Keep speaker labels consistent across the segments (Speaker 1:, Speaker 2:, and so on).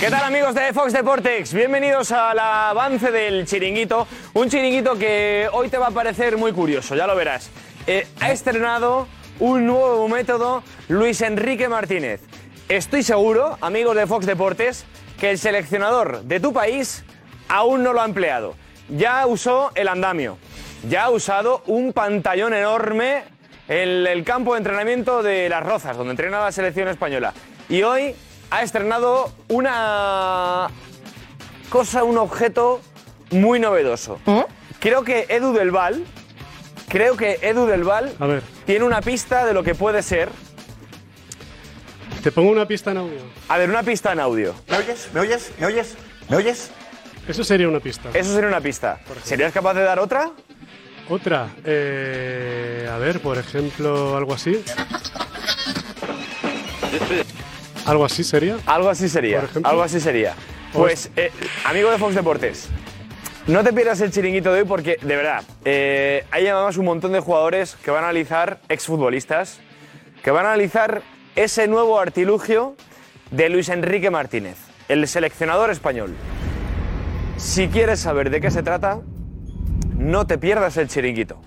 Speaker 1: ¿Qué tal amigos de Fox Deportex? Bienvenidos al avance del chiringuito. Un chiringuito que hoy te va a parecer muy curioso, ya lo verás. Eh, ha estrenado un nuevo método Luis Enrique Martínez. Estoy seguro, amigos de Fox Deportes, que el seleccionador de tu país aún no lo ha empleado. Ya usó el andamio, ya ha usado un pantallón enorme en el campo de entrenamiento de Las Rozas, donde entrena la selección española. Y hoy ha estrenado una cosa, un objeto muy novedoso. Creo que Edu del Val, creo que Edu del Val tiene una pista de lo que puede ser.
Speaker 2: Te pongo una pista en audio.
Speaker 1: A ver, una pista en audio.
Speaker 2: ¿Me oyes? ¿Me oyes? ¿Me oyes? ¿Me oyes? Eso sería una pista.
Speaker 1: Eso sería una pista. ¿Serías capaz de dar otra?
Speaker 2: Otra. eh, a ver, por ejemplo, algo así. ¿Algo así sería?
Speaker 1: Algo así sería. Algo así sería. Pues, eh, amigo de Fox Deportes, no te pierdas el chiringuito de hoy porque, de verdad, eh, hay además un montón de jugadores que van a analizar, exfutbolistas, que van a analizar ese nuevo artilugio de Luis Enrique Martínez, el seleccionador español. Si quieres saber de qué se trata, no te pierdas el chiringuito.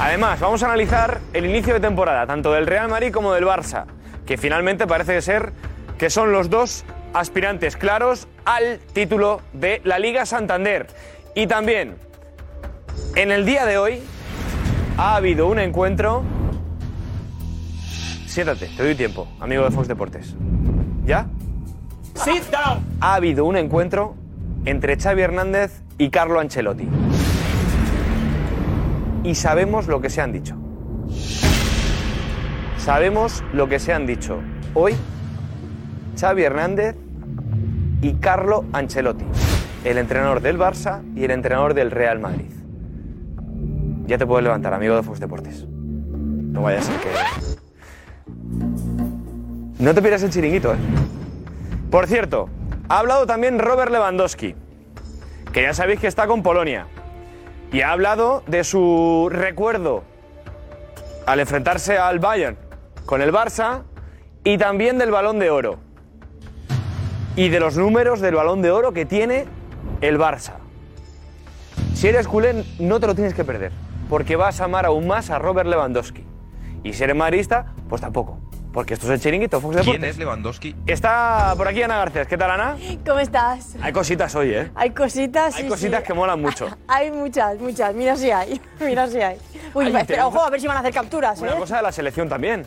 Speaker 1: Además, vamos a analizar el inicio de temporada, tanto del Real Madrid como del Barça, que finalmente parece ser que son los dos aspirantes claros al título de la Liga Santander. Y también, en el día de hoy, ha habido un encuentro... Siéntate, te doy tiempo, amigo de Fox Deportes. ¿Ya? Sit down. Ha habido un encuentro entre Xavi Hernández y Carlo Ancelotti. Y sabemos lo que se han dicho. Sabemos lo que se han dicho hoy Xavi Hernández y Carlo Ancelotti, el entrenador del Barça y el entrenador del Real Madrid. Ya te puedes levantar, amigo de Fox Deportes. No vaya a ser que... No te pierdas el chiringuito, ¿eh? Por cierto, ha hablado también Robert Lewandowski, que ya sabéis que está con Polonia. Y ha hablado de su recuerdo al enfrentarse al Bayern con el Barça y también del balón de oro. Y de los números del balón de oro que tiene el Barça. Si eres culé, no te lo tienes que perder, porque vas a amar aún más a Robert Lewandowski. Y si eres madridista, pues tampoco, porque esto es el chiringuito Fox
Speaker 3: ¿Quién
Speaker 1: Deportes.
Speaker 3: es Lewandowski?
Speaker 1: Está por aquí Ana Garcés. ¿Qué tal, Ana?
Speaker 4: ¿Cómo estás?
Speaker 1: Hay cositas hoy, ¿eh?
Speaker 4: Hay cositas.
Speaker 1: Hay
Speaker 4: sí,
Speaker 1: cositas
Speaker 4: sí.
Speaker 1: que molan mucho.
Speaker 4: Hay muchas, muchas. Mira si hay. Mira si hay. Uy,
Speaker 1: Hay
Speaker 4: va,
Speaker 1: un
Speaker 4: espera,
Speaker 1: tema.
Speaker 4: ojo, a ver si van a hacer capturas.
Speaker 1: Una
Speaker 4: ¿eh?
Speaker 1: cosa de la selección también,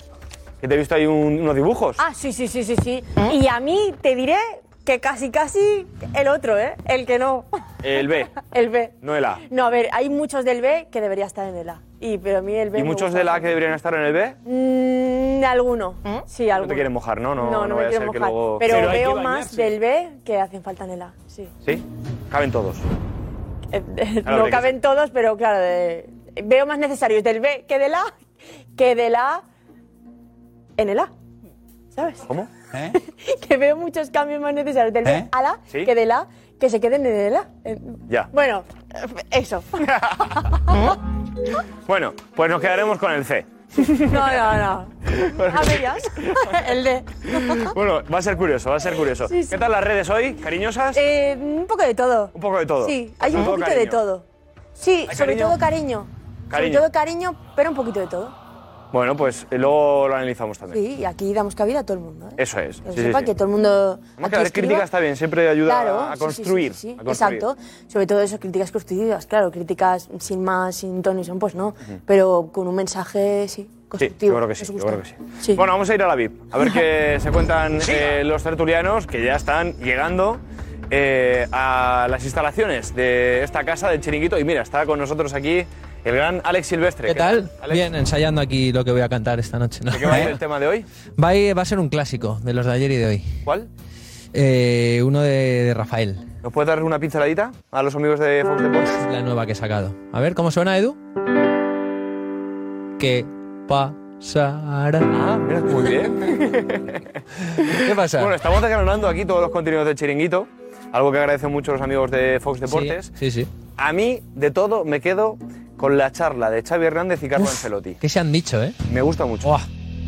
Speaker 1: que te he visto ahí un- unos dibujos.
Speaker 4: Ah, sí, sí, sí, sí, sí. Y a mí te diré que casi, casi el otro, ¿eh? El que no.
Speaker 1: El B,
Speaker 4: El B.
Speaker 1: no el A.
Speaker 4: No, a ver, hay muchos del B que debería estar en el A. Y, pero a mí el B.
Speaker 1: ¿Y
Speaker 4: me
Speaker 1: muchos
Speaker 4: gusta.
Speaker 1: del A que deberían estar en el B?
Speaker 4: Mm, alguno. Sí,
Speaker 1: No te
Speaker 4: alguno.
Speaker 1: quieren mojar, ¿no? No,
Speaker 4: no, no, me
Speaker 1: vaya a
Speaker 4: quiero
Speaker 1: ser que
Speaker 4: mojar.
Speaker 1: luego...
Speaker 4: Pero, veo más del B que hacen falta en el A. Sí.
Speaker 1: ¿Sí? Caben todos.
Speaker 4: Eh, eh,
Speaker 1: Ahora
Speaker 4: no
Speaker 1: habría que
Speaker 4: caben todos, pero claro, de- veo más necesarios del B que del A, que del A en el A. ¿Sabes?
Speaker 1: ¿Cómo?
Speaker 4: Que veo muchos cambios más necesarios del B
Speaker 1: ¿Eh?
Speaker 4: al A
Speaker 1: ¿Sí?
Speaker 4: que del A que se queden en el A. Eh,
Speaker 1: Ya.
Speaker 4: Bueno, eh, eso.
Speaker 1: Bueno, pues nos quedaremos con el C.
Speaker 4: No, no, no. A medias. El D.
Speaker 1: Bueno, va a ser curioso, va a ser curioso.
Speaker 4: Sí, sí.
Speaker 1: ¿Qué tal las redes hoy? ¿Cariñosas?
Speaker 4: Eh, un poco de todo.
Speaker 1: Un poco de todo.
Speaker 4: Sí, hay un
Speaker 1: Sobre todo
Speaker 4: poquito de
Speaker 1: cariño.
Speaker 4: todo. Sí,
Speaker 1: ¿Hay
Speaker 4: sobre
Speaker 1: cariño?
Speaker 4: todo cariño.
Speaker 1: Cariño.
Speaker 4: Sobre todo cariño, pero un poquito de todo.
Speaker 1: Bueno, pues eh, luego lo analizamos también.
Speaker 4: Sí, y aquí damos cabida a todo el mundo. ¿eh?
Speaker 1: Eso es.
Speaker 4: Que
Speaker 1: sí, sí,
Speaker 4: sepa
Speaker 1: sí.
Speaker 4: que todo el mundo.
Speaker 1: Además,
Speaker 4: aquí
Speaker 1: que la
Speaker 4: escriba.
Speaker 1: crítica está bien, siempre ayuda
Speaker 4: Claro,
Speaker 1: a
Speaker 4: sí, sí,
Speaker 1: construir.
Speaker 4: sí, sí, sí.
Speaker 1: a construir.
Speaker 4: Exacto. Sobre todo eso, críticas constructivas, claro, críticas sin más, sin tono y son, pues no. Pero con un mensaje, sí,
Speaker 1: Sí,
Speaker 4: constructivo.
Speaker 1: yo creo que sí,
Speaker 4: nos
Speaker 1: yo
Speaker 4: gusta.
Speaker 1: creo que sí. Bueno, vamos a ir a la VIP, a ver qué se cuentan eh, los tertulianos que ya están llegando eh, a las instalaciones de esta casa del chiringuito. Y mira, está con nosotros aquí el gran Alex Silvestre.
Speaker 5: ¿Qué tal?
Speaker 1: Alex,
Speaker 5: Bien, ensayando aquí lo que voy a cantar esta noche. ¿no?
Speaker 1: ¿de qué va a ir el tema de hoy?
Speaker 5: Va a ir- va a ser un clásico de los de ayer y de hoy.
Speaker 1: ¿Cuál?
Speaker 3: Eh, uno de, de Rafael,
Speaker 1: ¿Nos puedes dar una pinceladita a los amigos de Fox Deportes?
Speaker 3: la nueva que he sacado. A ver, ¿cómo suena, Edu? ¿Qué pasará?
Speaker 1: Ah, mira, muy bien.
Speaker 3: ¿Qué pasa?
Speaker 1: Bueno, estamos desgranando aquí todos los contenidos del chiringuito, algo que agradecen mucho los amigos de Fox Deportes.
Speaker 3: Sí, sí. sí.
Speaker 1: A mí, de todo, me quedo con la charla de Xavi Hernández y Carlo Ancelotti.
Speaker 3: ¿Qué se han dicho, eh?
Speaker 1: Me gusta mucho.
Speaker 3: Buah.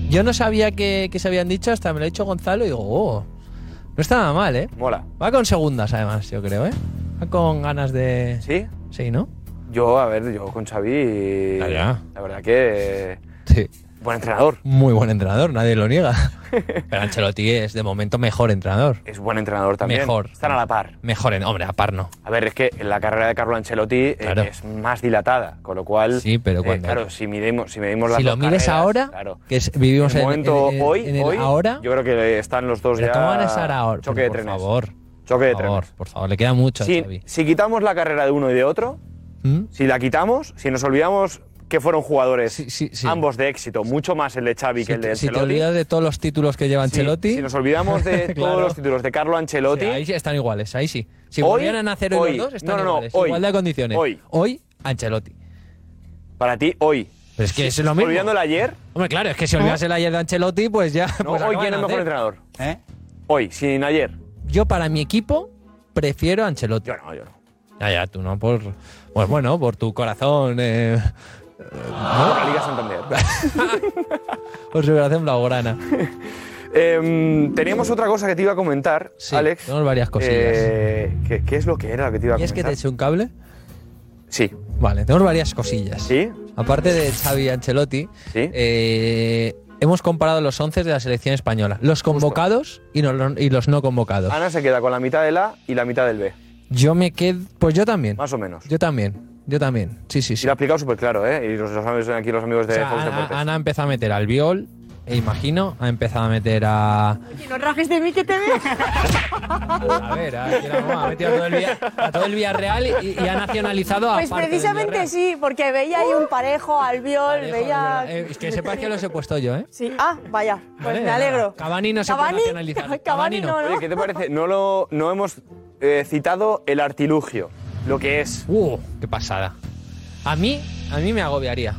Speaker 3: Yo no sabía que, que se habían dicho, hasta me lo ha dicho Gonzalo y digo, oh, no está nada mal, ¿eh?
Speaker 1: Mola.
Speaker 3: Va con segundas, además, yo creo, ¿eh? Va con ganas de...
Speaker 1: ¿Sí?
Speaker 3: Sí, ¿no?
Speaker 1: Yo, a ver, yo con Xavi.
Speaker 3: Ya, ya.
Speaker 1: La verdad que.
Speaker 3: Sí.
Speaker 1: Buen entrenador.
Speaker 3: Muy buen entrenador, nadie lo niega. Pero Ancelotti es, de momento, mejor entrenador.
Speaker 1: Es buen entrenador también.
Speaker 3: Mejor.
Speaker 1: Están a la par.
Speaker 3: Mejor, en... hombre, a par no.
Speaker 1: A ver, es que la carrera de Carlo Ancelotti eh,
Speaker 3: Claro.
Speaker 1: es más dilatada, con lo cual.
Speaker 3: Sí, pero
Speaker 1: eh,
Speaker 3: cuando-
Speaker 1: claro, si medimos, si medimos las
Speaker 3: si lo
Speaker 1: dos
Speaker 3: mides
Speaker 1: carreras,
Speaker 3: ahora,
Speaker 1: Claro.
Speaker 3: que es- vivimos
Speaker 1: en
Speaker 3: en,
Speaker 1: el momento
Speaker 3: en- en-
Speaker 1: hoy,
Speaker 3: en el
Speaker 1: hoy,
Speaker 3: ahora,
Speaker 1: yo creo que están los dos
Speaker 3: pero
Speaker 1: ya.
Speaker 3: ¿cómo van a estar ahora?
Speaker 1: Choque
Speaker 3: Pero,
Speaker 1: de
Speaker 3: por
Speaker 1: trenes.
Speaker 3: favor,
Speaker 1: Choque de
Speaker 3: por favor,
Speaker 1: trenes.
Speaker 3: por favor, le queda mucho a
Speaker 1: Si,
Speaker 3: Xavi.
Speaker 1: si quitamos la carrera de uno y de otro,
Speaker 3: ¿Mm?
Speaker 1: si la quitamos, si nos olvidamos que fueron jugadores
Speaker 3: Sí, sí, sí.
Speaker 1: ambos de éxito, mucho más el de Xavi que
Speaker 3: Si,
Speaker 1: el de
Speaker 3: te, si te
Speaker 1: Ancelotti.
Speaker 3: olvidas de todos los títulos que lleva
Speaker 1: si-
Speaker 3: Ancelotti,
Speaker 1: si nos olvidamos de todos
Speaker 3: Claro.
Speaker 1: los títulos de Carlo
Speaker 3: sí,
Speaker 1: Ancelotti,
Speaker 3: ahí sí están iguales, ahí sí. Si
Speaker 1: Hoy,
Speaker 3: volvieran a cero
Speaker 1: hoy.
Speaker 3: y los dos,
Speaker 1: No,
Speaker 3: están
Speaker 1: no, no,
Speaker 3: iguales.
Speaker 1: hoy.
Speaker 3: igualdad de condiciones.
Speaker 1: Hoy.
Speaker 3: Ancelotti.
Speaker 1: para ti hoy,
Speaker 3: Pero es que es lo mismo.
Speaker 1: olvidando el ayer,
Speaker 3: Hombre, claro, es que si olvidas el ayer de Ancelotti, pues ya.
Speaker 1: ¿no?
Speaker 3: pues
Speaker 1: hoy
Speaker 3: acaban
Speaker 1: quién es
Speaker 3: de
Speaker 1: mejor
Speaker 3: hacer.
Speaker 1: entrenador.
Speaker 5: ¿Eh?
Speaker 1: Hoy, sin ayer.
Speaker 3: Yo, para mi equipo, prefiero a Ancelotti.
Speaker 1: Yo no, yo no.
Speaker 3: Ya, ya, tú no, por. Pues bueno, por tu corazón. Eh,
Speaker 1: Por la Liga Santander.
Speaker 3: por su corazón blaugrana.
Speaker 1: Em, teníamos otra cosa que te iba a comentar,
Speaker 3: Sí,
Speaker 1: Alex.
Speaker 3: tenemos varias cosillas.
Speaker 1: Eh, ¿qué, qué es lo que era lo que te iba a
Speaker 3: ¿Y es que
Speaker 1: comentar?
Speaker 3: te eche un cable?
Speaker 1: Sí,
Speaker 3: Vale, tenemos varias cosillas.
Speaker 1: sí.
Speaker 3: Aparte de Xavi y Ancelotti,
Speaker 1: Sí.
Speaker 3: eh, hemos comparado los 11 de la selección española. Los convocados y, no- lo- y los no convocados.
Speaker 1: Ana se queda con la mitad del A y la mitad del B,
Speaker 3: Yo me quedo... Pues yo también.
Speaker 1: más o menos.
Speaker 3: Yo también. Yo también. Sí, sí,
Speaker 1: Y
Speaker 3: sí.
Speaker 1: lo ha explicado súper claro, ¿eh? Y los, los amigos- aquí los amigos
Speaker 3: O
Speaker 1: de
Speaker 3: sea,
Speaker 1: Fox
Speaker 3: Ana,
Speaker 1: Deportes.
Speaker 3: Ana ha empezado a meter al viol, e imagino. Ha empezado a meter a...
Speaker 4: Y no rajes de mí que te veo.
Speaker 3: A ver, a, quién era, vamos, ha metido a todo el, Villa- a todo el Villarreal y, y ha nacionalizado a
Speaker 4: Pues
Speaker 3: parte del
Speaker 4: precisamente
Speaker 3: Villarreal.
Speaker 4: sí, porque veía ahí un parejo, albiol,
Speaker 3: Alejo,
Speaker 4: veía.
Speaker 3: es verdad. Eh, que sepas que los he puesto yo, ¿eh?
Speaker 4: Sí, ah, vaya, pues
Speaker 3: Vale,
Speaker 4: me alegro.
Speaker 3: Cavani no se puede
Speaker 4: Cavani-
Speaker 3: nacionalizar.
Speaker 4: Cavani,
Speaker 3: Cavani no.
Speaker 4: no, ¿no?
Speaker 1: Oye, ¿qué te parece? No, lo, no hemos eh, citado el artilugio, lo que es.
Speaker 3: ¡Uh! ¡Qué pasada! A mí, a mí me agobiaría.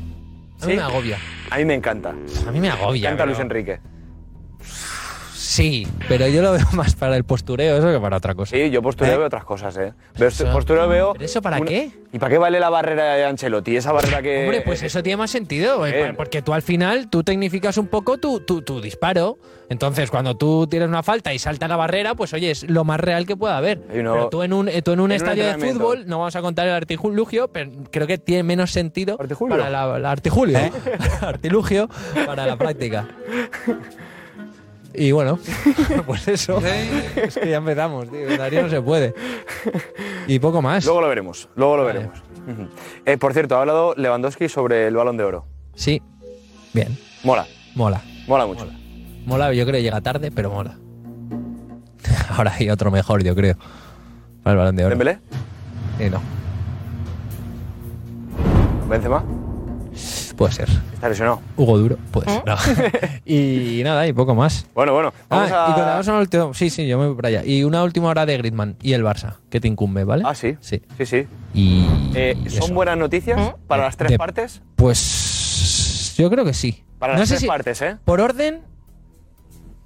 Speaker 3: A mí
Speaker 1: ¿Sí?
Speaker 3: me agobia.
Speaker 1: A mí me encanta.
Speaker 3: A mí me
Speaker 1: Me
Speaker 3: agobia.
Speaker 1: encanta
Speaker 3: pero-
Speaker 1: Luis Enrique.
Speaker 3: Sí, pero yo lo veo más para el postureo eso que para otra cosa.
Speaker 1: Sí, yo postureo
Speaker 3: ¿Eh?
Speaker 1: veo otras cosas, ¿eh? Veo-
Speaker 3: Eso-
Speaker 1: postureo veo.
Speaker 3: ¿Pero eso para qué?
Speaker 1: ¿Y para qué vale la barrera de Ancelotti? Esa barrera que.
Speaker 3: Hombre, pues eso tiene más sentido, eh,
Speaker 1: bien.
Speaker 3: porque tú al final, tú tecnificas un poco tu, tu, tu disparo. Entonces, cuando tú tienes una falta y salta la barrera, pues oye, es lo más real que pueda haber.
Speaker 1: Y no-
Speaker 3: pero tú en un, eh, tú en un
Speaker 1: en un
Speaker 3: estadio de
Speaker 1: entrenamiento.
Speaker 3: fútbol, no vamos a contar el artilugio, pero creo que tiene menos sentido
Speaker 1: ¿Artilugio?
Speaker 3: para la, la artilugio,
Speaker 1: ¿Eh?
Speaker 3: artilugio para la práctica. Y bueno, pues eso. Es que ya empezamos, tío. Darío no se puede. Y poco más.
Speaker 1: Luego lo veremos, luego lo
Speaker 3: Vale.
Speaker 1: veremos. Ujú. Eh, por cierto, ha hablado Lewandowski sobre el balón de oro.
Speaker 3: Sí. Bien.
Speaker 1: Mola,
Speaker 3: Mola.
Speaker 1: mola mucho.
Speaker 3: Mola, yo creo que llega tarde, pero mola. Ahora hay otro mejor, yo creo. Para el balón de oro.
Speaker 1: ¿Dembélé?
Speaker 3: Eh, no,
Speaker 1: ¿Benzema?
Speaker 3: puede ser.
Speaker 1: Está lesionado.
Speaker 3: Hugo Duro, puede ser. No. y nada, y poco más.
Speaker 1: Bueno, bueno, vamos
Speaker 3: ah,
Speaker 1: a.
Speaker 3: y contamos una última. Sí, sí, yo me voy para allá. Y una última hora de Griezmann y el Barça, que te incumbe, ¿vale?
Speaker 1: Ah, sí.
Speaker 3: Sí.
Speaker 1: Sí, sí.
Speaker 3: Y.
Speaker 1: Eh,
Speaker 3: y
Speaker 1: ¿Son
Speaker 3: eso.
Speaker 1: buenas noticias para las tres
Speaker 3: De-
Speaker 1: partes?
Speaker 3: Pues. Yo creo que sí.
Speaker 1: Para
Speaker 3: no
Speaker 1: las
Speaker 3: sé
Speaker 1: tres
Speaker 3: si-
Speaker 1: partes, ¿eh?
Speaker 3: Por orden,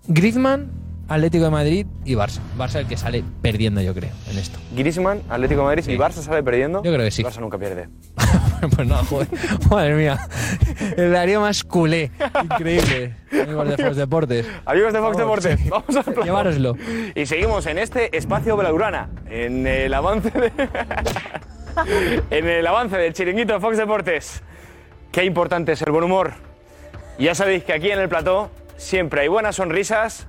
Speaker 3: Griezmann, Atlético de Madrid y Barça. Barça el que sale perdiendo, yo creo, en esto.
Speaker 1: Griezmann, Atlético de Madrid y
Speaker 3: Sí.
Speaker 1: Barça sale perdiendo.
Speaker 3: Yo creo que sí.
Speaker 1: El Barça nunca pierde.
Speaker 3: pues no, joder. Madre mía. El Darío más culé. Increíble. Amigos de Fox Deportes.
Speaker 1: Amigos de Fox
Speaker 3: Vamos,
Speaker 1: Deportes,
Speaker 3: sí.
Speaker 1: vamos a aplaudir.
Speaker 3: Llevároslo.
Speaker 1: Y seguimos en este espacio Blaugrana, en el avance de- en el avance del chiringuito de Fox Deportes. Qué importante es el buen humor. Y Ya sabéis que aquí en el plató siempre hay buenas sonrisas,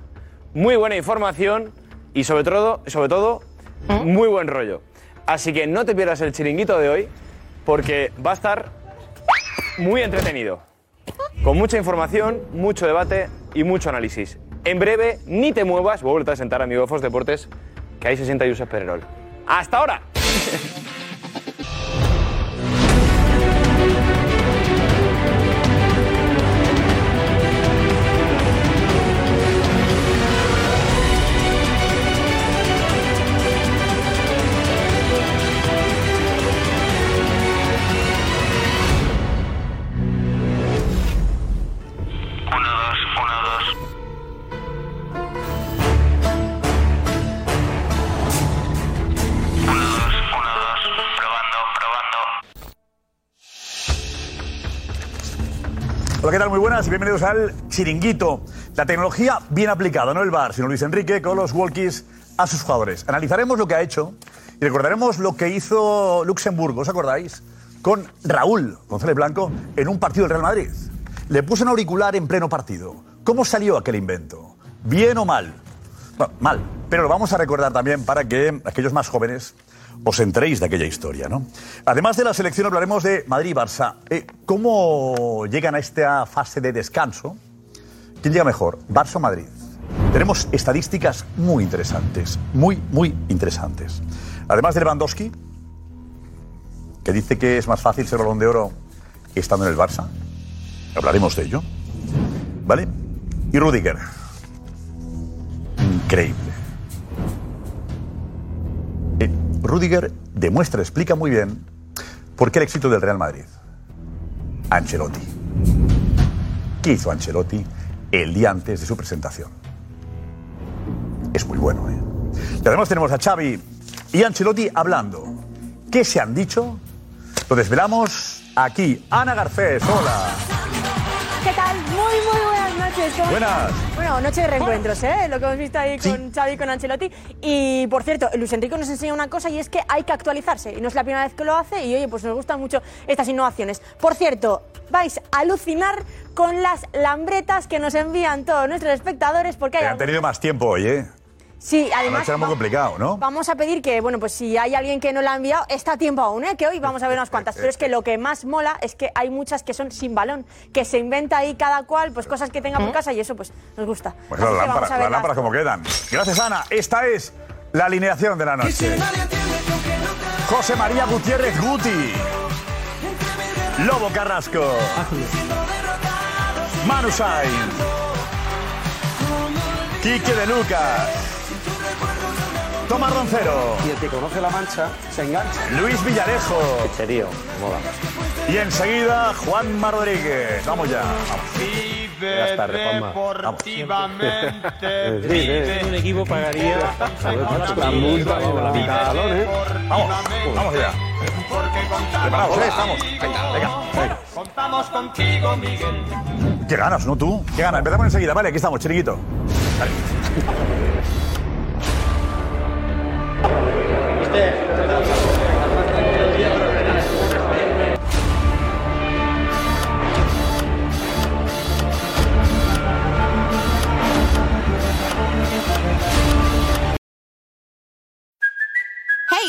Speaker 1: muy buena información y sobre todo, sobre todo, muy buen rollo. Así que no te pierdas el chiringuito de hoy porque va a estar muy entretenido. Con mucha información, mucho debate y mucho análisis. En breve, ni te muevas, vuelve a sentar, amigo de Fox Deportes, que ahí se sienta Josep Pererol. ¡Hasta ahora!
Speaker 5: ¿qué tal? Muy buenas y bienvenidos al Chiringuito. La tecnología bien aplicada, no el bar, sino Luis Enrique con los walkies a sus jugadores. Analizaremos lo que ha hecho y recordaremos lo que hizo Luxemburgo, ¿os acordáis? Con Raúl González Blanco en un partido del Real Madrid. Le puso un auricular en pleno partido. ¿Cómo salió aquel invento? ¿Bien o mal? Bueno, mal, pero lo vamos a recordar también para que aquellos más jóvenes os enteréis de aquella historia, ¿no? Además de la selección hablaremos de Madrid y Barça. Eh, ¿Cómo llegan a esta fase de descanso? ¿Quién llega mejor, Barça o Madrid? Tenemos estadísticas muy interesantes, muy, muy interesantes. Además de Lewandowski, que dice que es más fácil ser balón de oro estando en el Barça. Hablaremos de ello. ¿Vale? Y Rudiger. Increíble. Eh, Rudiger demuestra, explica muy bien por qué el éxito del Real Madrid. Ancelotti. ¿Qué hizo Ancelotti el día antes de su presentación? Es muy bueno, ¿eh? Y además tenemos a Xavi y Ancelotti hablando. ¿Qué se han dicho? Lo desvelamos aquí. Ana Garcés, hola.
Speaker 4: ¿Qué tal? Muy, muy buenas noches. ¿Cómo
Speaker 5: Buenas.
Speaker 4: estás? Bueno, noche de reencuentros, ¿eh? Lo que hemos visto ahí con Xavi y con Ancelotti. Y, por cierto, Luis Enrique nos enseña una cosa y es que hay que actualizarse. Y no es la primera vez que lo hace y, oye, pues nos gustan mucho estas innovaciones. Por cierto, vais a alucinar con las lambretas que nos envían todos nuestros espectadores porque hay...
Speaker 5: Eh, han
Speaker 4: algún-
Speaker 5: tenido más tiempo hoy, ¿eh?
Speaker 4: Sí,
Speaker 5: La
Speaker 4: además...
Speaker 5: noche era muy
Speaker 4: va-
Speaker 5: complicado, ¿no?
Speaker 4: Vamos a pedir que, bueno, pues si hay alguien que no la ha enviado, está a tiempo aún, ¿eh? que hoy vamos a ver unas cuantas. Pero es que lo que más mola es que hay muchas que son sin balón, que se inventa ahí cada cual, pues cosas que tenga por casa y eso pues nos gusta. Así
Speaker 5: Pues las
Speaker 4: que vamos
Speaker 5: lámparas,
Speaker 4: a ver
Speaker 5: las lámparas como quedan. Gracias, Ana. Esta es la alineación de la noche. José María Gutiérrez Guti. Lobo Carrasco. Manu Sainz. Quique de Lucas. Tomás Roncero.
Speaker 6: Y el que conoce la mancha se engancha.
Speaker 5: Luis Villarejo.
Speaker 6: Serio, mola.
Speaker 5: Y enseguida Juan Rodríguez. Vamos ya. Buenas tardes, Juanma.
Speaker 6: Vive.
Speaker 7: Un equipo pagaría.
Speaker 5: Vamos, vamos allá. Preparados, ¿eh? Estamos.
Speaker 7: Contamos contigo, Miguel.
Speaker 5: ¿Qué ganas, no tú? ¿Qué ganas? Empezamos enseguida. Vale, aquí estamos, chiringuito.
Speaker 8: Hey,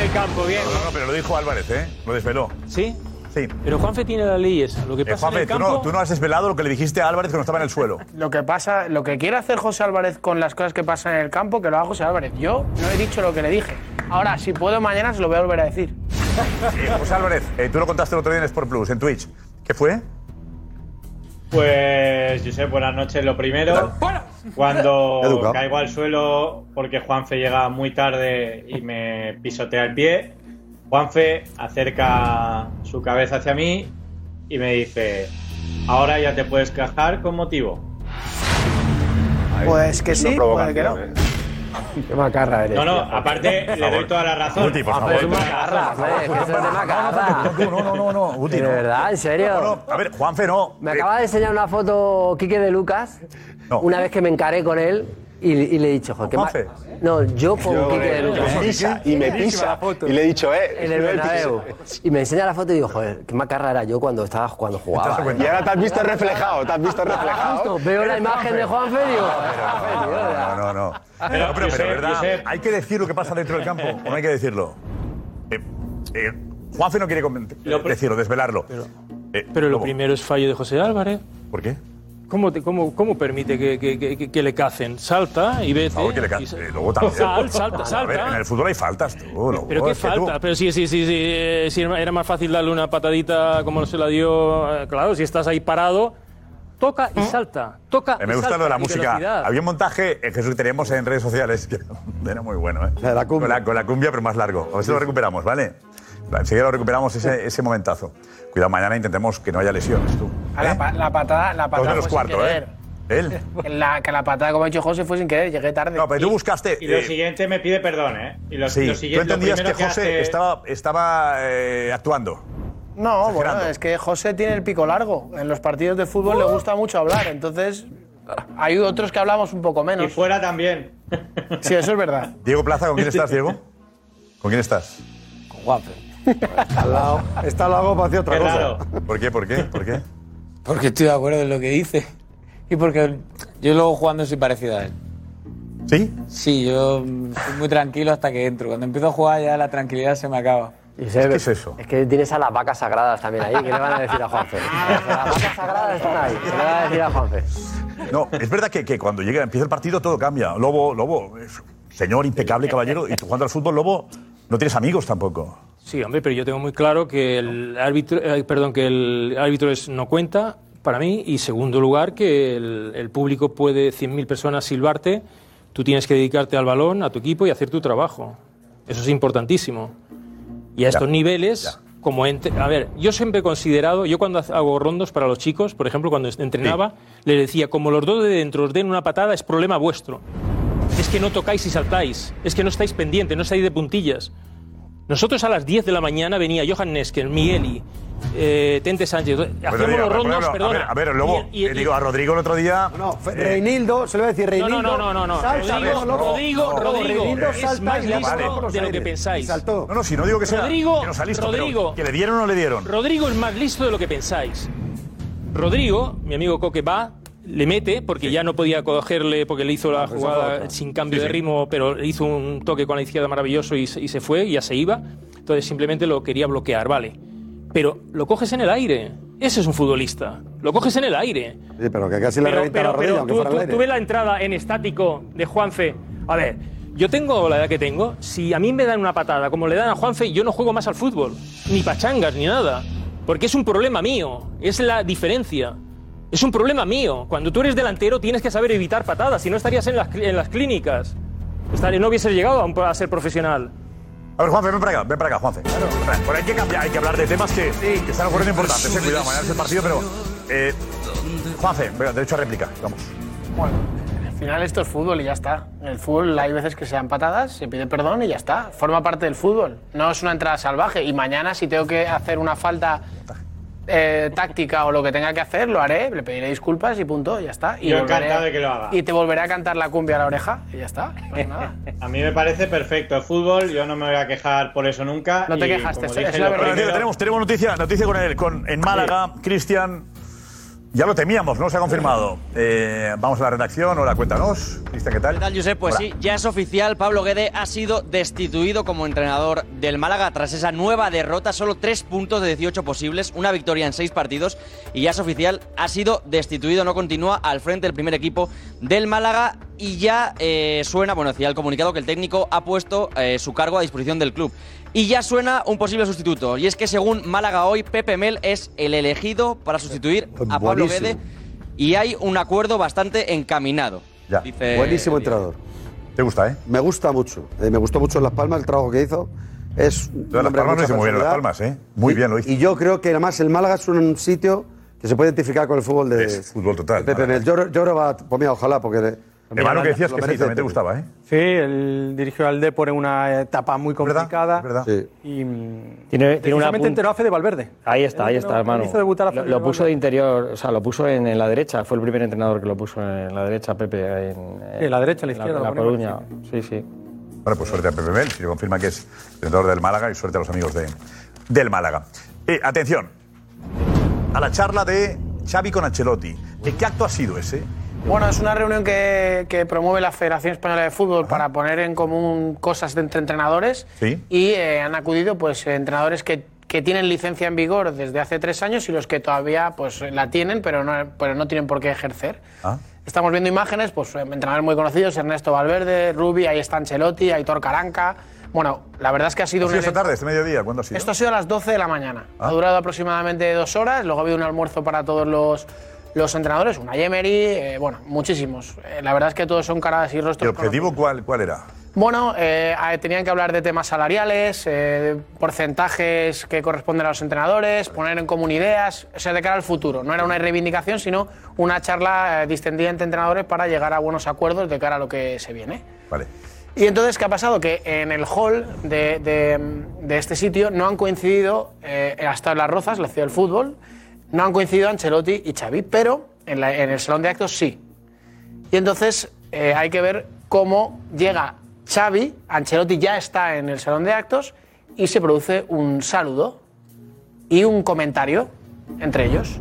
Speaker 5: el campo, bien. No, no, pero lo dijo Álvarez, ¿eh? Lo desveló. ¿Sí? Sí.
Speaker 7: Pero Juanfe tiene la ley esa. Lo que
Speaker 5: Eh,
Speaker 7: pasa en
Speaker 5: Juanfe,
Speaker 7: el
Speaker 5: tú
Speaker 7: campo.
Speaker 5: no, tú no has desvelado lo que le dijiste a Álvarez cuando estaba en el suelo.
Speaker 9: Lo que pasa, lo que quiere hacer José Álvarez con las cosas que pasan en el campo, que lo haga José Álvarez. Yo no he dicho lo que le dije. Ahora, si puedo mañana, se lo voy a volver a decir.
Speaker 5: Eh, José Álvarez, eh, tú lo contaste el otro día en Sport Plus, en Twitch. ¿Qué
Speaker 6: Eh,
Speaker 5: fue?
Speaker 10: Pues, Josep, buenas noches. Lo primero, cuando
Speaker 5: Educado.
Speaker 10: caigo al suelo porque Juanfe llega muy tarde y me pisotea el pie, Juanfe acerca su cabeza hacia mí y me dice, ahora ya te puedes cajar con motivo.
Speaker 9: Pues que sí, puede que no.
Speaker 5: ¿eh?
Speaker 6: Qué macarra eres.
Speaker 10: No, no, aparte le doy toda la razón.
Speaker 6: Guti, por favor.
Speaker 10: Le doy toda la razón.
Speaker 5: No, no, no, no, Guti,
Speaker 6: ¿De
Speaker 5: no.
Speaker 6: verdad? ¿En serio?
Speaker 5: No, no, a ver, Juanfe, no.
Speaker 6: Me acaba de enseñar una foto Quique de Lucas una vez que me encaré con él y, y le he dicho, joder, qué
Speaker 5: Juanfe.
Speaker 6: ma- No, yo con
Speaker 11: Yo con
Speaker 6: Quique de
Speaker 11: él.
Speaker 6: Lucas.
Speaker 11: Me pisa, y me pisa. La foto. Y le he dicho, eh,
Speaker 6: En el
Speaker 11: me pisa.
Speaker 6: Bernabéu. Y me enseña la foto y digo, joder, qué macarra era yo cuando, estaba, cuando
Speaker 11: ¿Te
Speaker 6: jugaba.
Speaker 11: das cuenta? Ah, Y ahora te has visto reflejado,
Speaker 6: te has visto reflejado. Veo la imagen de Juanfe y digo,
Speaker 5: No, no, no.
Speaker 6: Pero,
Speaker 5: No, pero, pero,
Speaker 6: Josep,
Speaker 5: ¿verdad?
Speaker 6: Josep.
Speaker 5: ¿Hay que decir lo que pasa dentro del campo o no hay que decirlo? Eh, eh, Juanfe no quiere coment- decirlo, desvelarlo. Eh,
Speaker 7: Pero lo primero es fallo de José Álvarez.
Speaker 5: ¿Por qué?
Speaker 7: ¿Cómo, te- cómo, cómo permite que, que- que- que le cacen? Salta y ve.
Speaker 5: Favor, que le can-
Speaker 7: y se-
Speaker 5: eh, luego también.
Speaker 7: Sal- salta,
Speaker 5: A ver, en
Speaker 7: salta.
Speaker 5: el fútbol hay faltas, tú. luego,
Speaker 7: Pero qué
Speaker 5: es que
Speaker 7: falta,
Speaker 5: tú-
Speaker 7: pero sí, sí, sí, sí, eh, sí, era más fácil darle una patadita como se la dio, eh, claro, si estás ahí parado, toca y salta, toca
Speaker 5: ¿Mm? Eh,
Speaker 7: y
Speaker 5: Me gusta
Speaker 7: salta,
Speaker 5: lo de la
Speaker 7: y
Speaker 5: música.
Speaker 7: velocidad.
Speaker 5: Había un montaje, eh, Jesús, que teníamos en redes sociales que era muy bueno, ¿eh? Con la, con la cumbia, pero más largo. A ver si lo recuperamos, ¿vale? Enseguida lo recuperamos ese, ese momentazo. Cuidado, mañana intentemos que no haya lesiones, tú.
Speaker 9: A la, pa- la patada, la
Speaker 5: ¿Eh? Dos
Speaker 9: patada.
Speaker 5: menos
Speaker 9: fue sin
Speaker 5: cuarto, ¿eh?
Speaker 9: querer.
Speaker 5: Él.
Speaker 9: Que La, que la patada, como ha dicho José, fue sin querer, llegué tarde. No,
Speaker 5: pero tú buscaste. eh,
Speaker 10: Y lo siguiente me pide perdón, ¿eh? Y lo,
Speaker 5: Sí,
Speaker 10: lo
Speaker 5: tú
Speaker 10: siguiente, lo
Speaker 5: entendías que
Speaker 10: primero
Speaker 5: José
Speaker 10: hace-
Speaker 5: estaba, estaba eh, actuando.
Speaker 9: No, bueno,
Speaker 5: Exagerando.
Speaker 9: es que José tiene el pico largo. En los partidos de fútbol le gusta mucho hablar, entonces hay otros que hablamos un poco menos. Y
Speaker 10: fuera también.
Speaker 9: Sí, eso es verdad.
Speaker 5: Diego Plaza, ¿con quién estás, Diego? ¿Con quién estás?
Speaker 12: Con Juanfe. Está al lado, está al lado para hacer otra
Speaker 5: Qué
Speaker 12: cosa.
Speaker 5: raro. ¿Por qué? ¿Por qué? ¿Por qué?
Speaker 12: Porque estoy de acuerdo en lo que dice. Y porque yo luego jugando soy parecido a él.
Speaker 5: ¿Sí?
Speaker 12: Sí, yo mm, soy muy tranquilo hasta que entro. Cuando empiezo a jugar ya la tranquilidad se me acaba.
Speaker 6: ¿Qué
Speaker 5: es eso?
Speaker 6: Es que tienes a las vacas sagradas también ahí. ¿Qué le van a decir a Juanfe? ¿Qué le van a decir a Juanfe?
Speaker 5: No, es verdad que, que cuando llega, empieza el partido todo cambia. Lobo, Lobo, es un señor impecable, caballero. Y tú jugando al fútbol, Lobo, no tienes amigos tampoco.
Speaker 7: Sí, hombre, pero yo tengo muy claro que el árbitro, eh, perdón, que el árbitro es, no cuenta para mí y segundo lugar que el, el público puede 100.000 personas silbarte, tú tienes que dedicarte al balón, a tu equipo y hacer tu trabajo. Eso es importantísimo. Y a estos niveles, como ente- a ver, yo siempre he considerado, yo cuando haz- hago rondos para los chicos, por ejemplo, cuando est- entrenaba, les decía, como los dos de dentro os den una patada, es problema vuestro. Es que no tocáis y saltáis, es que no estáis pendientes, no estáis de puntillas. Nosotros a las 10 de la mañana venía Johan Nesker, Mieli, eh, Tente Sánchez.
Speaker 5: Bueno,
Speaker 7: Hacíamos
Speaker 5: digo,
Speaker 7: los rondos,
Speaker 5: bueno,
Speaker 7: perdona.
Speaker 5: A ver, a ver, Lobo,
Speaker 7: Y- y-
Speaker 5: eh, digo, a Rodrigo el otro día.
Speaker 12: Fe-
Speaker 5: eh,
Speaker 12: Reinildo, se lo voy a decir,
Speaker 7: No,
Speaker 12: Reinildo.
Speaker 7: no, no, no, no, no.
Speaker 12: Salta,
Speaker 7: Rodrigo,
Speaker 12: no, loco.
Speaker 7: Rodrigo,
Speaker 12: No,
Speaker 7: Rodrigo,
Speaker 12: Reinildo
Speaker 7: es
Speaker 12: salta
Speaker 7: más
Speaker 12: y la
Speaker 7: listo
Speaker 12: va por los
Speaker 7: de lo que
Speaker 12: aires.
Speaker 7: pensáis.
Speaker 12: Y saltó.
Speaker 5: No, no, si no digo que sea,
Speaker 7: Rodrigo,
Speaker 5: que no sea listo, pero
Speaker 7: Rodrigo.
Speaker 5: que le dieron o no le dieron.
Speaker 7: Rodrigo es más listo de lo que pensáis. Rodrigo, mi amigo Coque va, le mete, porque ya no podía cogerle, porque le hizo la
Speaker 5: pues
Speaker 1: esa
Speaker 7: jugada
Speaker 1: falta.
Speaker 7: sin cambio
Speaker 1: Sí,
Speaker 7: de
Speaker 1: sí.
Speaker 7: ritmo, pero le hizo un toque con la izquierda maravilloso y, se- y se fue, y ya se iba. Entonces simplemente lo quería bloquear, vale. Pero lo coges en el aire. Ese es un futbolista. Lo coges en el aire.
Speaker 12: Sí, pero que casi le
Speaker 7: Pero-
Speaker 12: revienta la
Speaker 7: pero-
Speaker 12: rodilla, aunque
Speaker 7: pero tú,
Speaker 12: fuera al
Speaker 7: tú-
Speaker 12: aire.
Speaker 7: tú ves la entrada en estático de Juanfe. A ver, yo tengo la edad que tengo. Si a mí me dan una patada como le dan a Juanfe, yo no juego más al fútbol. Ni pachangas, ni nada. Porque es un problema mío. Es la diferencia. Es un problema mío. Cuando tú eres delantero tienes que saber evitar patadas. Si no estarías en las, cli- en las clínicas. Estar- no hubieses llegado a, un- a ser profesional.
Speaker 5: A ver, Juanfe, ven para acá, ven para acá, Juanfe. Por ahí hay que cambiar, Eh, hay que hablar de temas que, que están ocurriendo importantes. eh, Cuidado, mañana es el partido, pero. eh, Juanfe, venga, derecho a réplica, vamos.
Speaker 9: Al final esto es fútbol y ya está. En el fútbol hay veces que se dan patadas, se pide perdón y ya está. Forma parte del fútbol. No es una entrada salvaje. Y mañana si tengo que hacer una falta eh, táctica o lo que tenga que hacer, lo haré, le pediré disculpas y punto, ya está. Y
Speaker 10: Yo
Speaker 9: volveré-
Speaker 10: encantado de que lo haga.
Speaker 9: Y te volveré a cantar la cumbia a la oreja y ya está.
Speaker 10: A mí me parece perfecto el fútbol, yo no me voy a quejar por eso nunca.
Speaker 9: No te
Speaker 10: y
Speaker 9: quejaste,
Speaker 10: como
Speaker 9: es-
Speaker 10: dije
Speaker 9: es
Speaker 10: lo
Speaker 9: la verdad.
Speaker 10: primero-
Speaker 5: Pero tenemos, tenemos noticia, noticia con él, con, en Málaga, Cristian. Ya lo temíamos, ¿no? Se ha confirmado. Eh, vamos a la redacción, hola, cuéntanos. Cristian, ¿qué tal? ¿Qué
Speaker 13: tal, Josep? Pues sí, ya es oficial, Pablo Guede ha sido destituido como entrenador del Málaga tras esa nueva derrota, solo tres puntos de 18 posibles, una victoria en seis partidos y ya es oficial, ha sido destituido, no continúa al frente del primer equipo del Málaga y ya eh, suena, bueno, decía el comunicado que el técnico ha puesto eh, su cargo a disposición del club. Y ya suena un posible sustituto, y es que según Málaga hoy, Pepe Mel es el elegido para sustituir a Pablo
Speaker 12: Buenísimo.
Speaker 13: Guede y hay un acuerdo bastante encaminado. Dice-
Speaker 12: Buenísimo entrenador.
Speaker 5: ¿Te gusta, eh?
Speaker 12: Me gusta mucho. Eh, me gustó mucho en Las Palmas el trabajo que hizo. Es un
Speaker 5: Las
Speaker 12: hombre
Speaker 5: Palmas
Speaker 12: de
Speaker 5: lo
Speaker 12: mucha
Speaker 5: hizo muy bien, Las
Speaker 12: personalidad.
Speaker 5: Palmas, ¿eh? Muy
Speaker 12: Y-
Speaker 5: bien lo hizo.
Speaker 12: Y yo creo que además el Málaga es un sitio que se puede identificar con el fútbol de.
Speaker 5: Es fútbol total.
Speaker 12: Pepe Mel. Yo, yo creo que va. Pues mira, ojalá, porque. de-
Speaker 5: Hermano, que decías
Speaker 12: lo
Speaker 5: que sí,
Speaker 12: merece
Speaker 5: también te
Speaker 12: Pepe.
Speaker 5: gustaba, ¿eh?
Speaker 14: Sí, él dirigió al Depor en una etapa muy complicada. Y mm,
Speaker 15: Tiene, tiene una
Speaker 14: precisamente
Speaker 15: pun-
Speaker 14: enteró hace de Valverde.
Speaker 15: Ahí está, ahí está,
Speaker 14: Lo
Speaker 15: hermano.
Speaker 14: hizo debutar a
Speaker 15: Lo,
Speaker 14: Felipe
Speaker 15: lo puso de interior, o sea, lo puso en, en la derecha. Fue el primer entrenador que lo puso en la derecha, Pepe. En,
Speaker 14: Sí, la derecha, la
Speaker 15: en
Speaker 14: izquierda,
Speaker 15: en La,
Speaker 14: lo ponía
Speaker 15: Coruña. Sí, sí.
Speaker 5: Bueno, pues suerte a Pepe Mel, si confirma que es entrenador del Málaga y suerte a los amigos de, del Málaga. Eh, atención, a la charla de Xavi con Ancelotti. ¿De qué acto ha sido ese?
Speaker 9: Bueno, es una reunión que, que promueve la Federación Española de Fútbol para poner en común cosas de entre entrenadores
Speaker 5: Sí.
Speaker 9: y eh, han acudido pues entrenadores que que tienen licencia en vigor desde hace tres años y los que todavía pues, la tienen, pero no, pero no tienen por qué ejercer.
Speaker 5: Ah.
Speaker 9: Estamos viendo imágenes, pues entrenadores muy conocidos, Ernesto Valverde, Rubi, ahí está Ancelotti, Aitor Caranca. Bueno, la verdad es que ha sido
Speaker 5: Ha
Speaker 9: un
Speaker 5: sido esta
Speaker 9: elenco-
Speaker 5: tarde, este mediodía? ¿Cuándo ha sido?
Speaker 9: esto ha sido a las 12 de la mañana.
Speaker 5: Ah.
Speaker 9: Ha durado aproximadamente dos horas. Luego ha habido un almuerzo para todos los, los entrenadores, una Yemery, eh, bueno, muchísimos. Eh, la verdad es que todos son caras y
Speaker 5: ¿Y el
Speaker 9: rostros.
Speaker 5: objetivo cuál, cuál era?
Speaker 9: conocidos. Bueno, eh, eh, tenían que hablar de temas salariales, eh, de porcentajes que corresponden a los entrenadores, poner en común ideas, o sea, de cara al futuro. No era una reivindicación, sino una charla eh, distendida entre entrenadores para llegar a buenos acuerdos de cara a lo que se viene.
Speaker 5: Vale.
Speaker 9: Y entonces, ¿qué ha pasado? Que en el hall de, de- de este sitio no han coincidido, eh, hasta en Las Rozas, la ciudad del fútbol, no han coincidido Ancelotti y Xavi, pero en, la- en el salón de actos sí. Y entonces eh, hay que ver cómo llega Xavi, Ancelotti ya está en el salón de actos y se produce un saludo y un comentario entre ellos.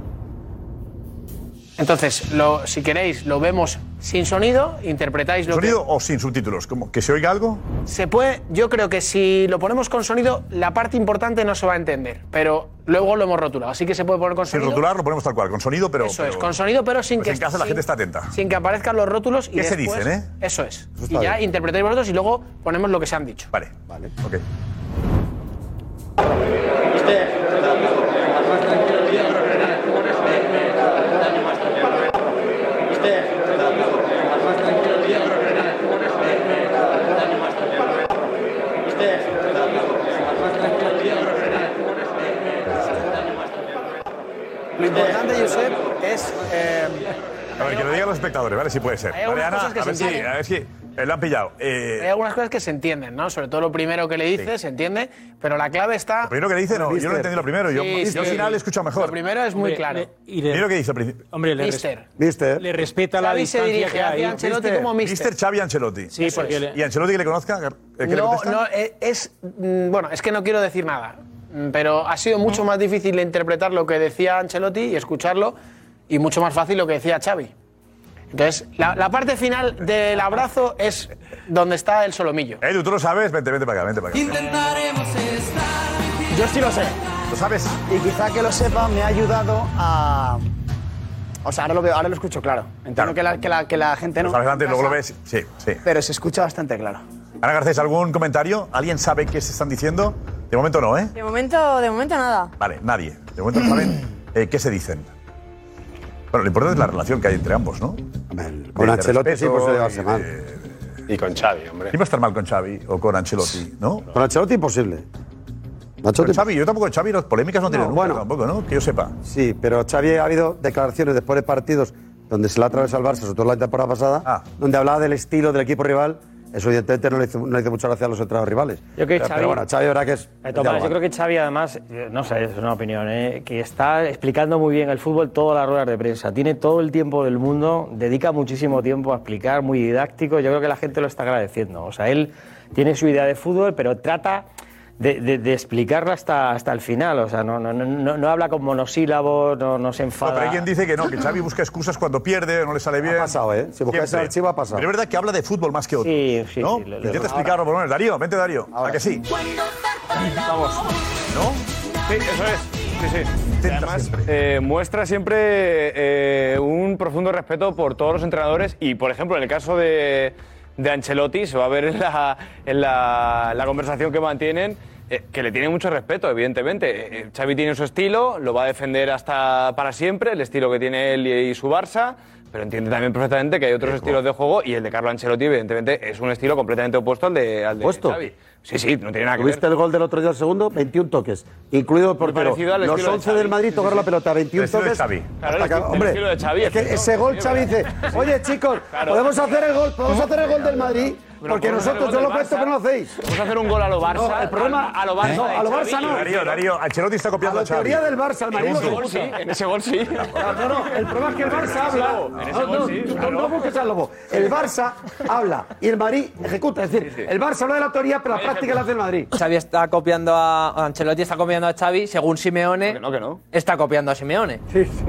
Speaker 9: Entonces, lo- si queréis, lo vemos sin sonido, interpretáis lo que...
Speaker 5: ¿Sonido o sin subtítulos? ¿Como ¿Que se oiga algo?
Speaker 9: Se puede, yo creo que si lo ponemos con sonido, la parte importante no se va a entender, pero luego lo hemos rotulado, así que se puede poner con
Speaker 5: Sin
Speaker 9: sonido.
Speaker 5: rotular lo ponemos tal cual, con sonido, pero.
Speaker 9: Eso
Speaker 5: pero-
Speaker 9: es, con sonido, pero sin
Speaker 5: pues
Speaker 9: que
Speaker 5: en casa la
Speaker 9: sin-
Speaker 5: gente está atenta.
Speaker 9: Sin que aparezcan los rótulos y
Speaker 5: ¿Qué se
Speaker 9: después-
Speaker 5: dicen, eh?
Speaker 9: Eso es.
Speaker 5: Eso está
Speaker 9: y ya
Speaker 5: bien.
Speaker 9: interpretáis vosotros y luego ponemos lo que se han dicho.
Speaker 5: Vale, vale, ok.
Speaker 9: Lo importante, Josep, es. eh,
Speaker 5: A ver, que lo digan los espectadores, ¿vale? Si puede ser.
Speaker 9: Hay algunas
Speaker 5: Vale, Ana,
Speaker 9: cosas que
Speaker 5: a ver
Speaker 9: se
Speaker 5: si,
Speaker 9: entienden.
Speaker 5: a ver si eh, lo han pillado. Eh,
Speaker 9: hay algunas cosas que se entienden, ¿no? Sobre todo lo primero que le dice, se entiende, pero la clave está.
Speaker 5: Lo primero que le dice, no, yo no entendí lo primero. Yo,
Speaker 9: Sí,
Speaker 5: yo al
Speaker 9: sí.
Speaker 5: final he escuchado mejor.
Speaker 9: Lo primero es muy claro.
Speaker 5: Mira lo que dice al principio.
Speaker 7: Hombre, le, res-
Speaker 9: Mister.
Speaker 7: le respeta la
Speaker 9: Xavi se
Speaker 7: distancia
Speaker 9: dirige
Speaker 7: que hay.
Speaker 9: hacia Ancelotti como mister.
Speaker 5: Mister Xavi Ancelotti.
Speaker 7: Sí, Eso porque es. le-
Speaker 5: ¿Y Ancelotti que le conozca? ¿Eh, que le
Speaker 9: no,
Speaker 5: contesta?
Speaker 9: no, eh, es. mm, Bueno, es que no quiero decir nada, mm, pero ha sido mucho más difícil interpretar lo que decía Ancelotti y escucharlo, y mucho más fácil lo que decía Xavi. Entonces, la, la parte final del abrazo es donde está el solomillo.
Speaker 5: Edu, tú lo sabes, vente, vente para acá, vente para acá.
Speaker 16: Intentaremos estar.
Speaker 17: Yo sí lo sé.
Speaker 5: ¿Lo sabes?
Speaker 17: Y quizá que lo sepa me ha ayudado a. O sea, ahora lo, veo, ahora lo escucho claro. Entiendo que, la, que, la, que la gente no.
Speaker 5: Lo sabes antes,
Speaker 17: en
Speaker 5: Pues luego lo
Speaker 17: casa,
Speaker 5: ves. Sí, sí.
Speaker 17: Pero se escucha bastante claro.
Speaker 5: Ana Garcés, ¿algún comentario? ¿Alguien sabe qué se están diciendo? De momento no, ¿eh?
Speaker 4: De momento, de momento nada.
Speaker 5: Vale, nadie. De momento no saben eh, qué se dicen. Bueno, lo importante es la relación que hay entre ambos, ¿no?
Speaker 18: Con
Speaker 5: De
Speaker 18: Ancelotti sí
Speaker 5: respeto
Speaker 18: por eso
Speaker 5: y
Speaker 18: llevarse
Speaker 5: de-
Speaker 18: mal. Y con Xavi, hombre.
Speaker 5: ¿Quién va a estar mal con Xavi o con Ancelotti, no?
Speaker 18: Con Ancelotti imposible. Ancelotti-
Speaker 5: Con Xavi, yo tampoco con Xavi, las polémicas no, tienen nunca
Speaker 18: bueno.
Speaker 5: tampoco, ¿no? Que yo sepa.
Speaker 18: Sí, pero Xavi ha habido declaraciones después de partidos donde se le ha atravesado al Barça, sobre todo la temporada pasada,
Speaker 5: Ah.
Speaker 18: donde hablaba del estilo del equipo rival. Eso evidentemente no le hizo, no le hizo mucha gracia a los otros rivales.
Speaker 15: Yo creo que
Speaker 18: pero,
Speaker 15: Xavi-
Speaker 18: pero bueno, Xavi verdad que es...
Speaker 15: De todas maneras, yo creo que Xavi además, eh, no sé, es una opinión, ¿eh? que está explicando muy bien el fútbol todas las ruedas de prensa. Tiene todo el tiempo del mundo, dedica muchísimo tiempo a explicar, muy didáctico. Yo creo que la gente lo está agradeciendo. O sea, él tiene su idea de fútbol, pero trata de, de- de explicarla hasta, hasta el final. O sea, no, no, no, no- no habla con monosílabos, no, no se enfada.
Speaker 5: No, pero hay quien dice que no, que Xavi busca excusas cuando pierde, no le sale bien. Ha pasado, ¿eh? Si
Speaker 18: buscáis el archivo, ha pasado.
Speaker 5: Pero es verdad que habla de fútbol más que otro. Sí, sí. ¿no? Intenta explicarlo, por lo menos. Darío, vente, Darío. ¿A que sí?
Speaker 1: Vamos.
Speaker 5: ¿No?
Speaker 1: Sí, eso es. Sí, sí. Y Además, eh, muestra siempre eh, un profundo respeto por todos los entrenadores y, por ejemplo, en el caso de, de Ancelotti, se va a ver en la, en la, la conversación que mantienen, eh, que le tiene mucho respeto, evidentemente. Eh, eh, Xavi tiene su estilo, lo va a defender hasta para siempre, el estilo que tiene él y, y su Barça, pero entiende también perfectamente que hay otros estilos de juego y el de Carlo Ancelotti, evidentemente, es un estilo completamente opuesto al de, al de
Speaker 18: ¿Opuesto?
Speaker 1: Xavi. Sí, sí, no tiene nada que ver.
Speaker 18: ¿Viste el gol del otro día, el segundo? 21 toques, incluido el portero.
Speaker 1: parecido al
Speaker 18: Los
Speaker 1: estilo de
Speaker 18: 11 del
Speaker 1: Xavi.
Speaker 18: Madrid
Speaker 1: Sí,
Speaker 18: tocar
Speaker 1: sí,
Speaker 18: la
Speaker 1: sí.
Speaker 18: pelota, 21
Speaker 1: El estilo de
Speaker 18: toques.
Speaker 1: Xavi.
Speaker 18: hasta
Speaker 1: Claro, el
Speaker 18: que-
Speaker 1: estilo- el
Speaker 18: hombre,
Speaker 1: estilo de Xavi,
Speaker 18: es que
Speaker 1: efecto,
Speaker 18: ese gol
Speaker 1: sí,
Speaker 18: Xavi dice, oye chicos,
Speaker 1: Claro.
Speaker 18: podemos hacer el gol, podemos hacer el gol del Madrid,
Speaker 1: Pero
Speaker 18: porque
Speaker 1: podemos hacer
Speaker 18: nosotros
Speaker 1: el gol
Speaker 18: yo
Speaker 1: del
Speaker 18: lo cuento,
Speaker 1: Barça.
Speaker 18: pero no lo hacéis.
Speaker 1: Vamos a hacer un gol a lo Barça.
Speaker 18: No, el problema-
Speaker 1: a lo Barça.
Speaker 18: No, a lo
Speaker 1: de
Speaker 18: Barça
Speaker 1: Xavi.
Speaker 18: no.
Speaker 5: Darío, Darío, Ancelotti está copiando a, Xavi.
Speaker 18: teoría del Barça, el Madrid
Speaker 1: En
Speaker 18: no
Speaker 1: ese
Speaker 18: se
Speaker 1: gol sí.
Speaker 18: puta.
Speaker 1: En ese gol sí.
Speaker 18: No, no, el problema es que el Barça habla.
Speaker 1: En ese
Speaker 18: No,
Speaker 1: gol
Speaker 18: no,
Speaker 1: sí,
Speaker 18: no,
Speaker 1: claro.
Speaker 18: no busques al lobo. El Barça habla y el Madrid ejecuta. Es decir, el Barça habla de la teoría, pero la práctica la hace el Madrid.
Speaker 19: Xavi está copiando a Ancelotti, está copiando a Xavi, según Simeone. Está copiando a Simeone.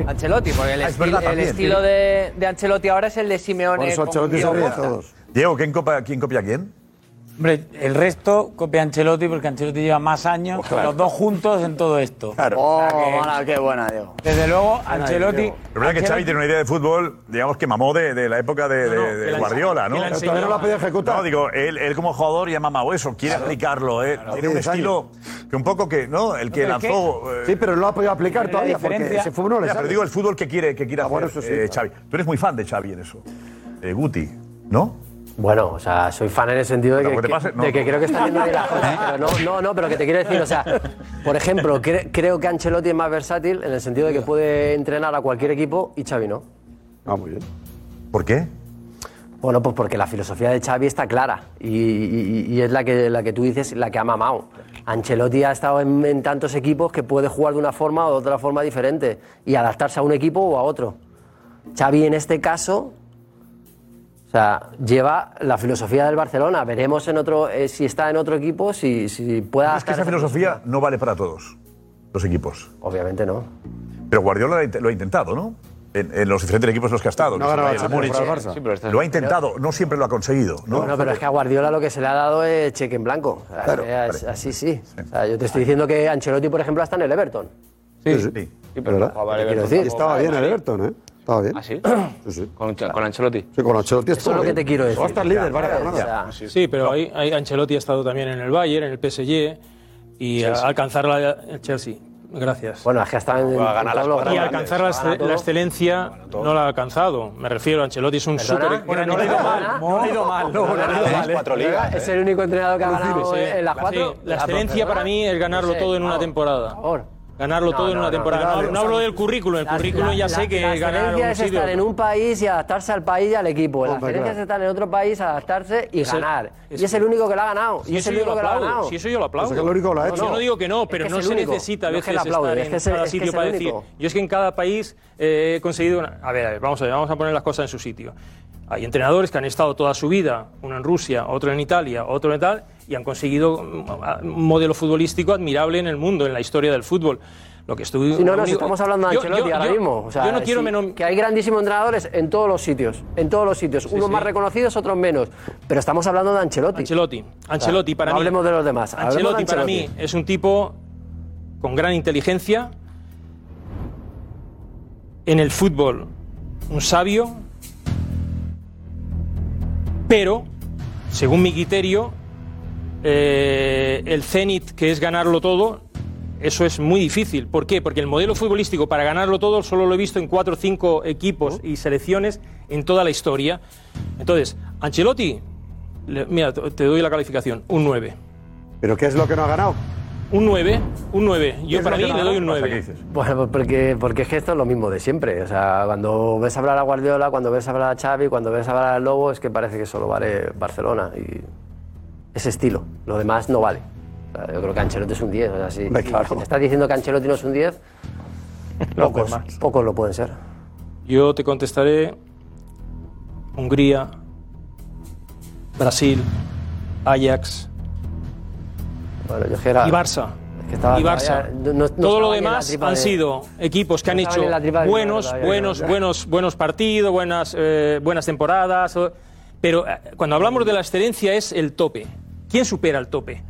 Speaker 19: Ancelotti, porque el,
Speaker 5: Ah, es
Speaker 19: estil-
Speaker 5: verdad
Speaker 19: el
Speaker 5: también,
Speaker 19: estilo
Speaker 5: sí.
Speaker 19: de, de Ancelotti ahora es el de Simeone. con guión corto.
Speaker 5: Diego, ¿quién copia, ¿quién copia a quién?
Speaker 12: Hombre, el resto copia a Ancelotti porque Ancelotti lleva más años, los dos juntos en todo esto.
Speaker 17: Oh,
Speaker 12: O sea que,
Speaker 17: mala, qué buena, Diego.
Speaker 12: Desde luego,
Speaker 17: Buena,
Speaker 12: Ancelotti.
Speaker 17: Diego.
Speaker 5: Pero verdad que
Speaker 12: Ancelotti-
Speaker 5: Xavi tiene una idea de fútbol, digamos que mamó de, de la época de, de- de
Speaker 12: que la-
Speaker 5: Guardiola, ¿no?
Speaker 12: que la Pero todavía no la enseñaba. podía
Speaker 5: ejecutar. No, digo, él, él como jugador ya mamó eso, quiere aplicarlo, ¿eh? tiene un
Speaker 18: diez
Speaker 5: estilo que un poco que, ¿no? El que
Speaker 18: pero es
Speaker 5: lanzó...
Speaker 18: que-
Speaker 5: eh,
Speaker 18: Sí, pero no lo ha podido aplicar
Speaker 5: la
Speaker 18: todavía, porque
Speaker 5: diferencia-
Speaker 18: ese fútbol no le
Speaker 5: Ya,
Speaker 18: sale.
Speaker 5: Pero digo, el fútbol que quiere, que quiere
Speaker 18: Ah,
Speaker 5: hacer
Speaker 18: bueno, eso sí,
Speaker 5: eh,
Speaker 18: claro.
Speaker 5: Xavi. Tú eres muy fan de Xavi en eso, eh, Guti.
Speaker 20: Bueno, o sea, soy fan en el sentido de que,
Speaker 5: Tampoco te pases, no.
Speaker 20: de que creo que está yendo bien las cosas, pero no, no, no, pero que te quiero decir, o sea, por ejemplo, cre- creo que Ancelotti es más versátil en el sentido de que puede entrenar a cualquier equipo y Xavi no.
Speaker 18: Ah, muy bien.
Speaker 5: ¿Por qué?
Speaker 20: Bueno, pues porque la filosofía de Xavi está clara y, y- y es la que, la que tú dices, la que ha mamado. Ancelotti ha estado en, en tantos equipos que puede jugar de una forma o de otra forma diferente y adaptarse a un equipo o a otro. Xavi en este caso o sea, lleva la filosofía del Barcelona. Veremos en otro, eh, si está en otro equipo, si, si pueda...
Speaker 5: Es que
Speaker 20: adaptar
Speaker 5: esa filosofía no vale para todos los equipos.
Speaker 20: Obviamente no.
Speaker 5: Pero Guardiola lo ha int- lo ha intentado, ¿no? En, en los diferentes equipos en los que ha
Speaker 20: No
Speaker 5: estado. en el
Speaker 20: ganaba
Speaker 5: Bayern,
Speaker 20: la
Speaker 5: en el
Speaker 20: Champions,
Speaker 5: Múnich.
Speaker 20: pero este el Barça. Sí, pero está-
Speaker 5: Lo ha intentado, no siempre lo ha conseguido, ¿no?
Speaker 20: Bueno, pero es que a Guardiola lo que se le ha dado es cheque en blanco. O sea,
Speaker 5: Claro,
Speaker 20: es- así sí. O sea, yo te estoy diciendo que Ancelotti, por ejemplo, está en el Everton.
Speaker 18: Sí, sí. ¿Verdad?
Speaker 20: el Quiero Everton decir- tampoco.
Speaker 18: Estaba bien el
Speaker 20: Madrid.
Speaker 18: Everton, ¿eh? Estaba bien. ¿Ah, sí? Sí,
Speaker 21: ¿Con, con Ancelotti?
Speaker 18: Sí, con Ancelotti
Speaker 20: Eso es lo que te quiero decir.
Speaker 18: Va a estar líder, vale,
Speaker 20: Claro,
Speaker 18: nada.
Speaker 20: o sea,
Speaker 7: Sí, pero ahí, ahí Ancelotti ha estado también en el Bayern, en el PSG y a- alcanzar la, el Chelsea. Gracias.
Speaker 20: Bueno, es que ha estado en,
Speaker 21: Va a ganar
Speaker 20: en todos los
Speaker 7: y
Speaker 20: grandes.
Speaker 7: alcanzar la,
Speaker 20: Gana
Speaker 7: excel-
Speaker 20: todo.
Speaker 7: la excelencia no la ha alcanzado. Me refiero, Ancelotti es un
Speaker 20: ¿Perdona?
Speaker 7: súper...
Speaker 20: Bueno, no le ha ido mal, no le ha ido mal, no, no le ha ido mal, ¿eh? Es el único entrenador que ha ganado
Speaker 7: Sí,
Speaker 20: en las
Speaker 7: sí.
Speaker 20: cuatro.
Speaker 7: La excelencia para mí es ganarlo
Speaker 20: No sé,
Speaker 7: todo en una
Speaker 20: vamos,
Speaker 7: temporada. Ganarlo
Speaker 20: No,
Speaker 7: todo en
Speaker 20: no,
Speaker 7: una
Speaker 20: no,
Speaker 7: temporada.
Speaker 20: no,
Speaker 7: No,
Speaker 20: no,
Speaker 7: no hablo
Speaker 20: no.
Speaker 7: del currículum. El
Speaker 20: La-
Speaker 7: currículum
Speaker 20: la-
Speaker 7: ya
Speaker 20: la-
Speaker 7: sé que
Speaker 20: La
Speaker 7: es ganar
Speaker 20: excelencia
Speaker 7: algún
Speaker 20: es
Speaker 7: sitio.
Speaker 20: estar en un país y adaptarse al país y al equipo. La
Speaker 7: Hombre,
Speaker 20: excelencia es
Speaker 7: claro.
Speaker 20: estar en otro país, adaptarse y
Speaker 7: Ese-
Speaker 20: ganar.
Speaker 7: ese-
Speaker 20: Y es el único que lo ha ganado.
Speaker 7: Si
Speaker 20: Y es
Speaker 7: eso
Speaker 20: el
Speaker 7: yo lo
Speaker 20: único que lo ha
Speaker 7: aplaudo,
Speaker 20: ganado.
Speaker 7: si eso yo lo aplaudo.
Speaker 20: Pues es que el único lo ha
Speaker 7: Yo
Speaker 20: hecho.
Speaker 7: no digo que no,
Speaker 20: Es
Speaker 7: pero
Speaker 20: que
Speaker 7: no
Speaker 20: es el
Speaker 7: se
Speaker 20: único.
Speaker 7: necesita a
Speaker 20: No es que
Speaker 7: veces
Speaker 20: lo aplaude,
Speaker 7: estar
Speaker 20: es que es
Speaker 7: en
Speaker 20: el- es
Speaker 7: cada
Speaker 20: que
Speaker 7: sitio
Speaker 20: es el
Speaker 7: para decir,
Speaker 20: único.
Speaker 7: yo es que en cada país eh, he conseguido una... A ver, a ver, vamos a ver, vamos a poner las cosas en su sitio. Hay entrenadores que han estado toda su vida, uno en Rusia, otro en Italia, otro en tal, y han conseguido mm, a- un modelo futbolístico admirable en el mundo, en la historia del fútbol. Lo que estuve,
Speaker 20: Si no,
Speaker 7: lo
Speaker 20: no, si
Speaker 7: único-
Speaker 20: estamos hablando de
Speaker 7: Yo-
Speaker 20: Ancelotti
Speaker 7: yo-
Speaker 20: ahora
Speaker 7: yo-
Speaker 20: mismo. O sea,
Speaker 7: yo no quiero
Speaker 20: sí,
Speaker 7: menos...
Speaker 20: Que hay grandísimos entrenadores en todos los sitios. En todos los sitios. Unos más reconocidos, otros menos. Pero estamos hablando de Ancelotti.
Speaker 7: Ancelotti. Ancelotti, para
Speaker 20: no
Speaker 7: mí-
Speaker 20: hablemos de los demás. hablemos de
Speaker 7: Ancelotti para mí es un tipo con gran inteligencia, en el fútbol un sabio, pero, según mi criterio, eh, el Zenit, que es ganarlo todo, eso es muy difícil. ¿Por qué? Porque el modelo futbolístico para ganarlo todo solo lo he visto en cuatro o cinco equipos y selecciones en toda la historia. Entonces, Ancelotti, le- mira, te te doy la calificación, un 9.
Speaker 18: ¿Pero qué es lo que no ha ganado?
Speaker 7: Un 9, un 9.
Speaker 20: ¿Qué
Speaker 7: Yo
Speaker 20: es
Speaker 7: para
Speaker 20: lo
Speaker 7: mí
Speaker 20: que no
Speaker 7: le doy un
Speaker 20: ganó?
Speaker 7: 9.
Speaker 20: Bueno, pues porque, porque es que esto es lo mismo de siempre. O sea, cuando ves hablar a Guardiola, cuando ves hablar a Xavi, cuando ves hablar al Lobo, es que parece que solo vale Barcelona y ese estilo. Lo demás no vale. O sea, yo creo que Ancelotti es un 10. O sea, si,
Speaker 18: Hombre, claro.
Speaker 20: si me estás diciendo que Ancelotti no es un 10, pocos, pocos lo pueden ser.
Speaker 7: Yo te contestaré Hungría, Brasil, Ajax
Speaker 20: Bueno, yo es que era-
Speaker 7: y Barça.
Speaker 20: que estaba
Speaker 7: y Barça.
Speaker 20: todavía- no- no
Speaker 7: Todo
Speaker 20: estaba
Speaker 7: lo
Speaker 20: ni en la
Speaker 7: demás
Speaker 20: tripa
Speaker 7: han
Speaker 20: de-
Speaker 7: sido equipos que
Speaker 20: no
Speaker 7: han
Speaker 20: estaba
Speaker 7: hecho
Speaker 20: ni en la tripa de-
Speaker 7: buenos,
Speaker 20: todavía,
Speaker 7: buenos,
Speaker 20: ya.
Speaker 7: buenos, buenos partidos, buenas, eh, buenas temporadas. o- Pero eh, cuando hablamos de la excelencia es el tope. ¿Quién supera el tope?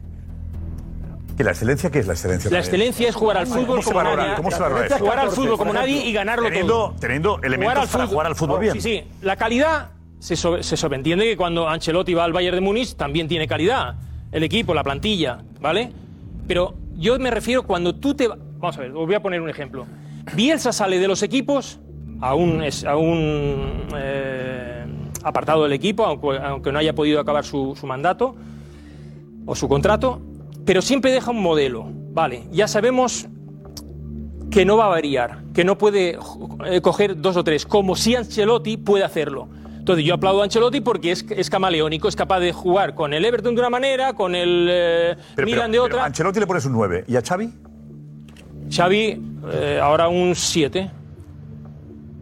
Speaker 5: ¿Que la excelencia qué es la excelencia?
Speaker 7: La
Speaker 5: Javier?
Speaker 7: excelencia es jugar al
Speaker 5: ¿Cómo
Speaker 7: fútbol
Speaker 5: se
Speaker 7: como
Speaker 5: valora?
Speaker 7: nadie.
Speaker 5: ¿Cómo se valora eso?
Speaker 7: Jugar al fútbol como
Speaker 5: Por ejemplo,
Speaker 7: nadie y ganarlo
Speaker 5: teniendo-
Speaker 7: todo.
Speaker 5: Teniendo elementos para jugar al fútbol bien.
Speaker 7: Oh, Sí, sí. La calidad se, sobre- se sobreentiende que cuando Ancelotti va al Bayern de Múnich también tiene calidad. El equipo, la plantilla, ¿vale? Pero yo me refiero cuando tú te... va- Vamos a ver, os voy a poner un ejemplo. Bielsa sale de los equipos a un, es- a un eh, apartado del equipo, aunque, aunque no haya podido acabar su- su mandato o su contrato, pero siempre deja un modelo. Vale, ya sabemos que no va a variar, que no puede jo- eh, coger dos o tres, como si Ancelotti puede hacerlo. Entonces yo aplaudo a Ancelotti porque es, es camaleónico, es capaz de jugar con el Everton de una manera, con el eh,
Speaker 5: Pero, pero-
Speaker 7: Milan de
Speaker 5: pero
Speaker 7: otra.
Speaker 5: a Ancelotti le pones un 9. ¿Y a Xavi?
Speaker 7: Xavi eh, ahora un 7,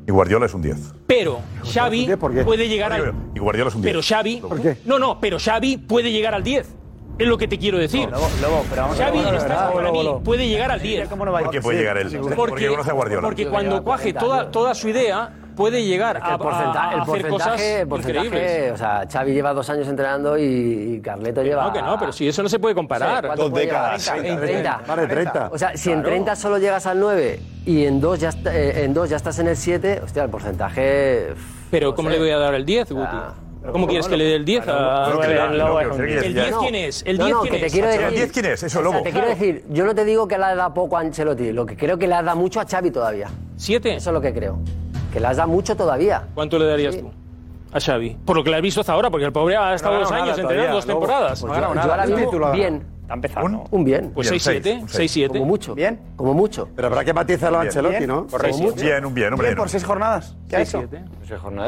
Speaker 5: Y Guardiola es un 10.
Speaker 7: pero Xavi puede llegar al...
Speaker 5: Y Guardiola es un 10.
Speaker 7: Pero Xavi... No, no, pero Xavi puede llegar al 10. Es lo que te quiero decir.
Speaker 5: vamos a ver,
Speaker 7: Xavi
Speaker 5: vamos a ver,
Speaker 7: está-
Speaker 5: ¿verdad?
Speaker 7: para
Speaker 5: Luego,
Speaker 7: mí
Speaker 5: luego.
Speaker 7: puede llegar al 10.
Speaker 5: ¿Por qué puede llegar él? Porque, conoce a Guardiola.
Speaker 7: Porque cuando coge toda, toda su idea, puede llegar a,
Speaker 20: El porcentaje,
Speaker 7: ah,
Speaker 20: el porcentaje, el porcentaje o sea, Xavi lleva dos años entrenando y, y Carleto lleva...
Speaker 7: No, que no, pero si eso no se puede comparar.
Speaker 20: ¿cuánto puede llevar? En 30. O sea, si en
Speaker 7: Claro.
Speaker 20: 30 solo llegas al 9 y en 2 ya, está- eh, en dos ya estás en el 7, hostia, el porcentaje...
Speaker 7: Pero ¿cómo le voy a dar el 10, Guti? ¿Cómo quieres que le dé el 10 a.? ¿El 10 quién es? ¿El 10
Speaker 20: no, no,
Speaker 7: quién
Speaker 20: que te
Speaker 7: es?
Speaker 20: quiero decir,
Speaker 7: es
Speaker 20: o sea, Te quiero decir, yo no te digo que le has dado poco a Ancelotti, lo que creo que le has dado mucho a Xavi todavía.
Speaker 7: ¿Siete?
Speaker 20: Eso es lo que creo. Que le has dado mucho todavía.
Speaker 7: ¿Cuánto le darías tú a Xavi? Por lo que le has visto hasta ahora, porque el pobre ha estado
Speaker 20: No ha
Speaker 7: dos
Speaker 20: ganado
Speaker 7: años
Speaker 20: nada
Speaker 7: entrenando,
Speaker 20: todavía,
Speaker 7: dos
Speaker 20: Lobo.
Speaker 7: temporadas.
Speaker 20: Pues yo- yo ahora mismo, bien.
Speaker 7: Está empezando.
Speaker 20: Un, un bien.
Speaker 7: Pues Bien, 6-7, seis, un seis. 6-7.
Speaker 20: Como mucho. Bien. Como mucho.
Speaker 18: Pero habrá que matizarlo a
Speaker 20: Bien.
Speaker 18: Ancelotti,
Speaker 20: Bien.
Speaker 18: ¿no?
Speaker 20: Correcto.
Speaker 18: Como mucho.
Speaker 20: Bien, un bien, hombre,
Speaker 17: Bien
Speaker 20: no.
Speaker 17: por seis jornadas. ¿Qué ha hecho?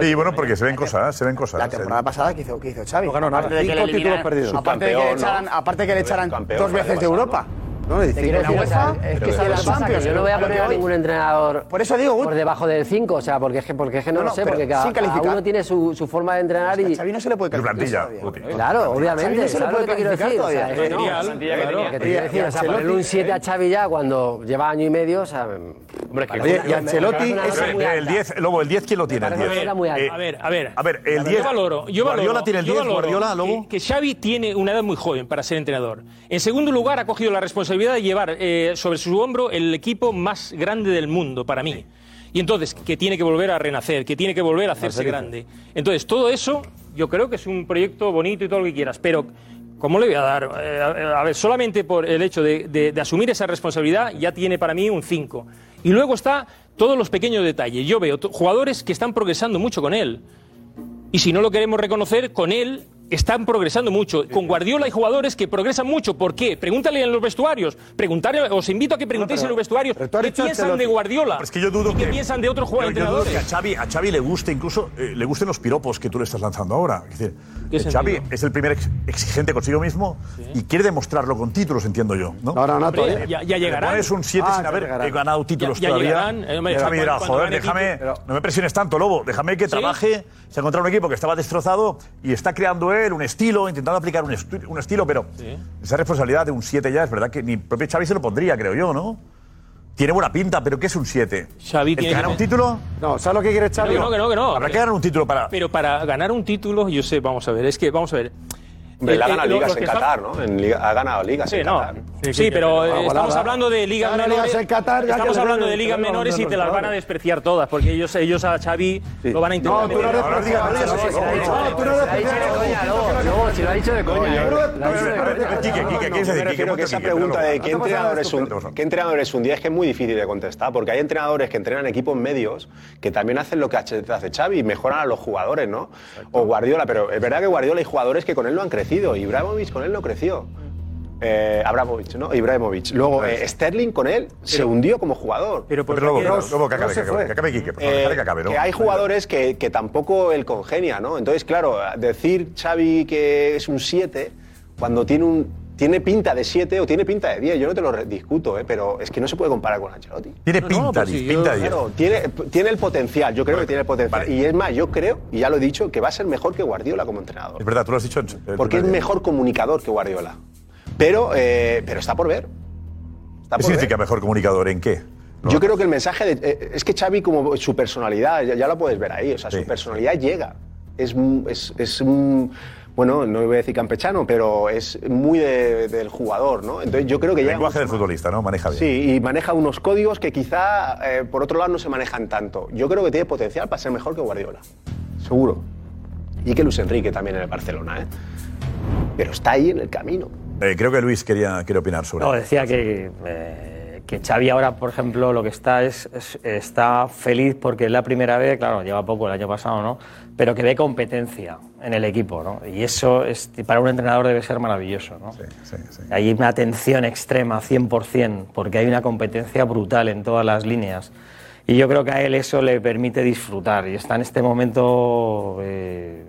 Speaker 5: Y bueno, porque se ven cosas, ¿eh? se ven cosas.
Speaker 17: La temporada pasada que hizo, que hizo Xavi. No
Speaker 5: ganó nada.
Speaker 17: Aparte de que le
Speaker 5: Cinco títulos
Speaker 17: eliminaran-
Speaker 5: perdidos.
Speaker 17: Aparte de que le
Speaker 5: Subcampeón, ¿no?
Speaker 17: echaran, aparte de que le echaran
Speaker 5: Campeón,
Speaker 17: dos veces
Speaker 5: vale,
Speaker 17: de Europa.
Speaker 18: No,
Speaker 17: Te quiero decir, o sea,
Speaker 20: Es que sabes lo que pasa, que yo no voy a poner a ningún entrenador por, eso digo, por debajo del 5, o sea, porque es que, porque es que no,
Speaker 17: No,
Speaker 20: lo
Speaker 17: no,
Speaker 20: sé,
Speaker 17: pero
Speaker 20: porque cada,
Speaker 17: sin calificar.
Speaker 20: cada uno tiene su, su forma de entrenar y... Xavi
Speaker 17: no se le puede
Speaker 5: plantilla,
Speaker 20: Claro, obviamente,
Speaker 17: no se le
Speaker 20: ¿sabes lo
Speaker 17: puede
Speaker 20: que te quiero
Speaker 17: clasificar
Speaker 20: decir? O sea,
Speaker 17: todavía.
Speaker 20: es que no,
Speaker 17: Material,
Speaker 20: es
Speaker 17: plantilla que
Speaker 20: claro,
Speaker 17: tenía.
Speaker 20: que te quiero decir, o sea,
Speaker 17: Y
Speaker 20: ponerle un
Speaker 17: Ancelotti,
Speaker 20: 7 a Xavi ya cuando lleva año y medio, o sea... Hombre,
Speaker 5: Oye, y Ancelotti es el 10, Lobo, el 10 quién lo tiene? El
Speaker 20: parece una
Speaker 5: 10?
Speaker 20: edad muy alta.
Speaker 5: Eh,
Speaker 20: A
Speaker 7: ver, a ver.
Speaker 5: A ver, el
Speaker 7: Yo
Speaker 5: 10.
Speaker 7: valoro, yo valoro.
Speaker 5: Guardiola tiene el
Speaker 7: yo
Speaker 5: 10,
Speaker 7: valoro
Speaker 5: Guardiola, Lobo.
Speaker 7: Que, que Xavi tiene una edad muy joven para ser entrenador. En segundo lugar, ha cogido la responsabilidad de llevar eh, sobre su hombro el equipo más grande del mundo, para mí. Y entonces, que tiene que volver a renacer, que tiene que volver a hacerse
Speaker 2: Hacer-
Speaker 7: grande. Entonces, todo eso, yo creo que es un proyecto bonito y todo lo que quieras, pero ¿cómo le voy a dar? Eh, a, a ver, solamente por el hecho de, de- de asumir esa responsabilidad ya tiene para mí un 5. Y luego está todos los pequeños detalles. Yo veo to- jugadores que están progresando mucho con él. Y si no lo queremos reconocer, con él están progresando mucho. Con Guardiola hay jugadores que progresan mucho. ¿Por qué? Pregúntale en los vestuarios. Preguntarle, os invito a que preguntéis en los vestuarios qué
Speaker 5: dicho
Speaker 7: piensan
Speaker 5: Ancelotti.
Speaker 7: de Guardiola.
Speaker 5: Pero es que yo dudo
Speaker 7: ¿Qué
Speaker 5: que-
Speaker 7: piensan de otros jugadores
Speaker 5: Yo dudo que a
Speaker 7: entrenadores?
Speaker 5: Xavi, a Xavi le guste, incluso eh, le gusten los piropos que tú le estás lanzando ahora. Es decir, eh,
Speaker 7: ¿Qué sentido?
Speaker 5: Xavi es el primer ex- exigente consigo mismo y quiere demostrarlo con títulos, entiendo yo. No,
Speaker 18: no,
Speaker 7: Hombre, todavía. ya- ya
Speaker 5: Le
Speaker 7: llegarán.
Speaker 5: pones un 7
Speaker 7: Ah,
Speaker 5: sin
Speaker 7: ya
Speaker 5: haber
Speaker 7: llegarán.
Speaker 5: eh, ganado títulos
Speaker 7: Ya- ya
Speaker 5: todavía.
Speaker 7: llegarán. Eh, hombre,
Speaker 5: Xavi
Speaker 7: cuando-
Speaker 5: dirá,
Speaker 7: cuando
Speaker 5: joder,
Speaker 7: gane
Speaker 5: déjame,
Speaker 7: títulos".
Speaker 5: no me presiones tanto, Lobo, déjame que
Speaker 7: Sí.
Speaker 5: trabaje. Se ha encontrado un equipo que estaba destrozado y está creando él un estilo, intentando aplicar un, estu- un estilo, pero esa responsabilidad de un 7 ya es verdad que ni propio Xavi se lo pondría, creo yo, ¿no? Tiene buena pinta, pero ¿qué es un 7?
Speaker 7: Xavi
Speaker 5: ¿El
Speaker 7: tiene
Speaker 5: que gana
Speaker 7: que-
Speaker 5: un título?
Speaker 18: No, ¿sabes lo que quiere
Speaker 7: Xavi? no, que no, que no.
Speaker 5: Habrá que ganar un título para...
Speaker 7: Pero para ganar un título, yo sé, vamos a ver, es que, vamos a ver.
Speaker 11: Hombre, él ha
Speaker 7: Eh, eh,
Speaker 11: ganado
Speaker 7: lo-
Speaker 11: ligas
Speaker 7: los
Speaker 11: en
Speaker 7: que están-
Speaker 11: Qatar, ¿no? En liga- ha ganado ligas
Speaker 7: Sí,
Speaker 11: en
Speaker 7: no.
Speaker 11: Qatar.
Speaker 7: Sí, pero eh, estamos
Speaker 11: Igualada.
Speaker 7: hablando de ligas
Speaker 11: Gana
Speaker 7: menores.
Speaker 11: ligas en Qatar, ya
Speaker 7: estamos
Speaker 11: que le
Speaker 7: hablando
Speaker 11: den-
Speaker 7: de ligas
Speaker 11: le den
Speaker 7: menores y
Speaker 11: los
Speaker 7: te las van a
Speaker 11: resultados.
Speaker 7: despreciar todas, porque ellos, ellos a Xavi lo van a intentar. meter.
Speaker 20: Si lo ha dicho de coña. eh.
Speaker 11: Me refiero que esa pregunta de qué entrenador, es un, qué entrenador es un 10 que es muy difícil de contestar, porque hay entrenadores que entrenan equipos medios que también hacen lo que hace hace Xavi y mejoran a los jugadores, ¿no? O Guardiola, pero es verdad que Guardiola hay jugadores que con él no han crecido, y Ibrahimovic con él no creció. Eh, Abramovich, ¿no? Ibrahimovic. Luego, eh, Sterling con él se hundió como jugador. Pues
Speaker 5: Pero Lobo, Lobo, que acabe, que acabe, que acabe Quique, por favor,
Speaker 11: Eh,
Speaker 5: dejad que acabe, ¿no?
Speaker 11: que hay jugadores que, que tampoco el congenia, ¿no? Entonces, claro, decir Xavi que es un 7 cuando tiene un tiene pinta de 7 o tiene pinta de 10, yo no te lo re- discuto, ¿eh? pero es que no se puede comparar con Ancelotti.
Speaker 5: Tiene pinta, de- pinta de 10.
Speaker 11: Claro, tiene, tiene el potencial, yo creo que tiene el potencial. Y es más, yo creo, y ya lo he dicho, que va a ser mejor que Guardiola como entrenador.
Speaker 5: Es verdad, tú lo has dicho. en- en-
Speaker 11: Porque es mejor comunicador que Guardiola. Pero, eh, pero está por ver.
Speaker 5: ¿Qué significa mejor comunicador? ¿En qué?
Speaker 11: Yo creo que el mensaje de- eh, es que Xavi, como su personalidad, ya, ya la puedes ver ahí, o sea, su personalidad llega. Es, mu- es, es un- bueno, no voy a decir campechano, pero es muy de- del jugador, ¿no? Entonces yo creo que
Speaker 5: El
Speaker 11: llega
Speaker 5: lenguaje
Speaker 11: mucho
Speaker 5: del futbolista, ¿no? Maneja bien.
Speaker 11: Sí, y maneja unos códigos que quizá eh, por otro lado no se manejan tanto. Yo creo que tiene potencial para ser mejor que Guardiola, seguro. Y que Luis Enrique también en el Barcelona, ¿eh? Pero está ahí en el camino.
Speaker 5: Eh, creo que Luis quería, quiere opinar sobre
Speaker 15: No, decía que, eh, que Xavi ahora, por ejemplo, lo que está es, es- está feliz porque es la primera vez, claro, lleva poco el año pasado, ¿no? Pero que ve competencia en el equipo, ¿no? Y eso es, para un entrenador debe ser maravilloso, ¿no? Hay una atención extrema, 100%, porque hay una competencia brutal en todas las líneas. Y yo creo que a él eso le permite disfrutar y está en este momento eh,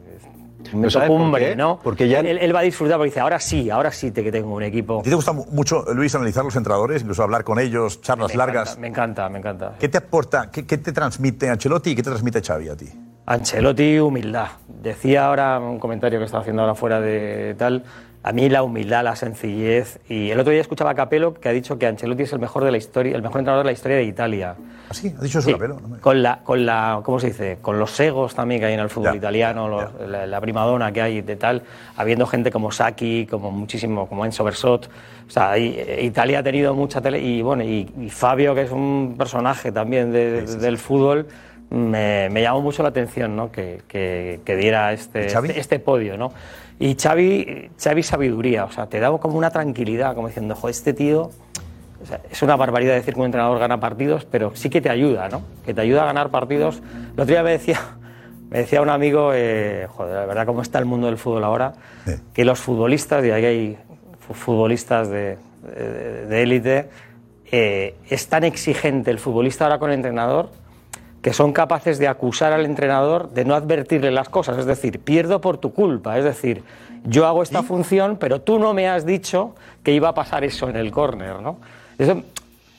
Speaker 11: ¿No
Speaker 15: momento
Speaker 11: sabes por
Speaker 15: cumbre,
Speaker 11: qué?
Speaker 15: ¿no?
Speaker 11: Porque ya-
Speaker 15: él, él va a disfrutar porque dice, ahora sí, ahora sí te- que tengo un equipo.
Speaker 5: ¿A ti te gusta mu- mucho, Luis, analizar los entrenadores, incluso hablar con ellos, charlas
Speaker 15: Me
Speaker 5: largas?
Speaker 15: encanta, me encanta, me encanta.
Speaker 5: ¿Qué te aporta, qué, qué te transmite Ancelotti y qué te transmite Xavi a ti?
Speaker 15: Ancelotti, humildad. Decía ahora un comentario que estaba haciendo ahora fuera de tal, A mí la humildad, la sencillez. Y el otro día escuchaba a Capello que ha dicho que Ancelotti es el mejor de la historia, el mejor entrenador de la historia de Italia.
Speaker 5: Así, ha dicho eso
Speaker 15: Sí,
Speaker 5: Capello, no me-
Speaker 15: Con la, con la, ¿cómo se dice? Con los egos también que hay en el fútbol italiano, los- la, la primadona que hay de tal, habiendo gente como Saki, como muchísimo, como Enzo Bersot. O sea, ahí, eh, Italia ha tenido mucha tele y bueno, y, y Fabio, que es un personaje también de- del fútbol, me, me llamó mucho la atención, ¿no? Que, que- que diera este,
Speaker 5: ¿Y Xavi?
Speaker 15: este, este podio, ¿no? Y Xavi, Xavi sabiduría, o sea, te da como una tranquilidad, como diciendo, jo, este tío o sea, es una barbaridad decir que un entrenador gana partidos, pero sí que te ayuda, ¿no? Que te ayuda a ganar partidos. El otro día me decía, me decía un amigo, eh, joder, la verdad, cómo está el mundo del fútbol ahora, que los futbolistas, y ahí hay fu- futbolistas de de- de élite, eh, es tan exigente el futbolista ahora con el entrenador que son capaces de acusar al entrenador de no advertirle las cosas, es decir, pierdo por tu culpa, es decir, yo hago esta función, pero tú no me has dicho que iba a pasar eso en el córner, ¿no? Eso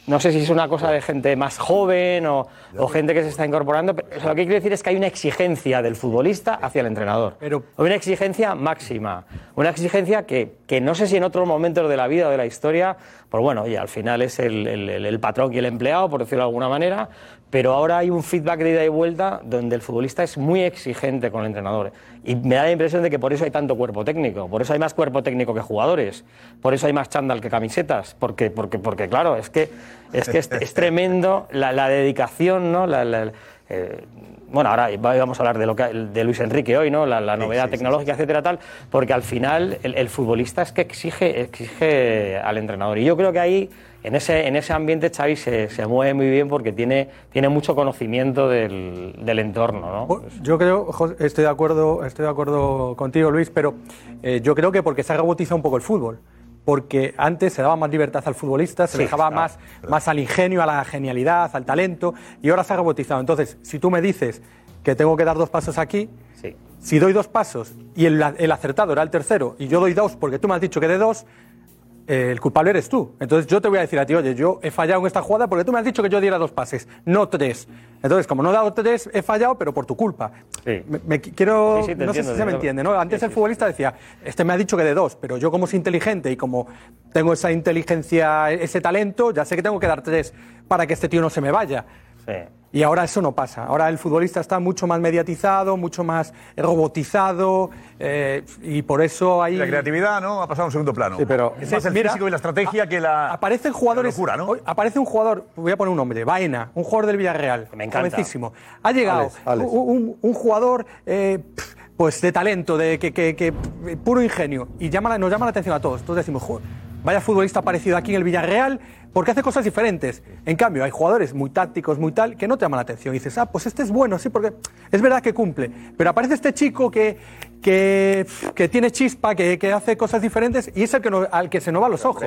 Speaker 15: no sé si es una cosa de gente más joven o, o gente que se está incorporando, pero o sea, lo que quiero decir es que hay una exigencia del futbolista hacia el entrenador. Hay una exigencia máxima, una exigencia que, que no sé si en otros momentos de la vida o de la historia, pues bueno, y al final es el, el- el- el patrón y el empleado, por decirlo de alguna manera, pero ahora hay un feedback de ida y vuelta donde el futbolista es muy exigente con el entrenador. Y me da la impresión de que por eso hay tanto cuerpo técnico, por eso hay más cuerpo técnico que jugadores, por eso hay más chándal que camisetas, porque, porque, porque claro, es que es, que es, es tremendo la, la dedicación, ¿no? La- la- eh, bueno, ahora va- vamos a hablar de, lo que, de Luis Enrique hoy, ¿no? La, la novedad tecnológica, etcétera, tal, porque al final el, el futbolista es que exige, exige al entrenador. Y yo creo que ahí, en ese, en ese ambiente, Xavi se, se mueve muy bien porque tiene, tiene mucho conocimiento del, del entorno, ¿no?
Speaker 14: Yo creo, Jos- estoy de acuerdo, estoy de acuerdo contigo, Luis, pero eh, yo creo que porque se ha robotizado un poco el fútbol. Porque antes se daba más libertad al futbolista, se
Speaker 5: Sí,
Speaker 14: le dejaba
Speaker 5: claro,
Speaker 14: más, más al ingenio, a la genialidad, al talento, y ahora se ha robotizado. Entonces, si tú me dices que tengo que dar dos pasos aquí,
Speaker 15: Sí.
Speaker 14: si doy dos pasos y el, el acertado era el tercero, y yo doy dos porque tú me has dicho que de dos, eh, el culpable eres tú. Entonces yo te voy a decir a ti, oye, yo he fallado en esta jugada porque tú me has dicho que yo diera dos pases, no tres. Entonces, como no he dado tres, he fallado, pero por tu culpa. Me, me qui- quiero.
Speaker 15: Sí, sí, te
Speaker 14: no sé
Speaker 15: entiendo, te
Speaker 14: si se me
Speaker 15: entiendo.
Speaker 14: entiende, ¿no? Antes el futbolista decía, este me ha dicho que de dos, pero yo como soy inteligente y como tengo esa inteligencia, ese talento, ya sé que tengo que dar tres para que este tío no se me vaya. Y ahora eso no pasa. Ahora el futbolista está mucho más mediatizado, mucho más robotizado eh, y por eso hay...
Speaker 5: La creatividad, ¿no? Ha pasado a un segundo plano.
Speaker 14: Sí, pero-
Speaker 5: es más el
Speaker 14: Mira,
Speaker 5: físico y la estrategia que la.
Speaker 14: Aparecen jugadores...
Speaker 5: locura, ¿no?
Speaker 14: hoy Aparece un jugador, voy a poner un nombre, Baena, un jugador del Villarreal. Me
Speaker 5: encanta.
Speaker 14: Ha llegado
Speaker 5: Alex, Alex.
Speaker 14: Un, un- un jugador... eh, pf, pues de talento, de que, que- que, pf, puro ingenio. Y llama la- nos llama la atención a todos. Todos decimos, "Jo, vaya futbolista aparecido aquí en el Villarreal, porque hace cosas diferentes. En cambio, hay jugadores muy tácticos, muy tal, que no te llaman la atención. Y dices, ah, pues este es bueno, sí, porque es verdad que cumple. Pero aparece este chico que, que, pf, que tiene chispa, que, que hace cosas diferentes, y es el que no- al que se nos van los ojos.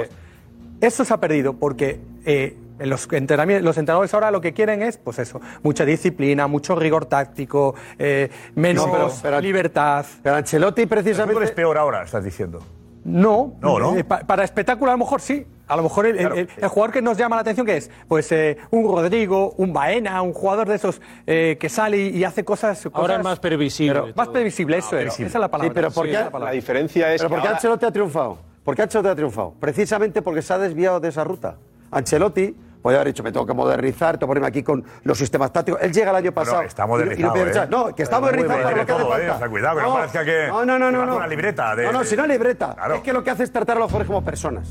Speaker 14: Eso se ha perdido porque eh, en los, entrenami- los entrenadores ahora lo que quieren es, pues eso, mucha disciplina, mucho rigor táctico, eh, menos
Speaker 5: pero-
Speaker 14: libertad.
Speaker 18: Pero Ancelotti
Speaker 5: El fútbol es peor ahora, estás diciendo.
Speaker 14: No,
Speaker 5: No, ¿no?
Speaker 14: eh, pa- para espectáculo a lo mejor sí. A lo mejor el, el-
Speaker 5: Claro.
Speaker 14: el- el jugador que nos llama la atención que es, pues eh, un Rodrigo, un Baena, un jugador de esos eh, que sale y, y hace cosas,
Speaker 7: Ahora
Speaker 14: cosas-
Speaker 7: es más previsible.
Speaker 14: Pero- más previsible,
Speaker 5: Ah,
Speaker 14: eso es. Esa es la palabra.
Speaker 18: Sí, pero ¿por qué? Pero ¿por qué Ancelotti ha triunfado? ¿Por qué Ancelotti ha triunfado? Precisamente porque se ha desviado de esa ruta. Ancelotti podría haber dicho, me tengo que modernizar, tengo que ponerme aquí con los sistemas tácticos. Él llega el año pasado.
Speaker 5: está
Speaker 18: y no- y no
Speaker 5: modernizado,
Speaker 18: pierde
Speaker 5: ¿eh?
Speaker 18: chance. No, que está
Speaker 5: Está muy
Speaker 18: modernizado para lo que
Speaker 5: modernizado
Speaker 18: hace
Speaker 5: todo, ¿eh?
Speaker 18: falta.
Speaker 5: O sea, cuidado, que no parezca que-
Speaker 18: No, no, no.
Speaker 5: que
Speaker 18: no,
Speaker 5: marca
Speaker 18: no.
Speaker 5: una libreta de-
Speaker 18: no, no, si no hay libreta.
Speaker 5: Claro.
Speaker 18: Es que lo que hace es tratar a los jugadores como personas.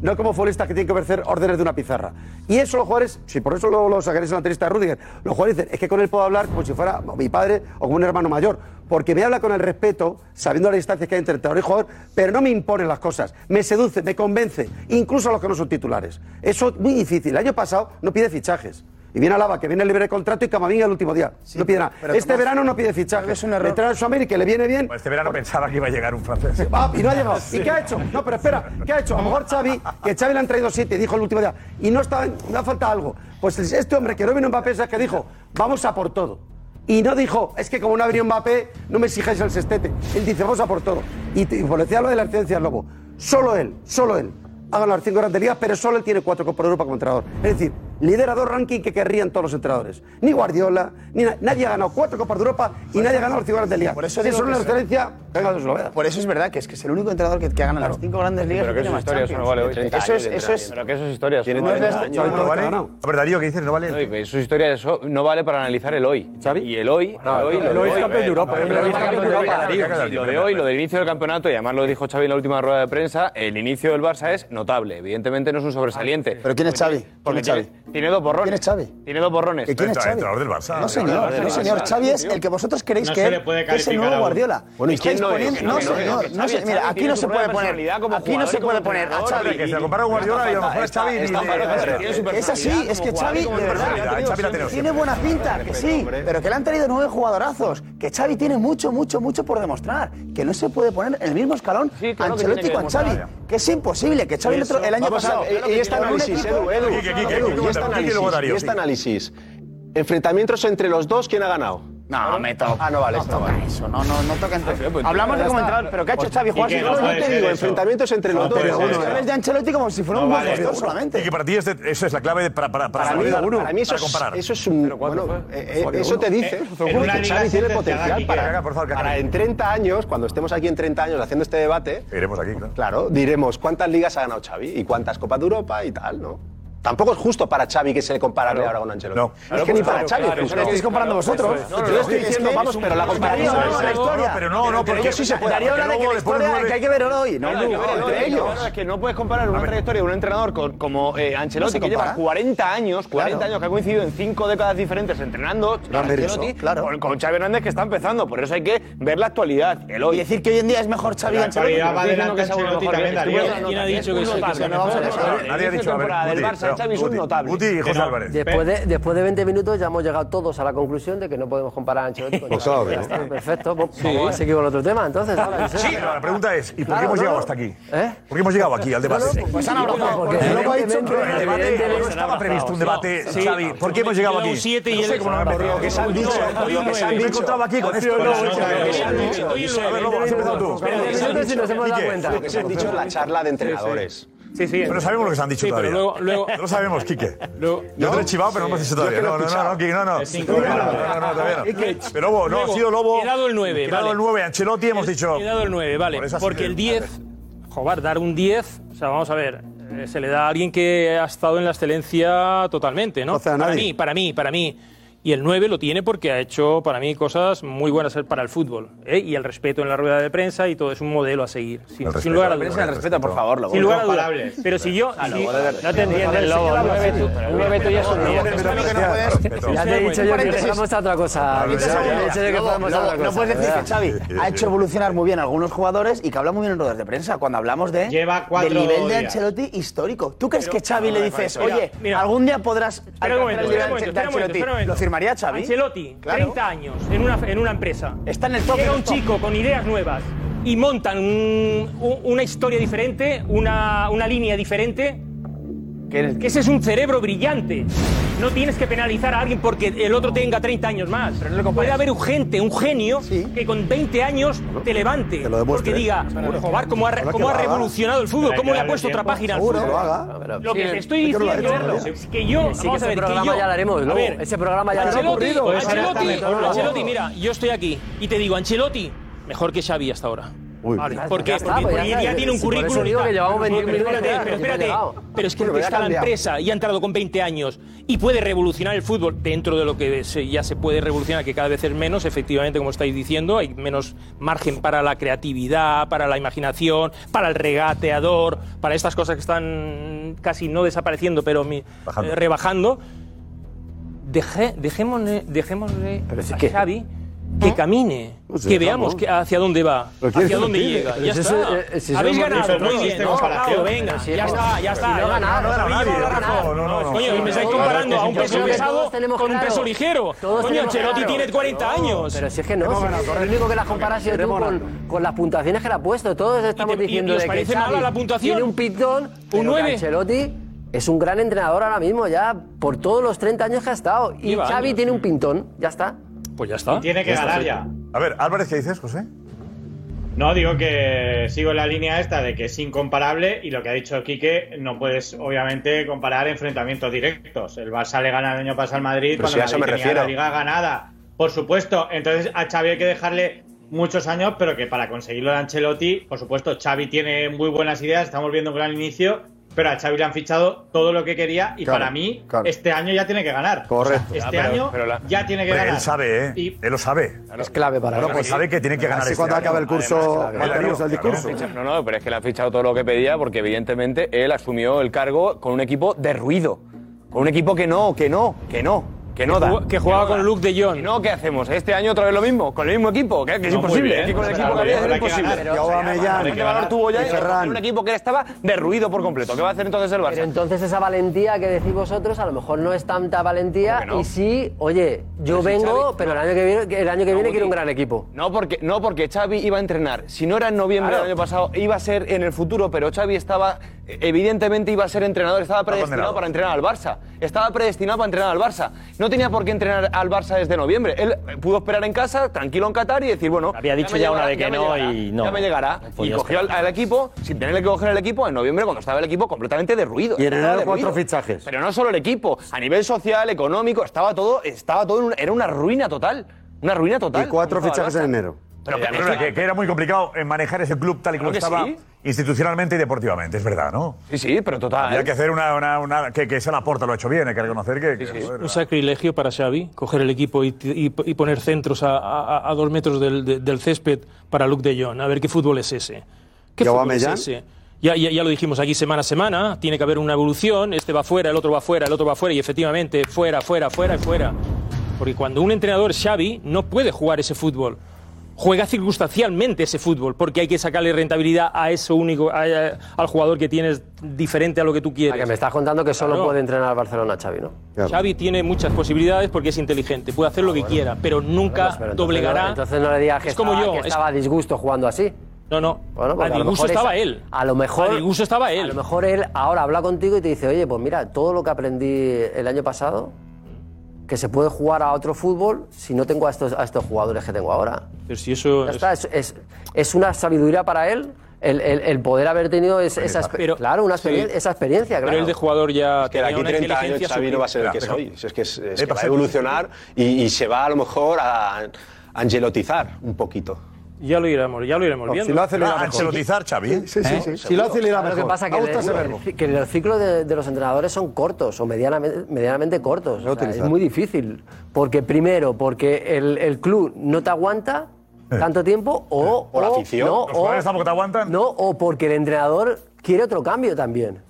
Speaker 18: No como futbolistas que tienen que obedecer órdenes de una pizarra. Y eso los jugadores, si por eso lo, lo sacaréis en la entrevista de Rudiger, los jugadores dicen, es que con él puedo hablar como si fuera mi padre o como un hermano mayor. Porque me habla con el respeto, sabiendo las distancias que hay entre entrenador y jugador, pero no me impone las cosas. Me seduce, me convence, incluso a los que no son titulares. Eso es muy difícil. El año pasado no pide fichajes. Y viene Alaba, que viene libre de contrato, y Camavinga el último día. no pide nada.
Speaker 5: pero
Speaker 18: este
Speaker 5: Tomás,
Speaker 18: verano no pide fichajes. Es un error. a Sudamérica, que le viene bien,
Speaker 5: Este verano pensaba que iba a llegar un francés.
Speaker 18: Ah, y no ha llegado. ¿Y qué ha hecho? No, pero espera, ¿qué ha hecho? A lo mejor Xavi, que Xavi le han traído siete, dijo el último día, y no estaba, me ha faltado algo. Pues este hombre que no vino Mbappé es el que dijo, vamos a por todo. Y no dijo, es que como no ha venido Mbappé, no me exijáis el sextete. Él dice, vamos a por todo. Y, te- y por decía lo de la excelencia del Lobo, solo él, solo él ha ganado las cinco grandes ligas, pero solo él tiene cuatro Copas de Europa como entrenador. Es decir, liderador ranking que querrían todos los entrenadores. Ni Guardiola, ni na- nadie ha ganado cuatro Copas de Europa y nadie ha ganado los finales de Liga.
Speaker 17: Pues Por eso
Speaker 18: Si
Speaker 17: digo
Speaker 18: es
Speaker 17: que
Speaker 18: una
Speaker 17: es-
Speaker 18: referencia, venga, Dios lo vea.
Speaker 17: Por eso es verdad que es que es el único entrenador que, que ha ganado las cinco grandes ligas.
Speaker 18: pero que
Speaker 17: y
Speaker 18: eso
Speaker 17: tiene
Speaker 18: es
Speaker 17: más
Speaker 18: historia, eso no
Speaker 17: Champions.
Speaker 18: vale
Speaker 17: ¿eh?
Speaker 18: hoy.
Speaker 17: Eso es, eso es.
Speaker 2: Pero que eso es historia.
Speaker 17: Tiene
Speaker 2: eso no
Speaker 17: 30
Speaker 2: vale.
Speaker 17: años. ¿Sabes no vale?
Speaker 5: A ver, Darío, ¿qué dices? No vale.
Speaker 2: No, y eso es historia, eso no vale para analizar el hoy. Y el hoy, el hoy,
Speaker 5: el
Speaker 2: lo
Speaker 5: hoy
Speaker 2: de
Speaker 5: es
Speaker 2: hoy,
Speaker 5: campeón de
Speaker 2: eh,
Speaker 5: Europa,
Speaker 2: el
Speaker 5: el hoy es campeón de Europa, Darío.
Speaker 2: Lo de hoy, lo del inicio del campeonato, y además lo dijo Xavi en la última rueda de prensa, el inicio del Barça es notable. Evidentemente no es un sobresaliente.
Speaker 17: ¿Pero quién es Xavi? ¿Quién
Speaker 2: Porque
Speaker 17: es Xavi?
Speaker 2: tiene, tiene dos borrones.
Speaker 17: ¿Quién es Xavi?
Speaker 2: Tiene dos borrones.
Speaker 17: ¿Que quién es Xavi? No, señor, no, señor. Xavi es el que vosotros queréis
Speaker 2: No
Speaker 17: que
Speaker 2: se
Speaker 17: él
Speaker 2: le puede
Speaker 17: es el
Speaker 2: calificar
Speaker 17: nuevo
Speaker 2: a un-
Speaker 17: Guardiola.
Speaker 2: Bueno, ¿y
Speaker 17: Estáis
Speaker 2: quién no es?
Speaker 17: poniendo-
Speaker 2: Que no,
Speaker 17: no,
Speaker 2: que no, que no,
Speaker 17: señor,
Speaker 2: que
Speaker 17: no,
Speaker 2: Xavi-
Speaker 17: se- mira,
Speaker 2: Xavi
Speaker 17: aquí
Speaker 2: tiene
Speaker 17: no
Speaker 2: su
Speaker 17: se puede
Speaker 2: propia
Speaker 17: poner,
Speaker 2: personalidad como
Speaker 17: aquí no
Speaker 2: jugador
Speaker 17: se
Speaker 2: y
Speaker 17: puede
Speaker 2: como
Speaker 17: poner a
Speaker 2: entrenador,
Speaker 17: Xavi.
Speaker 2: y que si compara a Guardiola, y a lo mejor a Xavi ni de- tiene su
Speaker 17: Es así,
Speaker 2: personalidad
Speaker 17: es que
Speaker 2: como jugador y
Speaker 17: Xavi, de
Speaker 2: como
Speaker 17: verdad,
Speaker 2: personalidad. Xavi la
Speaker 17: tiene-
Speaker 2: tenemos
Speaker 17: tiene
Speaker 2: siempre.
Speaker 17: buena pinta, que sí, pero que le han traído nueve jugadorazos, que Xavi tiene mucho, mucho, mucho por demostrar, que no se puede poner en el mismo escalón
Speaker 2: claro que
Speaker 17: Ancelotti
Speaker 2: tiene que
Speaker 17: con Xavi,
Speaker 2: demostrar.
Speaker 17: que es imposible, que Xavi el, otro- el año
Speaker 11: Vamos a-
Speaker 17: pasado...
Speaker 11: eh, y este análisis, Edu, Edu, Edu, y este análisis, y este análisis. Enfrentamientos entre los dos, ¿quién ha ganado?
Speaker 17: No, me toca.
Speaker 11: Ah, no vale,
Speaker 17: no
Speaker 11: esto
Speaker 17: toca
Speaker 11: vale.
Speaker 17: eso, no, no, no toca
Speaker 11: pues,
Speaker 17: Hablamos de
Speaker 11: ya
Speaker 17: como
Speaker 11: está.
Speaker 17: entrenador, pero ¿qué ha hecho
Speaker 11: Pues,
Speaker 17: Xavi
Speaker 11: ¿y
Speaker 17: jugar
Speaker 11: qué?
Speaker 17: sin
Speaker 11: No
Speaker 17: gol?
Speaker 11: puede ser eso. Enfrentamientos entre los dos, pero bueno.
Speaker 17: Hablas de Ancelotti como si fuera un buen jugador solamente.
Speaker 5: Y que para ti este- esa es la clave de- para, para, para,
Speaker 11: Para mí,
Speaker 5: saber-
Speaker 11: para mí eso,
Speaker 5: para comparar.
Speaker 11: es, eso es un. Bueno, eh, eh, eso te dice
Speaker 5: Eh,
Speaker 11: que
Speaker 5: en una
Speaker 11: Xavi
Speaker 5: liga
Speaker 11: tiene
Speaker 5: sentenciada aquí,
Speaker 11: potencial
Speaker 5: que
Speaker 11: para,
Speaker 5: haga, por favor, que
Speaker 11: para
Speaker 5: acabe.
Speaker 11: en 30 años, cuando estemos aquí en 30 años haciendo este debate,
Speaker 5: Iremos aquí, claro.
Speaker 11: claro, diremos cuántas ligas ha ganado Xavi y cuántas Copas de Europa y tal, ¿no? Tampoco es justo para Xavi que se le compararle ahora con Ancelotti.
Speaker 5: No.
Speaker 11: Es
Speaker 5: Claro,
Speaker 11: que ni
Speaker 5: claro,
Speaker 11: para Xavi.
Speaker 5: claro,
Speaker 11: es justo.
Speaker 5: claro, estáis comparando
Speaker 11: Eso es.
Speaker 5: vosotros.
Speaker 11: No, no, yo estoy
Speaker 5: Es que
Speaker 11: diciendo,
Speaker 5: es
Speaker 11: vamos,
Speaker 5: un-
Speaker 11: pero la
Speaker 5: es un-
Speaker 11: comparación
Speaker 5: Darío,
Speaker 11: es
Speaker 5: no, la
Speaker 11: algo-
Speaker 5: historia. Pero no, no, porque-
Speaker 11: yo sí se puede.
Speaker 5: Darío habla de que la historia, que hay que ver hoy.
Speaker 11: No,
Speaker 5: No,
Speaker 11: no,
Speaker 5: no,
Speaker 11: no,
Speaker 5: entre
Speaker 11: no,
Speaker 5: ellos.
Speaker 11: no, Es que no puedes comparar una trayectoria de un entrenador con- como eh,
Speaker 2: No
Speaker 11: Ancelotti,
Speaker 2: se
Speaker 11: que lleva
Speaker 2: compara.
Speaker 11: 40 años, 40
Speaker 2: Claro.
Speaker 11: años que ha coincidido en 5 décadas diferentes entrenando,
Speaker 2: Gran
Speaker 11: Ancelotti,
Speaker 2: Berizzo,
Speaker 11: con, con Xavi Hernández que está empezando. Por eso hay que ver la actualidad, el hoy. Y decir
Speaker 17: que hoy en día es mejor Xavi
Speaker 11: que
Speaker 17: Ancelotti.
Speaker 11: Estoy diciendo que
Speaker 17: adelante
Speaker 11: es uno
Speaker 17: Ancelotti
Speaker 11: mejor que-
Speaker 17: también, Darío.
Speaker 11: Estoy-
Speaker 17: ¿Quién ha
Speaker 11: es
Speaker 17: dicho
Speaker 11: un
Speaker 17: que sí, que
Speaker 11: notable,
Speaker 17: sea
Speaker 11: no vamos a
Speaker 17: mejor?
Speaker 11: hablar.
Speaker 5: Nadie ha
Speaker 11: Inicio
Speaker 5: dicho, a ver,
Speaker 11: temporada del
Speaker 5: Guti,
Speaker 11: Barça,
Speaker 5: pero,
Speaker 11: Xavi es un
Speaker 5: Guti,
Speaker 11: notable.
Speaker 5: Guti y
Speaker 11: Que
Speaker 5: José
Speaker 11: no,
Speaker 5: Álvarez.
Speaker 11: después
Speaker 20: Después de, después de 20 minutos ya hemos llegado todos a la conclusión de que no podemos comparar a Ancelotti con
Speaker 5: Pues
Speaker 20: Xavi.
Speaker 5: claro,
Speaker 20: Ya está,
Speaker 5: ¿no?
Speaker 20: Perfecto, pues vamos a seguir con otro tema entonces. ahora, en
Speaker 5: Sí,
Speaker 20: serio.
Speaker 5: pero la pregunta es, ¿y por
Speaker 20: Claro,
Speaker 5: qué hemos
Speaker 20: no,
Speaker 5: llegado
Speaker 20: no.
Speaker 5: hasta aquí?
Speaker 20: ¿Eh?
Speaker 5: ¿Por qué hemos llegado aquí al debate?
Speaker 20: No, no, pues han abrazado.
Speaker 5: Porque
Speaker 20: Porque
Speaker 5: luego ha dicho
Speaker 20: evidentemente-
Speaker 5: que el debate no
Speaker 20: evidentemente-
Speaker 5: estaba previsto un debate,
Speaker 20: Sí.
Speaker 5: Xavi. ¿Por qué hemos llegado
Speaker 20: Yo
Speaker 5: aquí?
Speaker 20: un siete y
Speaker 5: no sé
Speaker 20: él-
Speaker 5: cómo no me he
Speaker 20: no,
Speaker 5: perdido. ¿Qué se han
Speaker 20: no,
Speaker 5: dicho?
Speaker 20: no,
Speaker 5: Lo que se han
Speaker 20: no,
Speaker 5: dicho.
Speaker 20: no,
Speaker 5: encontrado aquí con
Speaker 20: no,
Speaker 5: esto.
Speaker 20: no,
Speaker 5: Lo
Speaker 20: no,
Speaker 5: que se han
Speaker 20: no,
Speaker 5: dicho.
Speaker 20: no,
Speaker 5: A ver, Lobo, has empezado tú.
Speaker 20: Nosotros sí nos hemos dado cuenta.
Speaker 11: Lo que se han dicho en la charla de entrenadores.
Speaker 5: Sí, sí. Pero sabemos lo que se han dicho
Speaker 11: Sí, pero
Speaker 5: todavía.
Speaker 11: luego- luego-
Speaker 5: No lo sabemos, Quique. Yo
Speaker 11: ¿No?
Speaker 5: te lo he chivado, pero
Speaker 11: Sí.
Speaker 5: no lo
Speaker 11: Yo
Speaker 5: hemos dicho
Speaker 11: es
Speaker 5: todavía.
Speaker 11: que lo he
Speaker 5: No, no, no,
Speaker 11: escuchado.
Speaker 5: no, Quique, no, no.
Speaker 11: Es
Speaker 5: Todavía no, no, no, todavía no. Pero Lobo, no, ha
Speaker 7: Luego,
Speaker 5: sido Lobo.
Speaker 7: he dado el nueve,
Speaker 5: He dado
Speaker 7: vale.
Speaker 5: el 9, Ancelotti, hemos dicho...
Speaker 7: He dado el 9, vale.
Speaker 5: Por eso ha
Speaker 7: porque
Speaker 5: sido
Speaker 7: el 10, joder, dar un 10, o sea, vamos a ver, eh, se le da a alguien que ha estado en la excelencia totalmente, ¿no?
Speaker 18: O sea,
Speaker 7: para
Speaker 18: nadie.
Speaker 7: mí, para mí, para mí. Y el 9 lo tiene porque ha hecho, para mí, cosas muy buenas para el fútbol. ¿eh? Y el respeto en la rueda de prensa y todo, es un modelo a seguir. Sin, sin
Speaker 2: respeto,
Speaker 7: lugar a
Speaker 2: la
Speaker 7: dudas.
Speaker 2: prensa, el respeto, por favor, Lobo.
Speaker 7: Sin lugar a dudas.
Speaker 2: Incomparables.
Speaker 7: Pero si yo.
Speaker 2: Ah,
Speaker 7: si-
Speaker 2: Lobo, de verdad.
Speaker 7: no te entiendes, Lobo. El 9 tú- el 9 tuyo es un 10.
Speaker 20: Ya te he dicho yo que pasamos a otra cosa. Ya te he dicho yo que
Speaker 17: Lobo,
Speaker 20: pasamos a otra
Speaker 17: Lobo,
Speaker 20: cosa.
Speaker 17: No puedes decir
Speaker 20: ¿verdad?
Speaker 17: que Xavi ha hecho evolucionar muy bien a algunos jugadores y que habla muy bien en ruedas de prensa cuando hablamos de,
Speaker 9: cuatro
Speaker 17: del nivel de
Speaker 9: días.
Speaker 17: Ancelotti histórico. ¿Tú crees
Speaker 9: Pero-
Speaker 17: que Xavi
Speaker 9: no,
Speaker 17: le
Speaker 9: no,
Speaker 17: dices,
Speaker 9: mira,
Speaker 17: oye, algún día podrás
Speaker 7: Espera un momento,
Speaker 17: alcanzar el
Speaker 7: espera un
Speaker 17: nivel
Speaker 7: momento,
Speaker 17: de
Speaker 7: espera un momento, espera un
Speaker 17: Ancelotti?
Speaker 7: momento.
Speaker 17: ¿Lo firmaría Xavi?
Speaker 7: Ancelotti,
Speaker 17: Claro.
Speaker 7: 30 años, en una, en una empresa.
Speaker 17: Está en el top,
Speaker 7: Llega
Speaker 17: en el
Speaker 7: un
Speaker 17: top.
Speaker 7: chico con ideas nuevas y montan un- un- una historia diferente, una, una línea diferente. Que ese es un cerebro brillante. No tienes que penalizar a alguien porque el otro tenga 30 años más. Puede haber un gente, un genio, que con 20 años te levante.
Speaker 18: lo demuestre,
Speaker 7: porque diga,
Speaker 18: seguro.
Speaker 7: joder, cómo ha, re-
Speaker 18: Ojalá que
Speaker 7: cómo ha
Speaker 18: lo haga.
Speaker 7: revolucionado el fútbol,
Speaker 18: Pero hay
Speaker 7: cómo
Speaker 18: que
Speaker 7: le ha
Speaker 18: darle
Speaker 7: puesto otra
Speaker 18: tiempo,
Speaker 7: página al
Speaker 18: seguro,
Speaker 7: fútbol.
Speaker 18: lo haga.
Speaker 7: Lo que
Speaker 18: Sí,
Speaker 7: te estoy
Speaker 18: yo creo que ¿eh? lo ha
Speaker 7: diciendo
Speaker 18: hecho,
Speaker 7: es que yo.
Speaker 20: Sí, que
Speaker 7: vamos a
Speaker 20: ese
Speaker 7: ver, que
Speaker 20: programa
Speaker 7: yo-
Speaker 20: ya lo haremos,
Speaker 7: a
Speaker 20: Lobo.
Speaker 7: ver,
Speaker 20: Ese programa ya lo haremos.
Speaker 7: Ancelotti,
Speaker 20: Ocurrido, pues, ahora
Speaker 7: Ancelotti,
Speaker 20: está mejor,
Speaker 7: Ancelotti,
Speaker 20: Lobo.
Speaker 7: mira, yo estoy aquí y te digo, Ancelotti, mejor que Xavi hasta ahora.
Speaker 20: Uy,
Speaker 7: Vale,
Speaker 20: ya está,
Speaker 7: ¿Por qué?
Speaker 20: ya está,
Speaker 7: porque
Speaker 20: pues
Speaker 7: porque
Speaker 20: ya
Speaker 7: ya
Speaker 20: está.
Speaker 7: tiene un
Speaker 20: Si por eso
Speaker 7: currículum. y
Speaker 20: digo
Speaker 7: tal.
Speaker 20: que llevamos 21
Speaker 7: Pero espérate,
Speaker 20: minutos,
Speaker 7: Pero
Speaker 20: que ya ha
Speaker 7: espérate,
Speaker 20: llegado.
Speaker 7: pero es que
Speaker 20: Bueno,
Speaker 7: el que
Speaker 20: ya
Speaker 7: está
Speaker 20: ha
Speaker 7: en la
Speaker 20: cambiado.
Speaker 7: empresa y ha entrado con 20 años y puede revolucionar el fútbol dentro de lo que se- ya se puede revolucionar, que cada vez es menos, efectivamente, como estáis diciendo, hay menos margen para la creatividad, para la imaginación, para el regateador, para estas cosas que están casi no desapareciendo, pero mi- eh, rebajando. Deje- dejémosle, dejémosle a Xavi que camine,
Speaker 20: Pues
Speaker 7: que
Speaker 20: dejamos.
Speaker 7: veamos que- hacia dónde va,
Speaker 20: Pero ¿quién
Speaker 7: hacia
Speaker 20: es
Speaker 7: dónde
Speaker 20: el pibe?
Speaker 7: llega.
Speaker 20: Pero
Speaker 7: Ya
Speaker 20: si
Speaker 7: está.
Speaker 20: eso- eh, si eso
Speaker 7: Habéis
Speaker 20: hemos
Speaker 7: ganado,
Speaker 20: dicho,
Speaker 7: muy
Speaker 20: no,
Speaker 7: bien.
Speaker 20: no,
Speaker 7: No,
Speaker 20: comparación.
Speaker 7: venga,
Speaker 20: Sí,
Speaker 7: ya
Speaker 20: no.
Speaker 7: está, ya está.
Speaker 20: No ha ganado, no ha ganado
Speaker 7: Habéis llevado la
Speaker 20: nadie.
Speaker 7: razón.
Speaker 20: No, no, no.
Speaker 7: Coño,
Speaker 20: No,
Speaker 7: me estáis
Speaker 20: no,
Speaker 7: comparando
Speaker 20: no,
Speaker 7: a un
Speaker 20: yo
Speaker 7: peso
Speaker 20: creo que
Speaker 7: pesado
Speaker 20: todos tenemos
Speaker 7: con un
Speaker 20: claro.
Speaker 7: peso ligero.
Speaker 20: Todos
Speaker 7: Coño,
Speaker 20: tenemos
Speaker 7: Ancelotti
Speaker 20: claro.
Speaker 7: tiene 40 años.
Speaker 20: Pero si es que no, si el único que las compara ha sido tú con, con las puntuaciones que le ha puesto. Todos estamos
Speaker 7: ¿Y te- y-
Speaker 20: diciendo
Speaker 7: y os
Speaker 20: de que
Speaker 7: parece
Speaker 20: Xavi
Speaker 7: mala la puntuación?
Speaker 20: tiene un pitón, un
Speaker 7: nueve.
Speaker 20: Ancelotti es un gran entrenador ahora mismo ya por todos los 30 años que ha estado y
Speaker 7: Lleva
Speaker 20: Xavi
Speaker 7: años.
Speaker 20: tiene un pintón, ya está.
Speaker 5: Este
Speaker 7: Pues ya está.
Speaker 5: A ver, Álvarez, ¿qué dices, José?
Speaker 10: No, digo que sigo la línea esta de que es incomparable y lo que ha dicho Quique, no puedes obviamente comparar enfrentamientos directos. El Barça le gana el año pasado al Madrid
Speaker 11: Pero
Speaker 10: cuando
Speaker 11: si a eso
Speaker 10: Madrid
Speaker 11: me
Speaker 10: tenía la
Speaker 11: refiero.
Speaker 10: liga ganada. Por supuesto, entonces a Xavi hay que dejarle muchos años, pero que para conseguirlo de Ancelotti, por supuesto, Xavi tiene muy buenas ideas, estamos viendo un gran inicio, pero a Xavi le han fichado todo lo que quería y
Speaker 5: Claro,
Speaker 10: para mí
Speaker 5: claro.
Speaker 10: este año ya tiene que ganar.
Speaker 5: Correcto.
Speaker 10: O sea, este
Speaker 5: Ya, Ah, pero-
Speaker 10: año
Speaker 5: pero la-
Speaker 10: ya tiene que
Speaker 5: Hombre,
Speaker 10: ganar.
Speaker 5: Él sabe, ¿eh?
Speaker 10: Y-
Speaker 5: Él lo sabe.
Speaker 20: Es clave para
Speaker 5: Bueno,
Speaker 20: él.
Speaker 5: pues sabe que tiene que ganar
Speaker 18: Así
Speaker 5: este
Speaker 18: cuando
Speaker 5: año.
Speaker 18: acabe el curso,
Speaker 5: Además,
Speaker 18: mantenemos el
Speaker 5: claro, claro.
Speaker 18: discurso.
Speaker 1: No, no, pero es que le ha fichado todo lo que pedía porque evidentemente él asumió el cargo con un equipo derruido. Con un equipo que no, que no, que no, que no
Speaker 7: Que
Speaker 1: da.
Speaker 7: jugó- que jugaba con
Speaker 1: Luke de Jong. No, ¿qué hacemos? ¿Este año otra vez lo mismo? ¿Con el mismo equipo? Que, que es
Speaker 11: No, muy
Speaker 1: imposible.
Speaker 11: bien.
Speaker 1: es que con el
Speaker 11: Pero
Speaker 1: equipo que había
Speaker 11: habrá
Speaker 1: era
Speaker 11: que
Speaker 1: imposible.
Speaker 11: ganar. Pero Aubameyang,
Speaker 1: ¿Qué valor tuvo ya?
Speaker 20: y Ferran.
Speaker 1: Un equipo que estaba derruido por completo. ¿Qué va a hacer entonces el Barça?
Speaker 20: Pero entonces esa valentía que decís vosotros a lo mejor no es tanta valentía
Speaker 1: no?
Speaker 20: y sí, oye, yo
Speaker 1: Pero si
Speaker 20: vengo,
Speaker 1: Xavi-
Speaker 20: pero el año que viene, el año que
Speaker 1: No,
Speaker 20: viene
Speaker 1: Guti.
Speaker 20: quiero un gran equipo.
Speaker 1: No porque, no, porque Xavi iba a entrenar. Si no era en noviembre
Speaker 20: Claro.
Speaker 1: del año pasado, iba a ser en el futuro, pero Xavi estaba, evidentemente iba a ser entrenador, estaba predestinado
Speaker 5: condenado.
Speaker 1: para entrenar al Barça. Estaba predestinado para entrenar al Barça. No tenía por qué entrenar al Barça desde noviembre. Él eh, pudo esperar en casa, tranquilo en Qatar, y decir, bueno...
Speaker 15: Había dicho
Speaker 1: me
Speaker 15: ya una
Speaker 1: llegará,
Speaker 15: vez que
Speaker 1: me
Speaker 15: no
Speaker 1: llegará,
Speaker 15: y no.
Speaker 1: Ya me llegará.
Speaker 15: No
Speaker 1: y
Speaker 15: podía
Speaker 1: cogió al, al equipo, sin tener que coger el equipo, en noviembre cuando estaba el equipo completamente derruido.
Speaker 18: Y en
Speaker 1: Estaba
Speaker 18: enero cuatro
Speaker 1: derruido.
Speaker 18: fichajes.
Speaker 1: Pero no solo el equipo, a nivel social, económico, estaba todo, estaba todo en una- era una ruina total. Una ruina total.
Speaker 18: Y cuatro
Speaker 1: Estaba el
Speaker 18: fichajes en
Speaker 1: Barça.
Speaker 18: enero.
Speaker 1: Pero
Speaker 5: Eh,
Speaker 1: que-
Speaker 5: perdona, que, que era muy complicado eh, manejar ese club tal y como
Speaker 1: Claro que
Speaker 5: estaba
Speaker 1: sí.
Speaker 5: institucionalmente y deportivamente, es verdad, ¿no?
Speaker 1: Sí, sí, pero total.
Speaker 5: Había que hacer una. una, una- que, que esa la porta lo ha hecho bien, hay que reconocer que. que, joder,
Speaker 7: Un sacrilegio para Xavi, coger el equipo y, y- y poner centros a, a- a dos metros del, de- del césped para Luke de Jong. A ver qué fútbol es ese. ¿Qué
Speaker 18: ¿Y
Speaker 7: fútbol es
Speaker 18: Aubameyang?
Speaker 7: ese? Ya, ya, ya lo dijimos aquí semana a semana, tiene que haber una evolución, este va fuera, el otro va fuera, el otro va fuera, y efectivamente, fuera, fuera, fuera y fuera. Porque cuando un entrenador Xavi no puede jugar ese fútbol, juega circunstancialmente ese fútbol, porque hay que sacarle rentabilidad a eso único, a- a- al jugador que tienes diferente a lo que tú quieres.
Speaker 20: Ah, Que me estás contando que solo
Speaker 7: Claro.
Speaker 20: puede entrenar al Barcelona Xavi, ¿no?
Speaker 7: Xavi tiene muchas posibilidades porque es inteligente, puede hacer lo
Speaker 20: Ah,
Speaker 7: que quiera, pero nunca
Speaker 20: pues, Pero entonces
Speaker 7: doblegará.
Speaker 20: no- Entonces no le digas que,
Speaker 7: es como
Speaker 20: estaba,
Speaker 7: yo.
Speaker 20: que
Speaker 7: es-
Speaker 20: estaba a disgusto jugando así.
Speaker 7: No, no.
Speaker 20: Bueno, porque
Speaker 7: A
Speaker 20: lo
Speaker 7: disgusto
Speaker 20: mejor
Speaker 7: estaba
Speaker 20: es-
Speaker 7: él.
Speaker 20: A lo mejor.
Speaker 7: A disgusto estaba él.
Speaker 20: A lo mejor él ahora habla contigo y te dice, oye, pues mira, todo lo que aprendí el año pasado, que se puede jugar a otro fútbol si no tengo a estos, a estos jugadores que tengo ahora.
Speaker 7: Pero si eso.
Speaker 20: Ya
Speaker 7: es-
Speaker 20: está, es, es- es una sabiduría para él el, el- el poder haber tenido es- esa, exper- claro, una experien-
Speaker 7: sí.
Speaker 20: esa experiencia.
Speaker 7: Pero
Speaker 20: Claro.
Speaker 7: él de jugador ya
Speaker 11: Que de
Speaker 7: tenía
Speaker 11: aquí
Speaker 7: una
Speaker 11: 30 años
Speaker 7: inteligencia
Speaker 11: Xavi no va a ser el que
Speaker 7: superior.
Speaker 11: soy. Es que, es, es que va a
Speaker 7: pasa-
Speaker 11: evolucionar y, y se va a lo mejor a angelotizar un poquito.
Speaker 7: Ya lo iremos, ya lo iremos
Speaker 11: No,
Speaker 7: viendo.
Speaker 11: si lo hace, le irá
Speaker 5: Ah, Ancelotizar, Xavi.
Speaker 8: ¿Eh?
Speaker 18: Sí, sí, sí. ¿Eh? Si lo hace, le irá
Speaker 20: Claro, Lo
Speaker 18: mejor.
Speaker 20: que pasa
Speaker 18: Me
Speaker 20: que,
Speaker 18: gusta ese verbo.
Speaker 20: que los ciclos de, de los entrenadores son cortos o medianamente, medianamente cortos. O sea, es
Speaker 18: utilizar.
Speaker 20: muy difícil. Porque primero, porque el, el club no te aguanta
Speaker 18: Eh.
Speaker 20: tanto tiempo o...
Speaker 5: O la
Speaker 20: o-
Speaker 5: afición.
Speaker 20: No,
Speaker 5: Los
Speaker 20: o-
Speaker 5: jugadores tampoco te aguantan.
Speaker 20: No, o porque el entrenador quiere otro cambio también.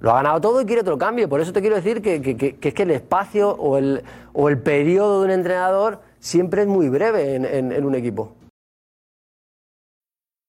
Speaker 20: Lo ha ganado todo y quiere otro cambio. Por eso te quiero decir que, que- que- que es que el espacio o el, o el periodo de un entrenador siempre es muy breve en- en- en un equipo.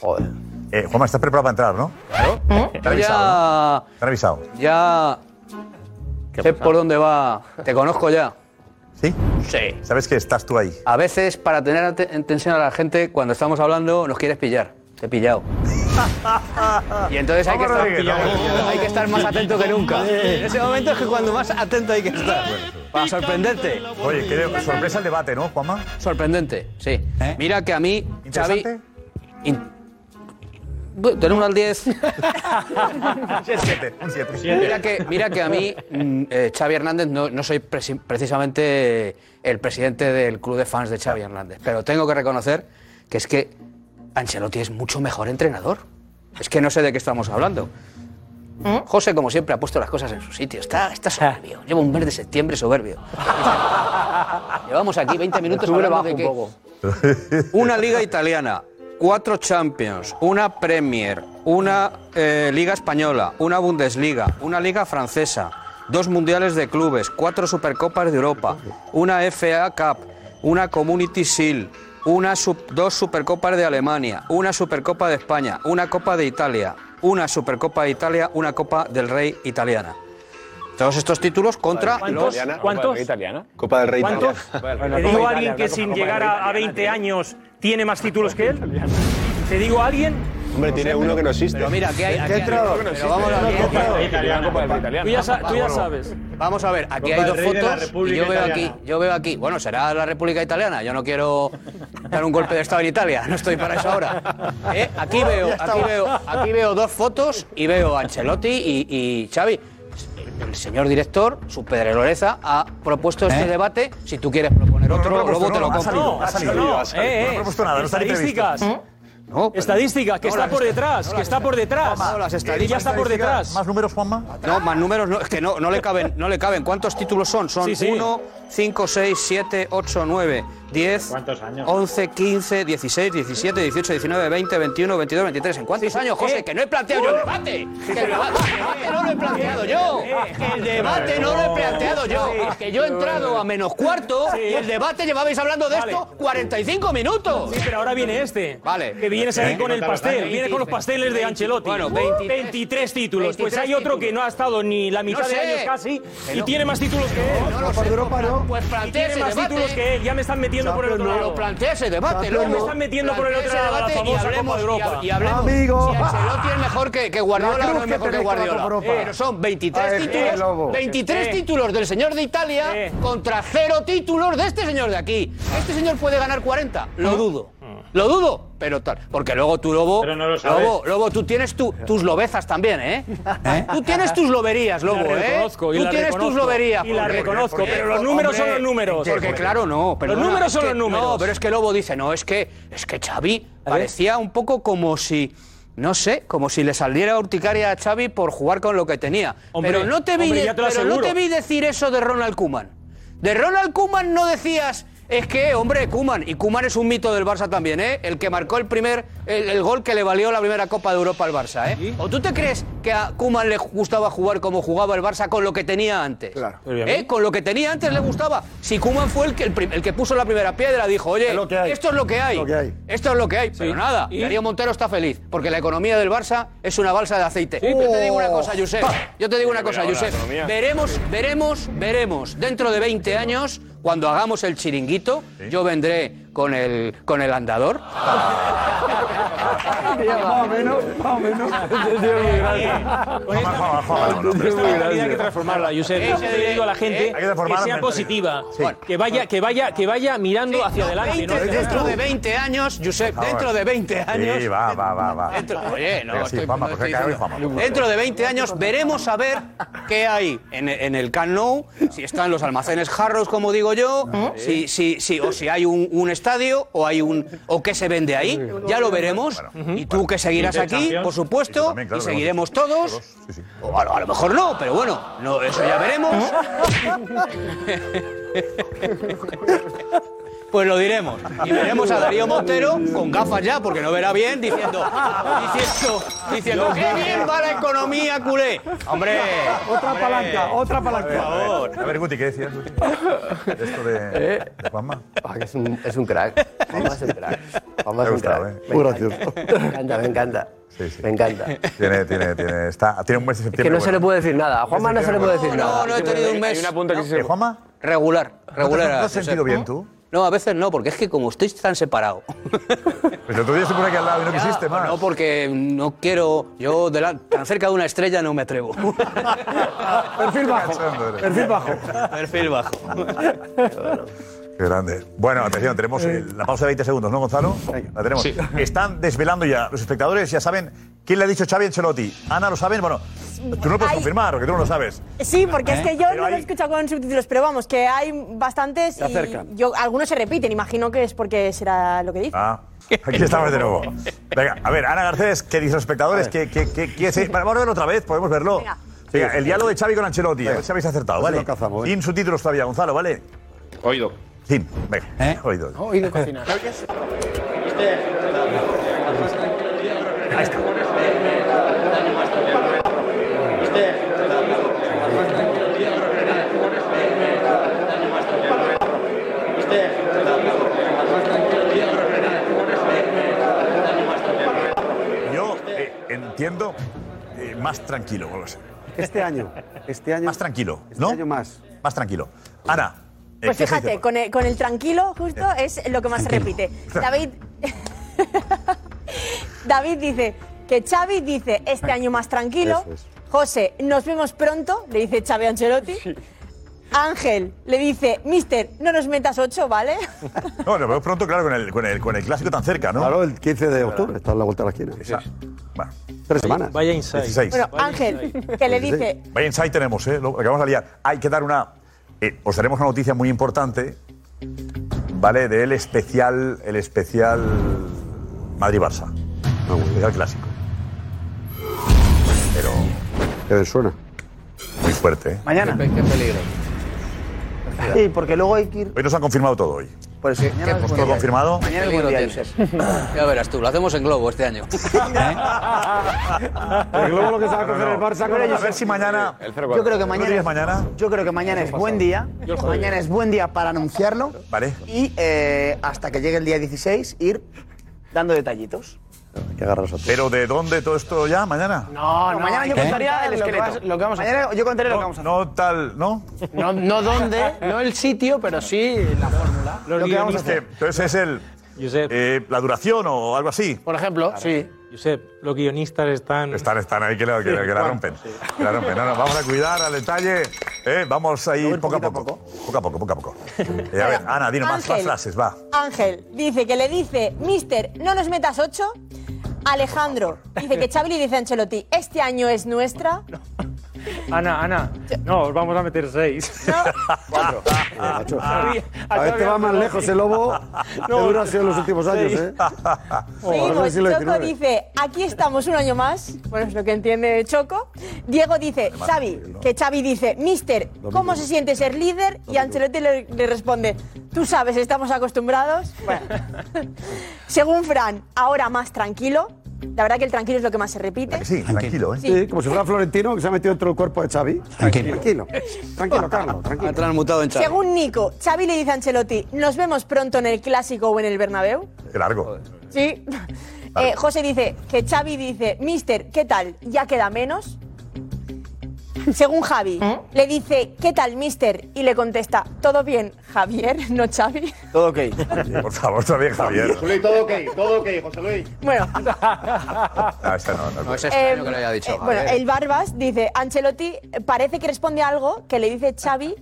Speaker 20: Joder.
Speaker 5: Eh, Juanma, estás preparado para entrar, ¿no?
Speaker 21: Ah.
Speaker 5: Te ha avisado,
Speaker 21: ya.
Speaker 5: ¿no? Te ha avisado.
Speaker 21: Ya. Sé por dónde va. Te conozco ya.
Speaker 5: ¿Sí?
Speaker 21: Sí.
Speaker 5: Sabes que estás tú ahí.
Speaker 21: A veces, para tener ate- en tensión a la gente, cuando estamos hablando, nos quieres pillar. Te he pillado. Y entonces hay que,
Speaker 5: Vamos,
Speaker 21: estar,
Speaker 5: Rodríguez, vamos.
Speaker 21: hay que estar más atento que nunca. En ese momento es que cuando más atento hay que estar. Para sorprenderte.
Speaker 5: Oye, creo, sorpresa el debate, ¿no, Juanma? ¿Eh?
Speaker 21: Sorprendente, sí. Mira que a mí, Xavi...
Speaker 5: ¿Interesante?
Speaker 21: in- Bu- Del 1 al 10.
Speaker 5: Un 7, un 7.
Speaker 21: Mira que, mira que a mí, mm, eh, Xavi Hernández, no, no soy presi- precisamente el presidente del club de fans de Xavi Hernández, pero tengo que reconocer que es que Ancelotti es mucho mejor entrenador. Es que no sé de qué estamos hablando. José, como siempre, ha puesto las cosas en su sitio. Está, está soberbio. Lleva un mes de septiembre soberbio. Llevamos aquí 20 minutos
Speaker 20: Octubre
Speaker 21: hablando
Speaker 20: baja
Speaker 21: de
Speaker 20: un
Speaker 21: que
Speaker 20: poco.
Speaker 21: una liga italiana, cuatro Champions, una Premier, una eh, liga española, una Bundesliga, una liga francesa, dos mundiales de clubes, cuatro Supercopas de Europa, una FA Cup, una Community Shield, una sup- dos Supercopas de Alemania, una Supercopa de España, una Copa de Italia, una Supercopa de Italia, una Copa del Rey italiana. Todos estos títulos contra
Speaker 11: ¿Cuántos?
Speaker 21: los...
Speaker 11: ¿Cuántos?
Speaker 21: italiana?
Speaker 11: Copa del Rey
Speaker 21: ¿Cuántos?
Speaker 11: italiana.
Speaker 21: Bueno,
Speaker 8: Te digo a alguien que sin llegar a, a 20 años tiene más títulos que él. Te digo a alguien.
Speaker 11: Hombre, tiene uno que no existe.
Speaker 8: pero mira, aquí hay- aquí
Speaker 11: ¿Qué
Speaker 8: hay-
Speaker 11: entrado?
Speaker 8: pero vamos a ver, ¿qué entrado?
Speaker 11: Italiana, Copa del Rey
Speaker 8: Tú
Speaker 11: italiana.
Speaker 8: ya sa- tú ya
Speaker 21: Vámonos.
Speaker 8: sabes.
Speaker 21: Vamos a ver, aquí
Speaker 8: Copa
Speaker 21: hay
Speaker 8: del
Speaker 21: dos
Speaker 8: Rey de la
Speaker 21: fotos y
Speaker 8: República
Speaker 21: yo veo
Speaker 8: Italiana.
Speaker 21: aquí, yo veo aquí, bueno, será la República Italiana, yo no quiero dar un golpe de estado en Italia, no estoy para eso ahora. Eh, Aquí veo, aquí veo, aquí veo dos fotos y veo a Ancelotti y, y Xavi. El señor director, su Pedro Loreza, ha propuesto este debate. Si tú quieres proponer otro, luego te lo compro.
Speaker 8: No, eh, eh, Estadísticas. Estadísticas, que
Speaker 21: No,
Speaker 8: está
Speaker 21: las
Speaker 8: por
Speaker 21: estadísticas.
Speaker 8: detrás, que está por detrás.
Speaker 21: No, las
Speaker 8: Que ya está por detrás.
Speaker 21: ¿Más números, Juanma? No, más números no, es que no, no le caben, no le caben. ¿Cuántos títulos son? Son
Speaker 8: Sí, sí.
Speaker 21: 1, 5, 6, 7, 8, 9, 10, 11, 15, 16, 17, 18, 19, 20, 21, 22, 23. ¿En cuántos años, José? Que no he planteado yo el debate. Que el debate, el debate no lo he planteado yo. Eh, El debate no lo he planteado yo. Que yo he entrado a menos cuarto y el debate llevabais hablando de esto 45 minutos. Sí, pero ahora viene este. Vale.
Speaker 8: Que vienes aquí con el pastel, vienes con los pasteles de Ancelotti.
Speaker 21: Bueno,
Speaker 8: 23,
Speaker 21: 23.
Speaker 8: títulos. Pues
Speaker 21: 23
Speaker 8: hay otro que no ha estado ni la mitad
Speaker 21: No
Speaker 8: de
Speaker 21: sé.
Speaker 8: años casi
Speaker 21: Que
Speaker 8: y
Speaker 21: no.
Speaker 8: tiene más títulos que él.
Speaker 21: No lo sé. Pues
Speaker 8: Y
Speaker 21: plantea
Speaker 8: tiene
Speaker 21: ese
Speaker 8: más
Speaker 21: debate.
Speaker 8: títulos que él. Ya me están metiendo por el otro
Speaker 21: Champions
Speaker 8: lado.
Speaker 21: no. Pero plantea ese debate,
Speaker 8: Ya
Speaker 21: luego.
Speaker 8: me están metiendo por el otro
Speaker 21: Plantea
Speaker 8: lado
Speaker 21: ese
Speaker 8: la
Speaker 21: debate y
Speaker 8: famosa Copa
Speaker 21: hablemos,
Speaker 8: de
Speaker 21: y
Speaker 8: Europa.
Speaker 21: hab- y hablemos.
Speaker 8: Amigo.
Speaker 21: Si Ancelotti es mejor que, que Guardiola,
Speaker 8: La cruz
Speaker 21: no es
Speaker 8: que
Speaker 21: mejor que
Speaker 8: tenéis con la
Speaker 21: Guardiola.
Speaker 8: Copa Europa.
Speaker 21: Pero son 23
Speaker 8: Eh, eh,
Speaker 21: títulos,
Speaker 8: Lobo.
Speaker 21: 23
Speaker 8: Eh.
Speaker 21: títulos del señor de Italia contra cero títulos de este señor de aquí. Este señor puede ganar 40, lo dudo. ¿Eh? Mm. Lo dudo, pero tal. Porque luego tú, Lobo,
Speaker 8: sabes.
Speaker 21: Lobo, Lobo, tú tienes tu- tus lobezas también, ¿eh? Tú tienes tus loberías,
Speaker 8: Y la
Speaker 21: Lobo, ¿eh?
Speaker 8: reconozco, y
Speaker 21: Tú
Speaker 8: la
Speaker 21: tienes tus
Speaker 8: reconozco.
Speaker 21: loberías.
Speaker 8: Y la
Speaker 21: porque-
Speaker 8: reconozco,
Speaker 21: porque-
Speaker 8: pero los números son
Speaker 21: hombre,
Speaker 8: los números.
Speaker 21: Porque claro, no. perdona,
Speaker 8: Los números
Speaker 21: es
Speaker 8: son
Speaker 21: que-
Speaker 8: los números. ¿Eh?
Speaker 21: No, pero es que Lobo dice, no, es que, es que Xavi parecía un poco como si... No sé, como si le saliera urticaria a Xavi por jugar con lo que tenía.
Speaker 8: Hombre,
Speaker 21: pero no te vi,
Speaker 8: hombre,
Speaker 21: de-
Speaker 8: ya te lo
Speaker 21: pero no
Speaker 8: aseguro.
Speaker 21: te vi decir eso de Ronald Kuman. De Ronald Kuman no decías, es que, hombre, Kuman, y Kuman es un mito del Barça también, ¿eh? El que marcó el primer, el, el gol que le valió la primera Copa de Europa al Barça, ¿eh? ¿O tú te crees que a Kuman le gustaba jugar como jugaba el Barça con lo que tenía antes? Claro. ¿Eh? Con lo que tenía antes le gustaba. Si Kuman fue el que, el, prim- el que puso la primera piedra, dijo, oye, esto es lo que hay. Esto es lo que hay. Pero nada,
Speaker 8: ¿Y?
Speaker 21: Darío Montero está feliz, porque la economía del Barça es una balsa de aceite. Oh. Yo te digo una cosa, Josep. Yo te digo una cosa,
Speaker 8: Pero la
Speaker 21: Josep.
Speaker 8: economía.
Speaker 21: Veremos, veremos, veremos. Dentro de 20 años, cuando hagamos el chiringuito, yo vendré con el, con el andador.
Speaker 8: Más o menos, más o menos. Con esta
Speaker 7: Hay que transformarla, Josep.
Speaker 8: Eh,
Speaker 7: Yo siempre
Speaker 8: eh,
Speaker 7: digo a la
Speaker 8: eh,
Speaker 7: gente
Speaker 8: hay que
Speaker 7: que
Speaker 8: transformar la
Speaker 7: sea
Speaker 8: mentalidad.
Speaker 7: positiva, que vaya, que vaya, que vaya mirando hacia adelante.
Speaker 21: 20,
Speaker 7: ¿no?
Speaker 21: dentro de 20 años, Josep,
Speaker 7: Vamos.
Speaker 21: dentro de 20 años.
Speaker 5: Sí, va, va, va, va.
Speaker 21: Dentro, oye, no,
Speaker 5: Venga, sí,
Speaker 21: estoy,
Speaker 5: Juanma, pues
Speaker 21: no estoy
Speaker 5: acá,
Speaker 21: diciendo-
Speaker 5: Juanma, por favor.
Speaker 21: Dentro de 20 años veremos a ver qué hay en, en el Camp Nou, si están los almacenes Harrods, como digo yo, si, si, si, o si hay un, un estadio o hay un o qué se vende ahí, ya lo veremos. y tú que seguirás
Speaker 8: Y de
Speaker 21: aquí,
Speaker 8: Champions.
Speaker 21: por supuesto, y seguiremos todos. O a, lo- a lo mejor no, pero bueno, no, eso ya veremos. Pues lo diremos. Y veremos a Darío Montero con gafas ya, porque no verá bien, diciendo, diciendo, diciendo, qué bien va la economía culé. Hombre,
Speaker 5: Otra
Speaker 21: palanca,
Speaker 5: otra palanca. A ver, a ver, a ver, Guti, ¿qué decías, Guti? De esto de, de Juanma.
Speaker 20: Ah, que es, un, es un crack. Juanma es un crack. Juanma es
Speaker 5: Me ha
Speaker 20: un
Speaker 5: gustado,
Speaker 20: crack.
Speaker 5: ¿eh?
Speaker 20: Me
Speaker 5: Muy
Speaker 20: encanta, Me encanta, me encanta. Me encanta.
Speaker 5: Tiene, tiene, tiene, está, tiene un mes de
Speaker 20: Es que
Speaker 5: septiembre.
Speaker 20: no se le
Speaker 5: bueno.
Speaker 20: puede decir nada. A Juanma no se le puede decir nada.
Speaker 21: no, no he tenido un mes.
Speaker 5: ¿Eh, Juanma?
Speaker 21: Regular, regular.
Speaker 5: ¿No te has sentido
Speaker 21: Josep.
Speaker 5: bien tú?
Speaker 21: No, a veces no, porque es que como estoy tan separado.
Speaker 5: Pues el otro día se pone aquí al lado y no quisiste más.
Speaker 21: No, porque no quiero. Yo de la- tan cerca de una estrella no me atrevo.
Speaker 5: Perfil bajo.
Speaker 21: Perfil bajo. Perfil bajo.
Speaker 5: Qué grande. Bueno, atención, tenemos eh, la pausa de 20 segundos, ¿no, Gonzalo? La tenemos.
Speaker 22: Sí.
Speaker 5: Están desvelando ya, los espectadores ya saben quién le ha dicho Xavi Ancelotti. Ana, ¿lo saben? Bueno, tú no lo puedes
Speaker 4: Ay.
Speaker 5: confirmar, porque tú no lo sabes.
Speaker 4: Sí, porque es que yo
Speaker 5: Pero
Speaker 4: no lo he
Speaker 5: hay-
Speaker 4: escuchado con subtítulos, pero vamos, que hay bastantes
Speaker 5: Eh. Se acercan.
Speaker 4: y yo, algunos se repiten, imagino que es porque será lo que dice.
Speaker 5: Ah, aquí estamos de nuevo. Venga, a ver, Ana Garcés, ¿qué dicen los espectadores? ¿Qué, qué, qué, qué se- Bueno, Vamos a verlo otra vez, podemos verlo. Venga. el diálogo de Xavi con Ancelotti. A ver si habéis acertado,
Speaker 18: Pues
Speaker 5: ¿vale?
Speaker 18: lo cazamos, ¿eh?
Speaker 5: Sin subtítulos todavía, Gonzalo, ¿vale?
Speaker 22: Oído.
Speaker 5: Sin, venga, ¿Eh? oído.
Speaker 22: Oído cocinar.
Speaker 16: Este,
Speaker 5: entiendo, eh, más tranquilo. no lo sé.
Speaker 18: Este año. Este año.
Speaker 5: Más tranquilo, ¿no? Este año
Speaker 18: más.
Speaker 5: Más tranquilo. Ana. eh,
Speaker 4: Pues
Speaker 5: ¿qué se dice
Speaker 4: fíjate, con el, con el tranquilo justo es lo que más se repite. David, David dice que Xavi dice este año más tranquilo.
Speaker 16: Eso es.
Speaker 4: José, nos vemos pronto, le dice Xavi a Ancelotti. Ángel le dice, mister, no nos metas ocho, ¿vale?
Speaker 5: No, lo veo pronto, claro, con el, con, el, con el clásico tan cerca, ¿no?
Speaker 18: Claro, el 15 de octubre, está a la vuelta a la esquina.
Speaker 5: Bueno.
Speaker 18: Tres semanas.
Speaker 5: Vaya insight. 16.
Speaker 4: Bueno, Ángel, que le dice,
Speaker 5: Vaya insight tenemos, ¿eh? Lo acabamos de liar. Hay que dar una. eh, os daremos una noticia muy importante, ¿vale? Del especial. El especial. Madrid-Barça.
Speaker 18: Ah,
Speaker 5: No, el especial clásico. Pero.
Speaker 18: ¿Qué suena?
Speaker 5: Muy fuerte, ¿eh?
Speaker 9: Mañana. Qué peligro.
Speaker 5: Sí, porque luego hay que ir. Hoy nos han confirmado todo hoy.
Speaker 9: Por eso,
Speaker 5: ¿Qué, pues, todo confirmado?
Speaker 9: Mañana
Speaker 21: Peligro tienes. Ya verás tú, lo hacemos en globo este año.
Speaker 5: El globo lo que se va a
Speaker 18: coger el Barça
Speaker 5: con ellos. A ver si mañana.
Speaker 18: cero-cuatro.
Speaker 9: Yo creo que
Speaker 18: ¿Tú
Speaker 9: mañana.
Speaker 18: dirías mañana?
Speaker 9: Yo creo que mañana es buen día.
Speaker 18: Yo el jueves.
Speaker 9: Mañana es buen día para anunciarlo.
Speaker 5: Vale.
Speaker 9: Y eh, hasta que llegue el día 16 ir dando detallitos.
Speaker 18: Que agarras a todos.
Speaker 5: Pero ¿de dónde todo esto ya? ¿Mañana?
Speaker 9: No, no, mañana yo
Speaker 5: ¿Eh?
Speaker 9: contaría el
Speaker 5: Lo que
Speaker 9: esqueleto.
Speaker 5: vas-
Speaker 9: lo que vamos a mañana yo contaría lo que vamos a hacer.
Speaker 5: No tal, ¿no?
Speaker 9: No, no dónde, no el sitio, pero sí la fórmula. lo que vamos a hacer.
Speaker 5: Entonces es el. eh, la duración o algo así.
Speaker 9: Por ejemplo, sí.
Speaker 7: Josep, los guionistas están.
Speaker 5: Están, están ahí que, la- que la- que la rompen. Que la rompen. No, no, vamos a cuidar al detalle. eh, vamos ahí poco a poco. Poco a poco, poco a poco. Eh, a ver, Ana, dinos más, más
Speaker 4: Ángel.
Speaker 5: frases, va.
Speaker 4: Ángel dice que le dice, mister, no nos metas ocho. Alejandro dice que Xavi le dice a Ancelotti, este año es nuestra.
Speaker 8: Ana, Ana. No, os vamos a meter seis.
Speaker 18: Cuatro. a
Speaker 5: Ah,
Speaker 8: a Xavi
Speaker 18: ver, te va más
Speaker 8: Ancelotti.
Speaker 18: lejos el lobo.
Speaker 8: No,
Speaker 18: No, dura ha sido en los últimos años,
Speaker 8: seis.
Speaker 18: ¿eh?
Speaker 4: Seguimos.
Speaker 18: siglo
Speaker 4: pues Choco
Speaker 18: XIX.
Speaker 4: dice, aquí estamos un año más. Bueno, es lo que entiende Choco. Diego dice,
Speaker 18: eh,
Speaker 4: Xavi, que Xavi dice, Mister, ¿cómo se siente ser líder? Y Ancelotti le, le responde, tú sabes, estamos acostumbrados. Bueno. Según Fran, ahora más tranquilo. La verdad que el tranquilo es lo que más se repite.
Speaker 18: Sí,
Speaker 5: tranquilo,
Speaker 4: ¿eh?
Speaker 18: Sí, como si fuera Florentino que se ha metido dentro del cuerpo de Xavi. Tranquilo. Tranquilo, tranquilo Carlos, tranquilo. Ha
Speaker 21: transmutado en
Speaker 4: Según Nico, Xavi le dice a Ancelotti, nos vemos pronto en el Clásico o en el Bernabéu.
Speaker 5: Qué largo.
Speaker 4: Sí. Eh, José dice que Xavi dice, Mister, ¿qué tal? Ya queda menos. Según Javi,
Speaker 21: ¿Eh?
Speaker 4: le dice, ¿qué tal, Mister? Y le contesta, todo bien, Javier, no Xavi.
Speaker 5: Todo ok. Por favor, también, Javier.
Speaker 9: Luis, todo ok, todo ok, José Luis.
Speaker 4: Bueno,
Speaker 5: No, Ah, esta no, no.
Speaker 21: No es
Speaker 4: eh,
Speaker 21: extraño que lo haya dicho.
Speaker 4: eh, bueno,
Speaker 21: Javier.
Speaker 4: el Barbas dice, Ancelotti parece que responde a algo que le dice Xavi,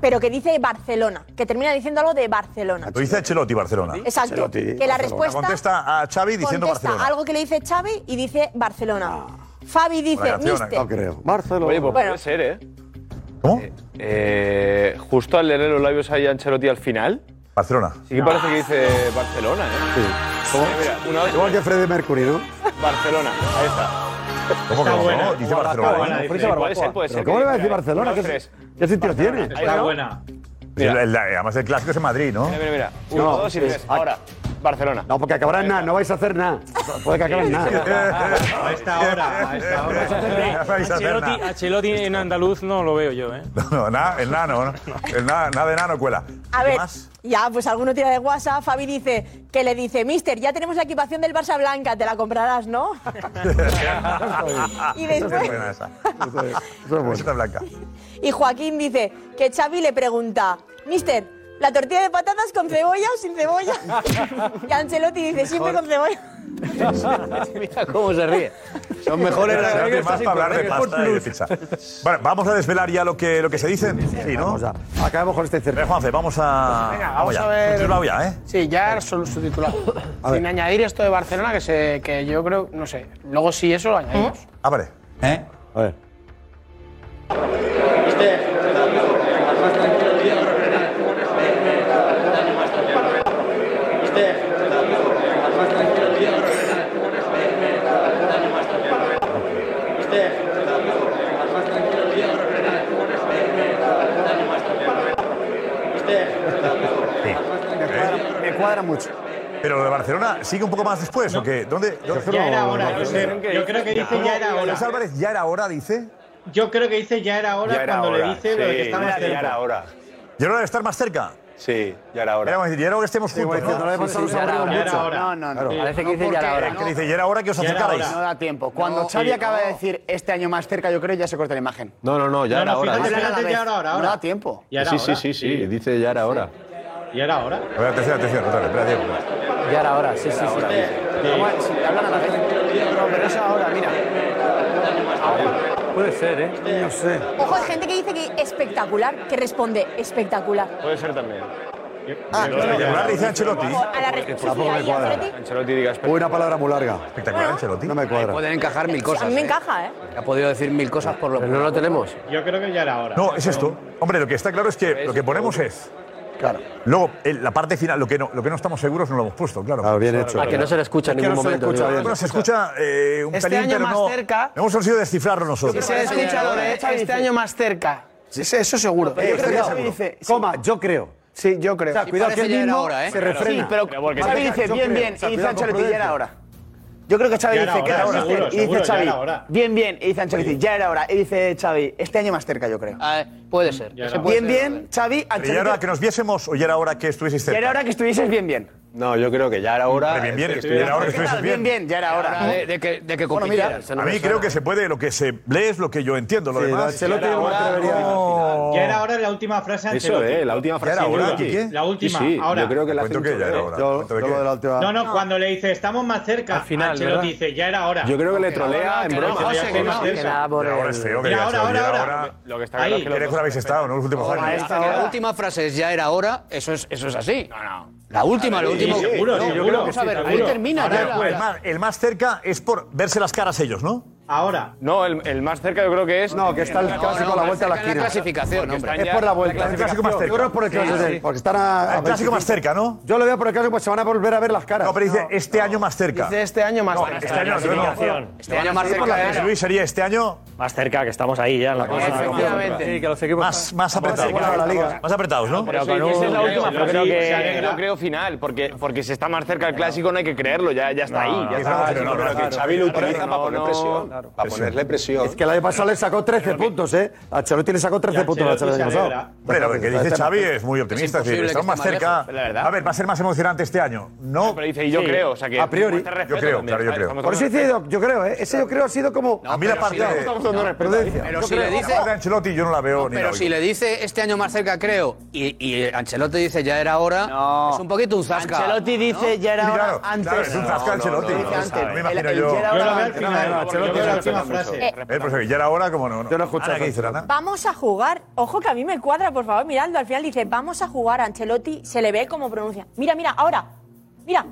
Speaker 4: pero que dice Barcelona, que termina diciendo algo de Barcelona.
Speaker 5: Lo dice Ancelotti Barcelona.
Speaker 4: Exacto. que la respuesta
Speaker 5: Contesta a Xavi diciendo
Speaker 4: contesta
Speaker 5: Barcelona. Ah.
Speaker 4: algo que le dice Xavi y dice Barcelona. Fabi dice,
Speaker 5: Vaya acción,
Speaker 4: Mister,
Speaker 5: ¿eh? no creo.
Speaker 18: Barcelona.
Speaker 2: Oye, pues
Speaker 4: Bueno.
Speaker 2: puede ser, ¿eh?
Speaker 5: ¿Cómo?
Speaker 2: justo al leer los labios ahí a Ancelotti al final,
Speaker 5: Barcelona.
Speaker 2: sí que parece que dice Barcelona, ¿eh?
Speaker 18: Sí. ¿Cómo?
Speaker 2: Mira, una vez-
Speaker 18: Igual que Freddie Mercury, ¿no?
Speaker 2: Barcelona, ahí está.
Speaker 5: ¿Cómo que no?
Speaker 2: buena,
Speaker 5: No,
Speaker 2: ¿eh?
Speaker 5: dice
Speaker 2: Está
Speaker 5: Barcelona.
Speaker 2: buena,
Speaker 5: ¿no?
Speaker 2: dice, Puede ser, puede
Speaker 5: Pero
Speaker 2: ser.
Speaker 5: ¿Cómo le va a decir
Speaker 2: Mira,
Speaker 5: Barcelona?
Speaker 2: uno,
Speaker 5: ¿Qué,
Speaker 2: tres.
Speaker 5: qué sentido tiene?
Speaker 2: Ahí está buena.
Speaker 5: Sí, el- el- además, el clásico es en Madrid, ¿no?
Speaker 2: Mira, mira, mira. Uno,
Speaker 5: No,
Speaker 2: dos y
Speaker 5: es-
Speaker 2: tres. Ahora, Barcelona.
Speaker 18: Ah. No, porque acabará en nada, no vais a hacer nada. Puede que acabe en nada.
Speaker 2: A esta hora, a esta
Speaker 5: No vais a hacer
Speaker 7: Ancelotti,
Speaker 5: nada.
Speaker 7: Ancelotti en andaluz no lo veo yo, ¿eh?
Speaker 5: No, no, nada, el nano, ¿no? El nada, nada de nano cuela.
Speaker 4: A ver, ya, pues alguno tira de WhatsApp. Fabi dice que le dice, Mister, ya tenemos la equipación del Barça Blanca, te la comprarás, ¿no? Y después-
Speaker 5: Esa es buena esa. Camiseta blanca.
Speaker 4: Y Joaquín dice que Xavi le pregunta, Mister, ¿la tortilla de patatas con cebolla o sin cebolla? Y Ancelotti dice, siempre con cebolla.
Speaker 21: Mira cómo se ríe. Son mejores
Speaker 5: Pero
Speaker 21: las
Speaker 5: hay más para hablar de pasta y de pizza. Bueno, vamos a desvelar ya lo que, lo que se dicen. Sí, ¿no?
Speaker 18: Acabamos con este cerdo.
Speaker 5: Juanfe, vamos a.
Speaker 9: Venga, vamos a
Speaker 5: ya.
Speaker 9: ver.
Speaker 5: Titulado ya, ¿eh?
Speaker 9: Sí, ya solo su titular. Sin añadir esto de Barcelona, que, se, que yo creo, no sé. Luego sí, eso lo añadimos.
Speaker 5: Ah, vale.
Speaker 12: ¿Eh?
Speaker 18: A ver.
Speaker 5: Me
Speaker 18: cuadra mucho.
Speaker 5: Pero lo de Barcelona sigue un poco más después, ¿o qué? ¿Dónde? dónde-
Speaker 10: Ya era hora, yo, sé. Yo creo que dice ya era hora.
Speaker 5: Luis Álvarez, ya era hora, dice.
Speaker 10: Yo creo que dice ya era hora
Speaker 5: Ya era
Speaker 10: cuando
Speaker 5: hora,
Speaker 10: le dice lo de
Speaker 5: sí,
Speaker 10: que estaba
Speaker 5: ya era hora. ¿Y ahora debe estar más cerca?
Speaker 11: Sí, ya era hora.
Speaker 5: Era como decir, ya era hora que estemos juntos.
Speaker 11: como diciendo,
Speaker 5: ¿no?
Speaker 11: no hemos- nos hemos aburrido mucho.
Speaker 17: No, no, no.
Speaker 5: Claro.
Speaker 17: No, porque no.
Speaker 5: Que dice, ya era hora que os
Speaker 17: Ya era hora.
Speaker 5: acercarais.
Speaker 17: No da tiempo. Cuando
Speaker 5: No,
Speaker 17: Xavi
Speaker 5: sí,
Speaker 17: acaba de
Speaker 5: no.
Speaker 17: decir este año más cerca, yo creo ya se corta la imagen.
Speaker 11: No, no, no, ya
Speaker 17: No,
Speaker 11: era
Speaker 17: no,
Speaker 11: hora.
Speaker 17: fíjate,
Speaker 11: dice.
Speaker 17: fíjate, ya era hora, ahora. No da tiempo. Ya era
Speaker 11: Sí, sí,
Speaker 17: hora.
Speaker 11: sí, sí, dice ya era hora.
Speaker 10: ¿Y era ahora?
Speaker 5: A ver, atención, atención, otra vez, espera, Diego.
Speaker 20: Ya era hora, sí, sí, sí.
Speaker 17: Si te hablan a la vez. No, pero es ahora, mira.
Speaker 14: Puede ser, ¿eh? No sé.
Speaker 4: Ojo, hay gente que dice que espectacular, que responde espectacular.
Speaker 2: Puede ser también.
Speaker 5: Ah, espectacular, dice Ancelotti.
Speaker 4: A la respuesta
Speaker 18: Tampoco me cuadra.
Speaker 2: Ancelotti diga
Speaker 18: Una palabra muy larga. Espectacular, Ancelotti. No me cuadra.
Speaker 21: Pueden encajar mil cosas.
Speaker 4: A mí me
Speaker 21: ¿eh?
Speaker 4: encaja, ¿eh?
Speaker 21: Ha podido decir mil cosas por lo menos. No lo tenemos.
Speaker 10: Yo creo que ya era hora.
Speaker 5: No, es esto. Hombre, lo que está claro es que lo que ponemos es. Claro. Luego, el- la parte final, lo que, no, lo que no estamos seguros no lo hemos puesto, claro.
Speaker 18: Ah, bien hecho.
Speaker 20: A que no se le escucha en
Speaker 5: Es que
Speaker 20: ningún
Speaker 5: no se le
Speaker 20: momento.
Speaker 5: escucha
Speaker 20: digo.
Speaker 5: bien. Bueno, se escucha eh, un
Speaker 9: Este
Speaker 5: pelín,
Speaker 9: año
Speaker 5: pero
Speaker 9: más
Speaker 5: no.
Speaker 9: cerca-
Speaker 5: Hemos conseguido descifrarlo nosotros.
Speaker 9: Sí,
Speaker 17: Se ha escuchado de hecho este año
Speaker 9: ¿eh? más cerca.
Speaker 17: Sí, sí, eso seguro.
Speaker 18: Eh,
Speaker 17: Yo creo
Speaker 18: estoy
Speaker 17: que
Speaker 18: de
Speaker 17: Xavi
Speaker 18: acuerdo.
Speaker 17: dice.
Speaker 18: Coma, yo creo.
Speaker 17: Sí, yo creo.
Speaker 18: O sea, cuidado que él mismo
Speaker 17: ¿eh?
Speaker 18: se refrena.
Speaker 17: Sí, pero Xavi dice
Speaker 18: Yo
Speaker 17: bien,
Speaker 18: creo.
Speaker 17: bien,
Speaker 18: O sea,
Speaker 17: y dice
Speaker 18: cuidado
Speaker 17: Ancelotti
Speaker 18: con
Speaker 17: ya era
Speaker 18: prudencia.
Speaker 17: hora. Yo creo que Xavi
Speaker 18: Ya era
Speaker 17: dice
Speaker 18: hora,
Speaker 17: que era
Speaker 18: seguro,
Speaker 17: mister", y dice
Speaker 18: seguro, ya
Speaker 17: Xavi,
Speaker 18: era hora.
Speaker 17: bien, bien, y dice Ancelotti, ya era hora, y dice Xavi, este año más cerca yo creo.
Speaker 21: Ah, puede ser.
Speaker 17: Ese puede Bien, ser, bien, Xavi,
Speaker 5: Pero ya era hora que nos viésemos o ya era hora que estuvieseis cerca.
Speaker 17: Ya era hora que estuvieses bien, bien.
Speaker 11: No, yo creo que ya era hora.
Speaker 5: Bien, bien,
Speaker 11: Este-
Speaker 5: ya era hora que
Speaker 17: ¿Qué tal?
Speaker 5: estuvieses
Speaker 17: Bien, bien, ya era hora.
Speaker 21: De, de que, de que
Speaker 17: Bueno,
Speaker 5: Mira,
Speaker 17: mira,
Speaker 5: a mí creo que se puede, lo que se lee es lo que yo entiendo, lo
Speaker 18: Sí,
Speaker 5: demás.
Speaker 18: Ancelotti no me atrevería.
Speaker 5: No.
Speaker 10: Ya era ahora la última frase de
Speaker 11: Eso
Speaker 10: Ancelotti.
Speaker 11: es, la última frase.
Speaker 10: Ya era
Speaker 11: de
Speaker 10: hora,
Speaker 11: Ancelotti.
Speaker 10: Quique. La última,
Speaker 11: Sí, sí,
Speaker 10: ahora.
Speaker 11: Yo creo que la
Speaker 5: Cuento
Speaker 11: hace
Speaker 5: que ya era
Speaker 11: mucho
Speaker 5: hora.
Speaker 11: rato.
Speaker 18: Yo, yo lo de la última.
Speaker 10: No, no, cuando le dice estamos más cerca, Al
Speaker 18: final,
Speaker 10: Ancelotti
Speaker 18: ¿verdad?
Speaker 10: dice ya era hora.
Speaker 11: Yo creo que le trolea en
Speaker 10: que no,
Speaker 11: broma.
Speaker 10: José, que no.
Speaker 11: Mira,
Speaker 5: Ahora es feo que
Speaker 11: Mira,
Speaker 5: digas,
Speaker 11: ahora,
Speaker 5: "Oye,
Speaker 11: ahora,
Speaker 5: ahora,
Speaker 11: ahora".
Speaker 5: ahora.
Speaker 11: Lo que está claro es que los
Speaker 5: Qué lejos
Speaker 11: dos
Speaker 5: habéis estado, ¿no? Los últimos
Speaker 21: Ahora,
Speaker 5: años.
Speaker 21: esta que la última frase es ya era hora, eso es, eso es así. La última, la
Speaker 5: Sí,
Speaker 21: última.
Speaker 5: seguro,
Speaker 21: No,
Speaker 5: sí, yo
Speaker 21: no,
Speaker 5: creo
Speaker 21: vamos
Speaker 5: que
Speaker 21: a
Speaker 5: sí,
Speaker 21: ver, ahí
Speaker 5: seguro.
Speaker 21: termina.
Speaker 5: Ahora,
Speaker 21: ya era
Speaker 5: pues, el,
Speaker 21: hora.
Speaker 5: más, el más cerca es por verse las caras ellos, ¿no?
Speaker 10: Ahora.
Speaker 2: No, el, el más cerca yo creo que es.
Speaker 18: No, que está el
Speaker 2: No,
Speaker 18: clásico
Speaker 2: no,
Speaker 18: a la
Speaker 2: más
Speaker 18: vuelta a
Speaker 2: cerca
Speaker 18: la
Speaker 2: en
Speaker 18: esquina.
Speaker 2: la clasificación, hombre.
Speaker 18: Es por la vuelta.
Speaker 2: El clásico más cerca.
Speaker 18: Yo creo por el
Speaker 2: Sí,
Speaker 18: clásico.
Speaker 2: sí.
Speaker 18: Porque están a. a
Speaker 5: El clásico
Speaker 18: 25.
Speaker 5: más cerca, ¿no?
Speaker 18: Yo lo veo por el clásico, pues se van a volver a ver las caras.
Speaker 5: No, pero dice este año más cerca.
Speaker 9: Dice este año más cerca.
Speaker 5: Este año, no, no.
Speaker 9: Este año
Speaker 5: Sí, por la que dice Luis sería este año
Speaker 8: Más cerca, que estamos ahí ya en la cosa.
Speaker 14: Sí, que los equipos.
Speaker 5: más, más apretados. Más apretados, ¿no?
Speaker 2: Por eso
Speaker 8: Pero
Speaker 2: dice, esa
Speaker 8: con
Speaker 2: es la
Speaker 8: un-
Speaker 2: última
Speaker 8: yo
Speaker 2: frase.
Speaker 8: creo
Speaker 2: Sí,
Speaker 8: que-
Speaker 2: se alegra. No creo final, porque, porque si está más cerca el clásico no hay que creerlo, ya, ya está ahí. Ya
Speaker 5: Quizá
Speaker 2: está,
Speaker 5: no, pero no,
Speaker 2: Pero
Speaker 5: no,
Speaker 2: que
Speaker 5: claro.
Speaker 11: Xavi lo
Speaker 2: Claro,
Speaker 11: utiliza
Speaker 2: no,
Speaker 11: para poner
Speaker 2: no.
Speaker 11: presión. Para ponerle presión.
Speaker 18: Es que el año pasado le sacó 13 puntos, ¿eh? A Chelotti le sacó 13 puntos la Chelsea el año
Speaker 10: Ancelotti se
Speaker 18: pasado.
Speaker 5: Pero lo que dice Xavi es muy optimista.
Speaker 21: Es
Speaker 5: Es decir,
Speaker 21: imposible
Speaker 5: estamos
Speaker 21: que
Speaker 5: más
Speaker 21: esté más
Speaker 5: cerca.
Speaker 2: lejos, la verdad.
Speaker 5: A ver, va a ser más emocionante este año. No.
Speaker 2: Pero dice, y yo
Speaker 5: Sí.
Speaker 2: creo, o sea que.
Speaker 18: A priori.
Speaker 2: muestra respeto
Speaker 5: Yo creo,
Speaker 2: también,
Speaker 5: claro, yo
Speaker 2: ¿sabes?
Speaker 5: creo.
Speaker 2: Estamos
Speaker 18: Por eso
Speaker 2: hablando-
Speaker 18: dice, yo creo, ¿eh? Ese yo creo ha sido como.
Speaker 5: A mí la parte
Speaker 21: pero si
Speaker 5: de.
Speaker 21: le-
Speaker 5: la
Speaker 18: No, prudencia.
Speaker 21: Pero
Speaker 18: Yo
Speaker 21: si
Speaker 18: creo-
Speaker 21: le dice.
Speaker 5: parte de Ancelotti yo no la veo ni la
Speaker 21: Pero si
Speaker 5: oigo.
Speaker 21: le dice este año más cerca, creo, y, y Ancelotti dice ya era hora, es un poquito un zasca.
Speaker 9: Ancelotti dice ya
Speaker 5: Sí,
Speaker 9: era hora
Speaker 5: claro,
Speaker 9: antes.
Speaker 5: claro, es un zasca Ancelotti.
Speaker 9: dice antes.
Speaker 5: Me
Speaker 9: El-
Speaker 5: imagino
Speaker 9: el
Speaker 5: yo.
Speaker 9: ya era
Speaker 10: Yo lo
Speaker 9: hora
Speaker 10: veo al
Speaker 9: antes.
Speaker 10: final. yo
Speaker 5: Ancelotti
Speaker 10: veo la
Speaker 5: se
Speaker 10: última
Speaker 5: escucha
Speaker 10: frase.
Speaker 4: Eh,
Speaker 5: Eh, pues, ya era hora, como no. no.
Speaker 18: Yo no he escuchado
Speaker 5: Ana, ¿qué dice, Ana?
Speaker 4: Vamos a jugar, ojo que a mí me cuadra, por favor, mirando, al final dice, vamos a jugar, Ancelotti, se le ve cómo pronuncia. Mira, mira, ahora, mira,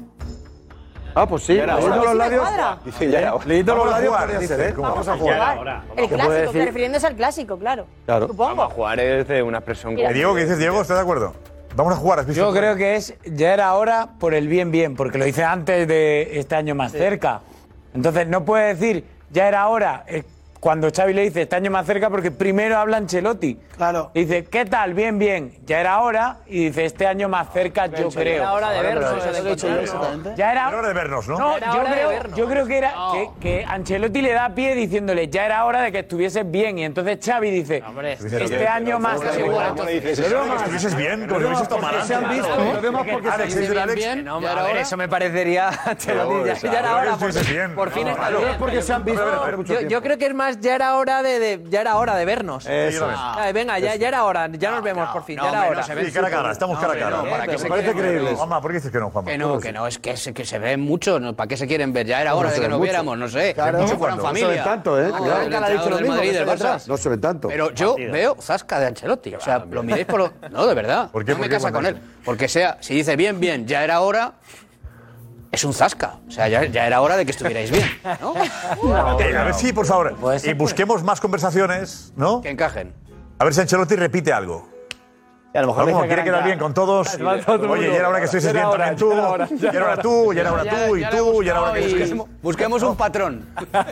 Speaker 18: Ah, pues sí.
Speaker 11: era
Speaker 18: Leyendo
Speaker 11: hora.
Speaker 4: Sí
Speaker 18: los
Speaker 4: me
Speaker 18: labios.
Speaker 4: cuadra.
Speaker 11: Dice ya era hora.
Speaker 18: Leyendo los
Speaker 5: Vamos a
Speaker 18: labios
Speaker 5: jugar,
Speaker 18: podría
Speaker 5: dice,
Speaker 18: ser, ¿eh?
Speaker 5: ¿cómo?
Speaker 18: Vamos a
Speaker 10: Ya
Speaker 18: jugar.
Speaker 10: era hora.
Speaker 4: el
Speaker 18: que puede
Speaker 4: clásico,
Speaker 18: decir-
Speaker 4: refiriéndose al clásico, claro.
Speaker 18: Claro.
Speaker 4: Supongo.
Speaker 2: Vamos a jugar es de una presión.
Speaker 4: Mira.
Speaker 5: Eh, Diego, ¿qué dices, Diego? ¿Estás de acuerdo? Vamos a jugar, ¿has visto?
Speaker 12: Yo creo que es ya era hora por el bien bien, porque lo hice antes de este año más cerca. Entonces no puede decir ya era hora eh, cuando Xavi le dice este año más cerca porque primero habla Ancelotti.
Speaker 9: Claro.
Speaker 12: Dice, ¿qué tal? Bien, bien. Ya era hora y dice este año más cerca, yo creo.
Speaker 19: Era hora de vernos, o sea, de encontrarnos.
Speaker 12: Ya
Speaker 5: Era hora de vernos, ¿no?
Speaker 12: No,
Speaker 19: Ya era
Speaker 12: yo
Speaker 19: hora de
Speaker 12: creo,
Speaker 19: vernos.
Speaker 12: yo creo que era que, que Ancelotti le da pie diciéndole ya era hora de que estuvieses bien y entonces Xavi dice
Speaker 19: Hombre,
Speaker 12: este año más
Speaker 11: Pero
Speaker 12: cerca".
Speaker 11: ¿cómo le dices
Speaker 5: Lo
Speaker 11: eso?
Speaker 5: veo más. Estuvieses bien, como si hubieses tomado
Speaker 18: Se han visto. Lo vemos porque se
Speaker 5: Alex, dice Alex.
Speaker 21: Bien,
Speaker 12: No,
Speaker 21: ya
Speaker 12: a
Speaker 21: era
Speaker 12: ver,
Speaker 21: hora.
Speaker 12: eso me parecería Ancelotti. Ya, ya
Speaker 5: Creo
Speaker 12: era
Speaker 5: que
Speaker 12: hora.
Speaker 5: estuvieses bien.
Speaker 19: por fin está
Speaker 5: claro.
Speaker 19: bien.
Speaker 18: Porque se han visto. mucho
Speaker 19: Yo,
Speaker 18: tiempo.
Speaker 19: yo creo que es más, ya era hora de, de- ya era hora de vernos.
Speaker 18: Eso.
Speaker 19: Ah, venga, ya, ya era hora, ya nos vemos por fin, ya era hora.
Speaker 5: Sí, cara a cara, estamos cara a cara.
Speaker 21: hombre, no, para que
Speaker 5: Me
Speaker 21: se
Speaker 5: parece
Speaker 18: quede-
Speaker 5: creíble. Juanma, ¿por qué dices que no, Juanma?
Speaker 21: Que no, que no, es que, se- que se ven mucho, ¿no? ¿para qué se quieren ver? Ya era hora
Speaker 18: Pues se
Speaker 21: de que
Speaker 18: ven
Speaker 21: nos
Speaker 18: mucho.
Speaker 21: viéramos, no sé.
Speaker 18: Claro.
Speaker 21: Como
Speaker 18: ¿Mucho
Speaker 21: si fueran
Speaker 18: cuándo? No se
Speaker 21: familia.
Speaker 18: ven tanto, ¿eh?
Speaker 21: No,
Speaker 18: Claro.
Speaker 21: el entrenador del Madrid, del Barça.
Speaker 18: No se ven tanto.
Speaker 21: Pero yo veo zasca de Ancelotti. O sea, lo miréis por lo... No, de verdad.
Speaker 5: ¿Por qué?
Speaker 21: No me
Speaker 5: ¿Por qué,
Speaker 21: casa con
Speaker 5: Juan
Speaker 21: él. Porque sea, si dice bien, bien, ya era hora, es un zasca. O sea, ya, ya era hora de que estuvierais bien, ¿no?
Speaker 5: Eh, A ver, sí, por favor.
Speaker 20: Puede ser,
Speaker 5: Y busquemos más conversaciones, ¿no?
Speaker 21: Que encajen.
Speaker 5: A ver si Ancelotti repite algo.
Speaker 14: a lo mejor
Speaker 5: Como
Speaker 14: deja
Speaker 5: quiere
Speaker 14: que arranca.
Speaker 5: quedar bien con todos. Oye, ya era hora que estuvieses bien también tú. Ya era hora tú, ya era hora tú, y tú, ya era hora que estuvieses-
Speaker 21: Busquemos un patrón.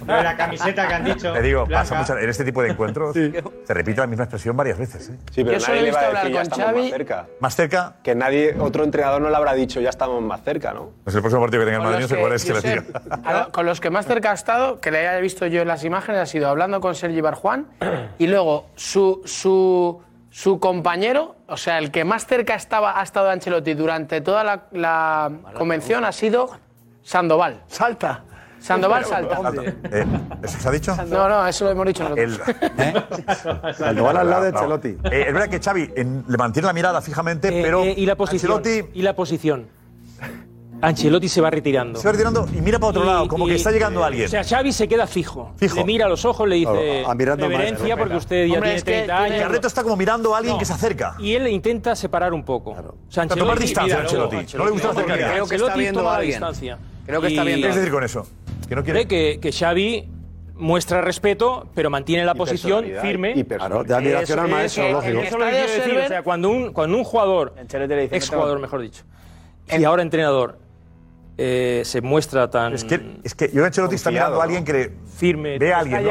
Speaker 10: Lo de la camiseta que han dicho.
Speaker 5: Te digo,
Speaker 10: blanca.
Speaker 5: pasa mucho, en este tipo de encuentros se repite la misma expresión varias veces. ¿eh?
Speaker 11: Sí, pero
Speaker 21: Yo solo
Speaker 11: nadie le
Speaker 21: he
Speaker 11: va a decir
Speaker 21: visto
Speaker 11: ya
Speaker 21: hablar con
Speaker 11: estamos más
Speaker 21: Xavi.
Speaker 11: cerca.
Speaker 5: Más cerca,
Speaker 11: Que nadie, otro entrenador no le habrá dicho ya estamos más cerca, ¿no?
Speaker 5: pues el próximo partido que tenga el
Speaker 9: Con
Speaker 5: Madrid, no
Speaker 9: los
Speaker 5: sé
Speaker 9: que-
Speaker 5: cuál es que le
Speaker 9: Josep,
Speaker 5: diga.
Speaker 9: a lo- Con los que más cerca ha estado, que le haya visto yo en las imágenes, ha sido hablando con Sergi Barjuan y luego su, su su compañero, o sea, el que más cerca estaba, ha estado de Ancelotti durante toda la, la convención ha sido Sandoval. Salta. Sandoval salta.
Speaker 5: Eh, ¿Eso se ha dicho?
Speaker 9: No, no, eso lo hemos dicho nosotros.
Speaker 5: El-
Speaker 18: Sandoval al lado de
Speaker 5: No.
Speaker 18: Ancelotti.
Speaker 5: Eh, es verdad que Xavi en- le mantiene la mirada fijamente,
Speaker 7: Eh,
Speaker 5: pero
Speaker 7: eh, y la posición.
Speaker 5: Ancelotti
Speaker 7: Y la posición. Ancelotti se va retirando.
Speaker 5: se va retirando y mira para otro
Speaker 7: Y-
Speaker 5: lado, como que
Speaker 7: y- eh,
Speaker 5: está llegando alguien.
Speaker 7: O sea, Xavi se queda fijo.
Speaker 5: Fijo.
Speaker 7: Le mira a los ojos, le dice.
Speaker 5: Claro, a mirando más.
Speaker 7: reverencia, porque usted ya
Speaker 5: Hombre,
Speaker 7: tiene
Speaker 5: es que
Speaker 7: 30
Speaker 5: tiene-
Speaker 7: años.
Speaker 5: Carleto está como mirando a alguien
Speaker 7: No.
Speaker 5: que se acerca.
Speaker 7: Y él le intenta separar un poco. O sea,
Speaker 5: Para tomar
Speaker 7: Ancelotti-
Speaker 5: distancia
Speaker 7: mira,
Speaker 5: a Ancelotti.
Speaker 7: luego,
Speaker 5: No le gusta
Speaker 7: Ancelotti-
Speaker 5: acercar.
Speaker 7: Ancelotti toma distancia. Y-
Speaker 5: ¿Qué quieres decir con eso? Que no quiere.
Speaker 7: Hombre, que, que Xavi muestra respeto, pero mantiene la posición
Speaker 5: personalidad,
Speaker 7: firme.
Speaker 5: y personalidad. Claro, de admiración
Speaker 7: Eso-
Speaker 5: al maestro,
Speaker 7: eso-
Speaker 5: lógico.
Speaker 7: eso es lo que
Speaker 5: Está de
Speaker 7: quiero decir,
Speaker 5: observer-
Speaker 7: o sea, cuando un, cuando un jugador, ex jugador mejor dicho, y ahora entrenador, eh, se muestra tan...
Speaker 5: Es que, es que yo Ancelotti está mirando a alguien que le-
Speaker 7: firme.
Speaker 5: ve a alguien.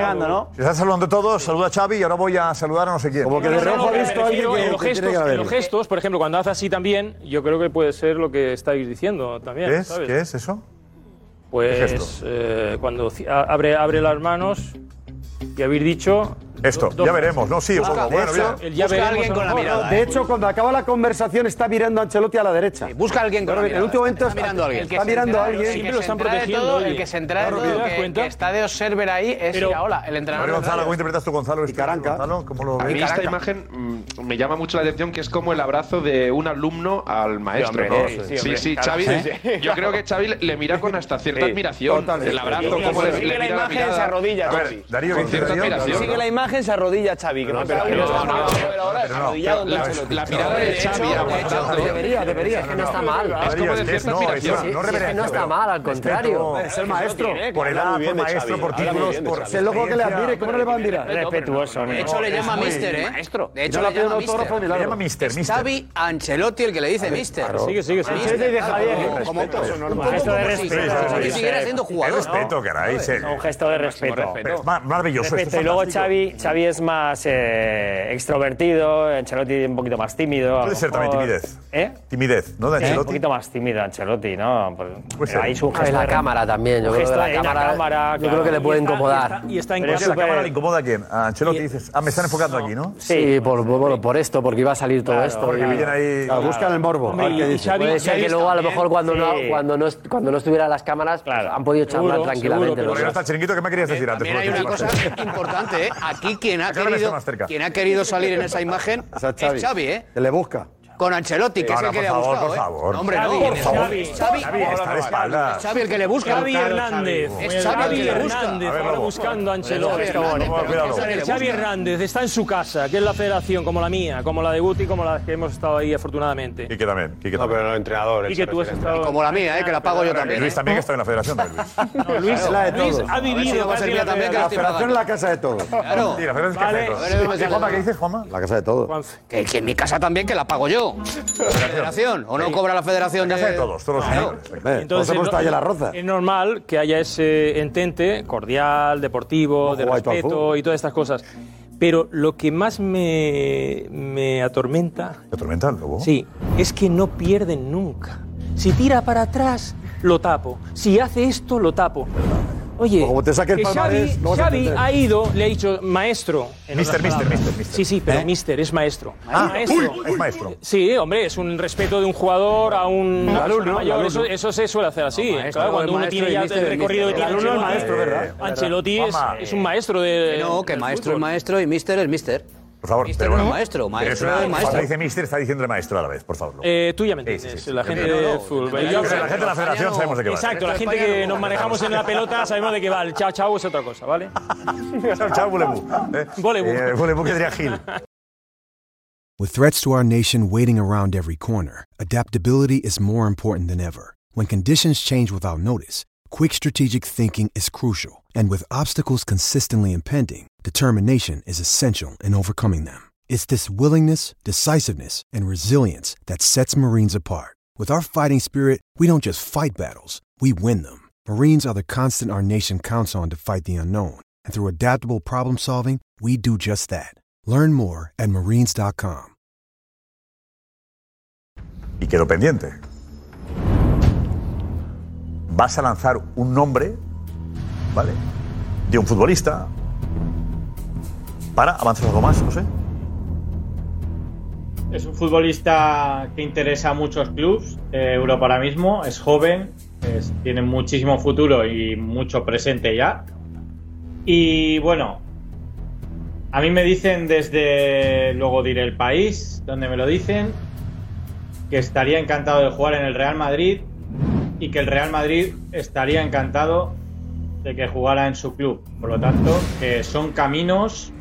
Speaker 5: Se está saludando todos, saluda a Xavi y ahora voy a saludar a no sé quién. Como
Speaker 7: No, no, no, me refiero en los gestos, en los gestos, por ejemplo, cuando hace así también, yo creo que puede ser lo que estáis diciendo también.
Speaker 5: ¿Qué es?
Speaker 7: ¿sabes?
Speaker 5: ¿Qué es eso? ¿Qué
Speaker 7: Pues
Speaker 5: gesto?
Speaker 7: eh, cuando ci- a- abre, abre las manos y habéis dicho...
Speaker 5: Esto,
Speaker 7: dos-
Speaker 5: ya veremos, ¿no? Sí, un poco. Bueno, bien.
Speaker 7: El ya veremos, a lo mejor.
Speaker 18: De hecho, cuando acaba la conversación está mirando a Ancelotti a la derecha. busca a alguien
Speaker 9: con la
Speaker 18: En el
Speaker 9: mirada.
Speaker 18: último momento
Speaker 9: Está mirando a alguien. El que
Speaker 18: Está
Speaker 9: se
Speaker 18: mirando a
Speaker 9: entera-
Speaker 18: alguien.
Speaker 9: el que se entera de todo, El que se entera de todo, el que- que está de observer ahí es
Speaker 5: Pero-
Speaker 9: Iraola, el entrenador.
Speaker 5: Mario
Speaker 9: de
Speaker 5: Gonzalo,
Speaker 9: Rayo.
Speaker 5: ¿cómo interpretas tú Gonzalo? Y Caranca. Gonzalo, ¿cómo lo
Speaker 6: A
Speaker 5: ves?
Speaker 6: mí esta imagen mm, me llama mucho la atención que es como el abrazo de un alumno al maestro.
Speaker 5: hombre,
Speaker 6: ¿no?
Speaker 5: sí,
Speaker 6: sí,
Speaker 5: sí,
Speaker 6: sí,
Speaker 5: hombre, claro.
Speaker 6: Xavi,
Speaker 5: Sí, sí,
Speaker 6: yo creo que Xavi le- le mira con hasta cierta
Speaker 5: Sí,
Speaker 6: admiración.
Speaker 5: total.
Speaker 6: el abrazo,
Speaker 5: Sí,
Speaker 6: cómo
Speaker 5: sí,
Speaker 6: le, le
Speaker 5: sí. Sigue la
Speaker 6: mira
Speaker 5: imagen,
Speaker 6: mirada.
Speaker 5: se arrodilla, A ver, Totti. Darío,
Speaker 6: con
Speaker 5: ¿qué
Speaker 6: cierta
Speaker 5: dice Darío?
Speaker 6: admiración.
Speaker 5: Sigue
Speaker 6: ¿no?
Speaker 22: La imagen se arrodilla, Xavi. Que no,
Speaker 6: pero
Speaker 22: pero,
Speaker 6: no, no, no,
Speaker 22: arrodillado
Speaker 6: La-
Speaker 22: Ancelotti.
Speaker 6: la mirada de Xavi aguantando.
Speaker 20: Debería, debería. Es que no está mal.
Speaker 6: Es como de cierta admiración.
Speaker 20: Sí, sí, es que no está mal, al contrario.
Speaker 18: Es el maestro.
Speaker 5: Por edad, por maestro, por títulos, por.
Speaker 18: Es loco que le admire, ¿cómo no le va a admirar?
Speaker 15: Respetuoso,
Speaker 18: hombre.
Speaker 15: hombre.
Speaker 18: De
Speaker 15: hecho,
Speaker 18: le llama
Speaker 15: mister, ¿eh?
Speaker 18: Maestro.
Speaker 15: De
Speaker 18: hecho, le llama mister.
Speaker 15: Le llama mister,
Speaker 18: Es
Speaker 15: mister.
Speaker 18: Xavi
Speaker 15: Ancelotti el que le dice mister. Sigue, sigue, sigue.
Speaker 18: Ancelotti de Javier.
Speaker 15: Como- como-
Speaker 18: Respeto, eso es normal.
Speaker 15: un poco
Speaker 18: Gesto de
Speaker 15: como si-
Speaker 18: respeto,
Speaker 15: como si
Speaker 18: Xavi.
Speaker 15: siguiera siendo
Speaker 5: Es
Speaker 15: jugador.
Speaker 5: respeto, caray. se-
Speaker 22: Un gesto de respeto.
Speaker 5: Pero es mar- maravilloso.
Speaker 22: Respeto.
Speaker 5: esto es
Speaker 22: Y luego
Speaker 5: fantástico.
Speaker 22: Xavi, Xavi es más eh, extrovertido, Ancelotti un poquito más tímido. a
Speaker 5: Puede
Speaker 22: lo
Speaker 5: ser también
Speaker 22: mejor.
Speaker 5: timidez.
Speaker 22: ¿Eh?
Speaker 5: Timidez, ¿no? De
Speaker 22: Sí, Un
Speaker 5: Ancelotti.
Speaker 22: poquito más tímido Ancelotti, ¿no? Pues,
Speaker 5: Puede ser.
Speaker 22: ahí su
Speaker 5: Ah,
Speaker 22: gesto
Speaker 5: en la
Speaker 22: de-
Speaker 5: cámara también, yo
Speaker 22: un
Speaker 5: creo que
Speaker 22: gesto
Speaker 5: la
Speaker 22: en
Speaker 5: cámara- yo creo que le puede Y está- incomodar. y está- y está en
Speaker 22: Pero
Speaker 5: casa. ¿La
Speaker 22: súper-
Speaker 5: cámara le incomoda a quién? A Ancelotti dices, ah, me están enfocando aquí, ¿no?
Speaker 20: Sí, por, bueno, por esto, porque iba a salir todo
Speaker 5: pues Claro,
Speaker 20: esto.
Speaker 5: porque
Speaker 20: y-
Speaker 5: vienen ahí- Claro, buscan el morbo, Hombre, a ver qué y dice. Xavi-
Speaker 20: Puede ser
Speaker 5: Xavi
Speaker 20: que luego a lo
Speaker 5: también.
Speaker 20: mejor cuando, no,
Speaker 5: Sí.
Speaker 20: cuando, no, est- cuando no estuviera las cámaras han podido charlar
Speaker 5: Seguro,
Speaker 20: tranquilamente.
Speaker 5: seguro,
Speaker 20: los
Speaker 5: Porque no
Speaker 20: dos.
Speaker 5: está el chiringuito, ¿qué me querías decir antes?
Speaker 22: También hay una
Speaker 5: Porque-
Speaker 22: cosa importante, ¿eh? Aquí quien ha,
Speaker 5: Acábame esto
Speaker 22: querido,
Speaker 5: más cerca.
Speaker 22: quien ha querido salir en esa imagen
Speaker 18: O sea,
Speaker 22: es Xavi, ¿eh?
Speaker 18: Que le busca.
Speaker 22: Con Ancelotti, que es
Speaker 18: Ahora,
Speaker 22: el que
Speaker 18: por
Speaker 22: le ha
Speaker 18: favor,
Speaker 22: buscado,
Speaker 18: por
Speaker 22: ¿eh?
Speaker 18: favor.
Speaker 22: No, hombre, no.
Speaker 18: Xavi, por favor.
Speaker 22: Xavi,
Speaker 5: Xavi, está de espaldas.
Speaker 22: Es Xavi el que le busca.
Speaker 7: Xavi Hernández.
Speaker 22: Es Xavi el que le busca.
Speaker 7: Hernández. Ahora buscando a
Speaker 22: Xavi
Speaker 7: Ancelotti.
Speaker 22: Hernández, pero es el que le busca.
Speaker 7: Xavi Hernández está en su casa, que es la federación como la mía, como la de Guti, como la que hemos estado ahí afortunadamente.
Speaker 5: Quique también, Quique también.
Speaker 11: No, pero el entrenador.
Speaker 7: Y que tú has estado...
Speaker 22: Como la mía, ¿eh? Que la pago yo también.
Speaker 5: Luis también que está en la federación. ¿no, Luis?
Speaker 7: No, Luis,
Speaker 18: Es la de
Speaker 7: Luis
Speaker 18: todos.
Speaker 7: ha vivido casi la
Speaker 18: La
Speaker 7: federación.
Speaker 18: federación es la casa de todos.
Speaker 22: Claro.
Speaker 5: Sí, la federación es
Speaker 22: Vale.
Speaker 5: que hace
Speaker 22: A ver,
Speaker 5: todo.
Speaker 22: vamos a
Speaker 5: ¿Y Juanma, qué
Speaker 22: ver.
Speaker 5: dices, Juanma?
Speaker 18: La casa de todos.
Speaker 22: Que, que en mi casa también, que la pago yo. Federación. ¿O no cobra la federación?
Speaker 5: La casa de todos, todos los
Speaker 22: Claro.
Speaker 18: Todos hemos
Speaker 7: es
Speaker 18: estado allí en
Speaker 7: no-
Speaker 18: la roza.
Speaker 7: Es normal que haya ese entente cordial, deportivo, de
Speaker 18: jugáis tú al
Speaker 7: respeto
Speaker 18: fútbol.
Speaker 7: y todas estas cosas. Pero lo que más me, me atormenta.
Speaker 5: ¿Te atormenta el lobo?
Speaker 7: Sí, es que no pierden nunca. Si tira para atrás, lo tapo. Si hace esto, lo tapo. Oye,
Speaker 18: Como te saque el
Speaker 7: que
Speaker 18: palmarés,
Speaker 7: Xavi,
Speaker 18: no vas a
Speaker 7: Xavi
Speaker 18: entender.
Speaker 7: ha ido, le ha dicho, maestro. en
Speaker 5: Mister,
Speaker 7: otras
Speaker 5: mister,
Speaker 7: palabras.
Speaker 5: mister, mister.
Speaker 7: Sí, sí, pero
Speaker 5: ¿Eh?
Speaker 7: mister es maestro.
Speaker 5: Ah,
Speaker 7: maestro.
Speaker 5: uy, es maestro.
Speaker 7: Sí, hombre, es un respeto de un jugador a
Speaker 5: Al
Speaker 7: un a una persona
Speaker 5: alumno,
Speaker 7: mayor.
Speaker 5: al
Speaker 7: Eso,
Speaker 5: alumno.
Speaker 7: eso se suele hacer así. claro, cuando
Speaker 22: el
Speaker 7: uno
Speaker 22: maestro
Speaker 7: tiene
Speaker 22: y
Speaker 7: ya
Speaker 22: el
Speaker 7: el
Speaker 22: mister, el
Speaker 7: recorrido de
Speaker 22: mister.
Speaker 7: tiene
Speaker 22: El alumno es maestro,
Speaker 7: Ancelotti.
Speaker 22: ¿verdad?
Speaker 7: Ancelotti es,
Speaker 22: Juanma.
Speaker 7: es un maestro de.
Speaker 22: Que no, que
Speaker 7: del
Speaker 22: maestro
Speaker 7: fútbol.
Speaker 22: es maestro y mister es mister.
Speaker 5: Por favor,
Speaker 22: Mister no es maestro, maestro es maestro.
Speaker 5: Cuando dice mister, está diciéndole maestro a la vez, por favor.
Speaker 7: Eh, tú ya me entiendes, la gente
Speaker 5: No, no, no.
Speaker 7: del fútbol.
Speaker 5: La
Speaker 7: Yo-
Speaker 5: gente de la federación sabemos de qué va.
Speaker 7: Exacto, la gente que nos manejamos en la pelota sabemos de qué va. El chao chao es otra cosa, ¿vale?
Speaker 5: Chao, chao, Bulebu. Eh,
Speaker 7: Bulebu.
Speaker 5: eh, Bulebu que diría Gil.
Speaker 23: With threats to our nation waiting around every corner, adaptability is more important than ever. When conditions change without notice, quick strategic thinking is crucial, and with obstacles consistently impending, determination is essential in overcoming them. It's this willingness, decisiveness, and resilience that sets Marines apart. With our fighting spirit, we don't just fight battles, we win them. Marines are the constant our nation counts on to fight the unknown, and through adaptable problem solving, we do just that. Learn more at marines.com.
Speaker 5: Y quedó pendiente. Vas a lanzar un nombre, ¿vale? De un futbolista para avanzar algo más, no sé.
Speaker 10: es un futbolista que interesa a muchos clubes de Europa ahora mismo. Es joven, es- tiene muchísimo futuro y mucho presente ya. Y bueno, a mí me dicen desde, luego diré el país, donde me lo dicen, que estaría encantado de jugar en el Real Madrid y que el Real Madrid estaría encantado de que jugara en su club. Por lo tanto, que son caminos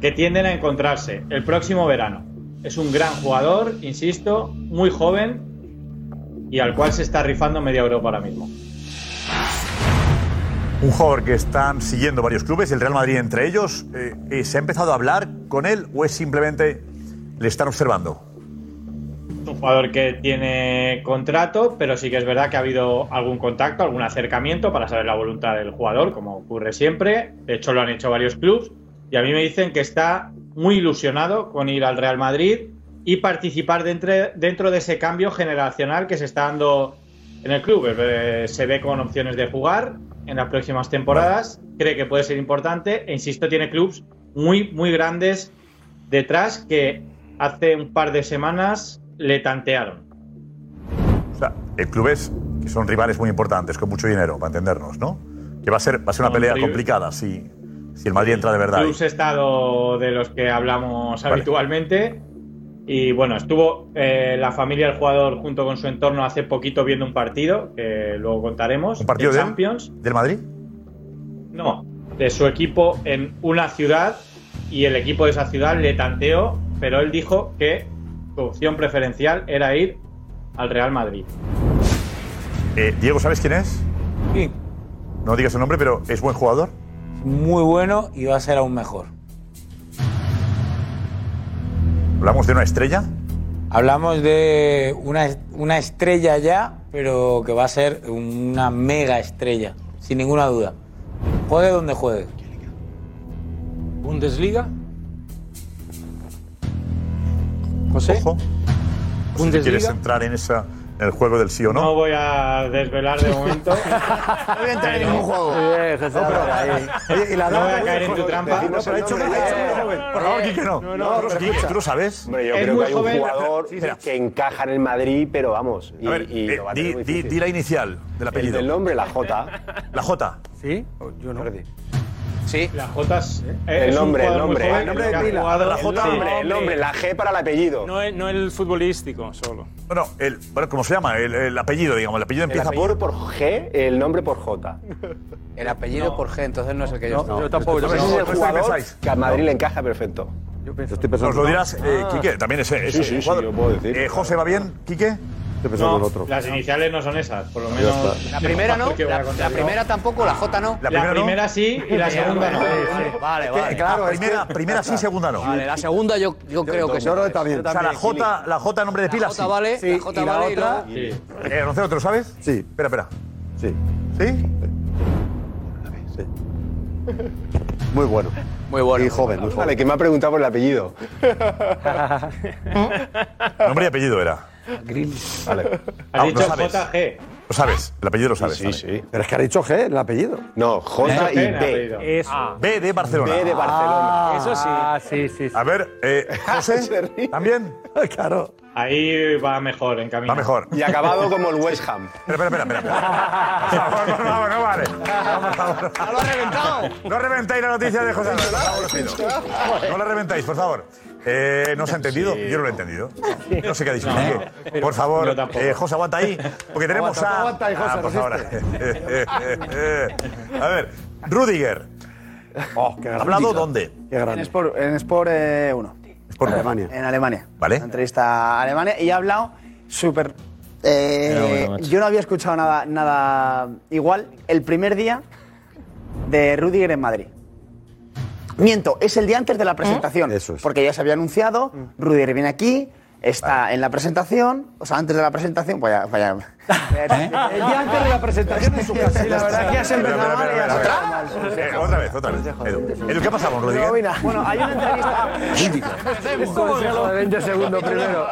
Speaker 10: que tienden a encontrarse el próximo verano. Es un gran jugador, insisto, muy joven y al cual se está rifando media Europa ahora mismo.
Speaker 5: Un jugador que están siguiendo varios clubes, el Real Madrid entre ellos. eh, eh, ¿Se ha empezado a hablar con él o es simplemente le están observando?
Speaker 10: un jugador que tiene contrato, pero sí que es verdad que ha habido algún contacto, algún acercamiento para saber la voluntad del jugador, como ocurre siempre. De hecho, lo han hecho varios clubes. Y a mí me dicen que está muy ilusionado con ir al Real Madrid y participar dentro, dentro de ese cambio generacional que se está dando en el club. Eh, se ve con opciones de jugar en las próximas temporadas. Cree que puede ser importante. E insisto, tiene clubes muy, muy grandes detrás que hace un par de semanas le tantearon.
Speaker 5: O sea, eh, clubes que son rivales muy importantes, con mucho dinero, para entendernos, ¿no? Que va a ser, va a ser una
Speaker 10: Son
Speaker 5: pelea
Speaker 10: rivales.
Speaker 5: complicada si, si el Madrid entra de verdad. ahí.
Speaker 10: Clubs estado de los que hablamos habitualmente. Y bueno, estuvo eh, la familia del jugador junto con su entorno hace poquito viendo un partido, que luego contaremos.
Speaker 5: ¿Un partido
Speaker 10: de
Speaker 5: de él?
Speaker 10: Champions?
Speaker 5: ¿Del Madrid?
Speaker 10: No, de su equipo en una ciudad y el equipo de esa ciudad le tanteó, pero él dijo que su opción preferencial era ir al Real Madrid.
Speaker 5: Eh, Diego, ¿sabes quién es?
Speaker 12: Sí.
Speaker 5: No digas el nombre, pero es buen jugador.
Speaker 12: Muy bueno y va a ser aún mejor.
Speaker 5: ¿Hablamos de una estrella?
Speaker 12: Hablamos de una, es- una estrella ya, pero que va a ser una mega estrella, sin ninguna duda. Juegue donde juegue.
Speaker 7: Bundesliga. José.
Speaker 5: Ojo. No sé si
Speaker 10: Bundesliga.
Speaker 5: quieres entrar en, esa, en el juego del sí o no.
Speaker 10: No voy a desvelar de momento. no voy a entrar en ningún juego.
Speaker 5: Oye, ¿y la
Speaker 10: no voy
Speaker 5: dama?
Speaker 10: a caer en tu trampa.
Speaker 5: Decimos el nombre, Por favor, Quique, Eh, no.
Speaker 11: No, no, pero
Speaker 5: Quique,
Speaker 11: escucha.
Speaker 5: ¿Tú lo sabes?
Speaker 11: Hombre, yo creo que hay un jugador que encaja en el Madrid, pero vamos. Y,
Speaker 5: A ver,
Speaker 11: y
Speaker 5: eh,
Speaker 11: lo va a
Speaker 5: di,
Speaker 11: tener muy
Speaker 5: di-
Speaker 11: difícil.
Speaker 5: di la inicial del apellido.
Speaker 11: El del nombre, la J.
Speaker 5: La J.
Speaker 14: ¿Sí?
Speaker 11: Yo no.
Speaker 10: Sí. La J es,
Speaker 5: ¿eh?
Speaker 11: El
Speaker 10: es un
Speaker 11: nombre, el
Speaker 10: jugador muy
Speaker 11: nombre.
Speaker 10: joven,
Speaker 11: El nombre
Speaker 10: que
Speaker 11: de
Speaker 10: ha
Speaker 11: pila.
Speaker 10: jugado-
Speaker 11: El nombre, el nombre, la G para el apellido.
Speaker 7: No, el- no el futbolístico solo.
Speaker 5: Bueno, el, bueno, ¿cómo se llama? El, el apellido, digamos. El apellido empieza
Speaker 11: apellido por G, el nombre por J.
Speaker 21: El apellido por G, entonces no es el que yo estoy-
Speaker 11: Ese es el jugador que a Madrid le encaja perfecto.
Speaker 5: Yo
Speaker 11: estoy pensando-
Speaker 5: Nos lo dirás, eh,
Speaker 11: Ah.
Speaker 5: Quique, también ese.
Speaker 11: Sí,
Speaker 5: ese
Speaker 11: sí, sí,
Speaker 5: jugador.
Speaker 11: yo puedo decir.
Speaker 5: Eh, José, ¿va bien, Quique? Estoy
Speaker 10: No, las iniciales no son esas, por lo menos.
Speaker 21: La primera no,
Speaker 10: Porque voy a
Speaker 21: la,
Speaker 10: contar
Speaker 21: la
Speaker 10: yo.
Speaker 21: primera tampoco, la J no.
Speaker 10: La primera, sí y la segunda no.
Speaker 21: Vale,
Speaker 5: Es que,
Speaker 21: vale.
Speaker 5: claro, primera, primera sí, segunda no.
Speaker 21: Vale, la segunda yo, yo creo que sí.
Speaker 5: no, está bien. O sea, la J, la J nombre de
Speaker 21: La
Speaker 5: pila
Speaker 21: J vale, la J vale y luego-
Speaker 5: Eh, Roncero, ¿te lo sabes? Sí. Espera, espera.
Speaker 18: Sí.
Speaker 5: ¿Sí?
Speaker 18: Muy bueno.
Speaker 21: Muy bueno.
Speaker 18: Y joven, muy joven.
Speaker 11: Vale, que me ha preguntado por el apellido.
Speaker 5: Nombre y apellido era. Vale. Ah,
Speaker 18: Has dicho
Speaker 10: JG.
Speaker 5: Lo sabes, el apellido lo sabes. Sí, sí.
Speaker 18: Pero es que ha dicho G en el apellido.
Speaker 11: No,
Speaker 18: J Ah. y B.
Speaker 5: Eso. B de Barcelona.
Speaker 18: B de Barcelona.
Speaker 5: Eso sí.
Speaker 14: Ah, sí, sí.
Speaker 5: A ver, eh, José, ¿también?
Speaker 18: claro.
Speaker 10: Ahí va mejor en camino.
Speaker 5: Va mejor.
Speaker 11: Y acabado como el West Ham.
Speaker 5: Espera, espera, espera. espera. Por favor, por favor, no vale. Por favor.
Speaker 21: ¡Lo ha reventado!
Speaker 5: No reventáis la noticia de José Álvarez, por favor, os pido. No la reventáis, por favor. Eh, ¿No se ha entendido? Yo no lo he entendido. No sé qué ha dicho. Quique. por favor, eh, José, aguanta ahí. Porque tenemos
Speaker 18: Aguanta,
Speaker 5: a.
Speaker 18: aguanta ahí, José,
Speaker 5: Ah, por favor. a ver, Rudiger. ¿Hablado dónde?
Speaker 18: Qué grande. En Sport, en Sport 1.
Speaker 5: Sport
Speaker 18: Alemania. En Alemania.
Speaker 5: Vale.
Speaker 18: Una entrevista a Alemania y ha hablado súper. eh,
Speaker 1: Era bueno, macho.
Speaker 18: yo no había escuchado nada, nada igual el primer día de Rudiger en Madrid. Miento, es el día antes de la presentación. Eso es. Porque ya se había anunciado, Rudiger viene aquí, está en la presentación, o sea, antes de la presentación, pues ya. Vaya.
Speaker 1: El día antes de la presentación en su casa. la verdad que has empezado mal y has empezado mal.
Speaker 5: Eh, otra vez, otra vez. Edu, Edu, ¿qué ha pasado con Rudiger?
Speaker 18: Bueno, hay una entrevista.
Speaker 1: Un consejo de 20 segundos primero.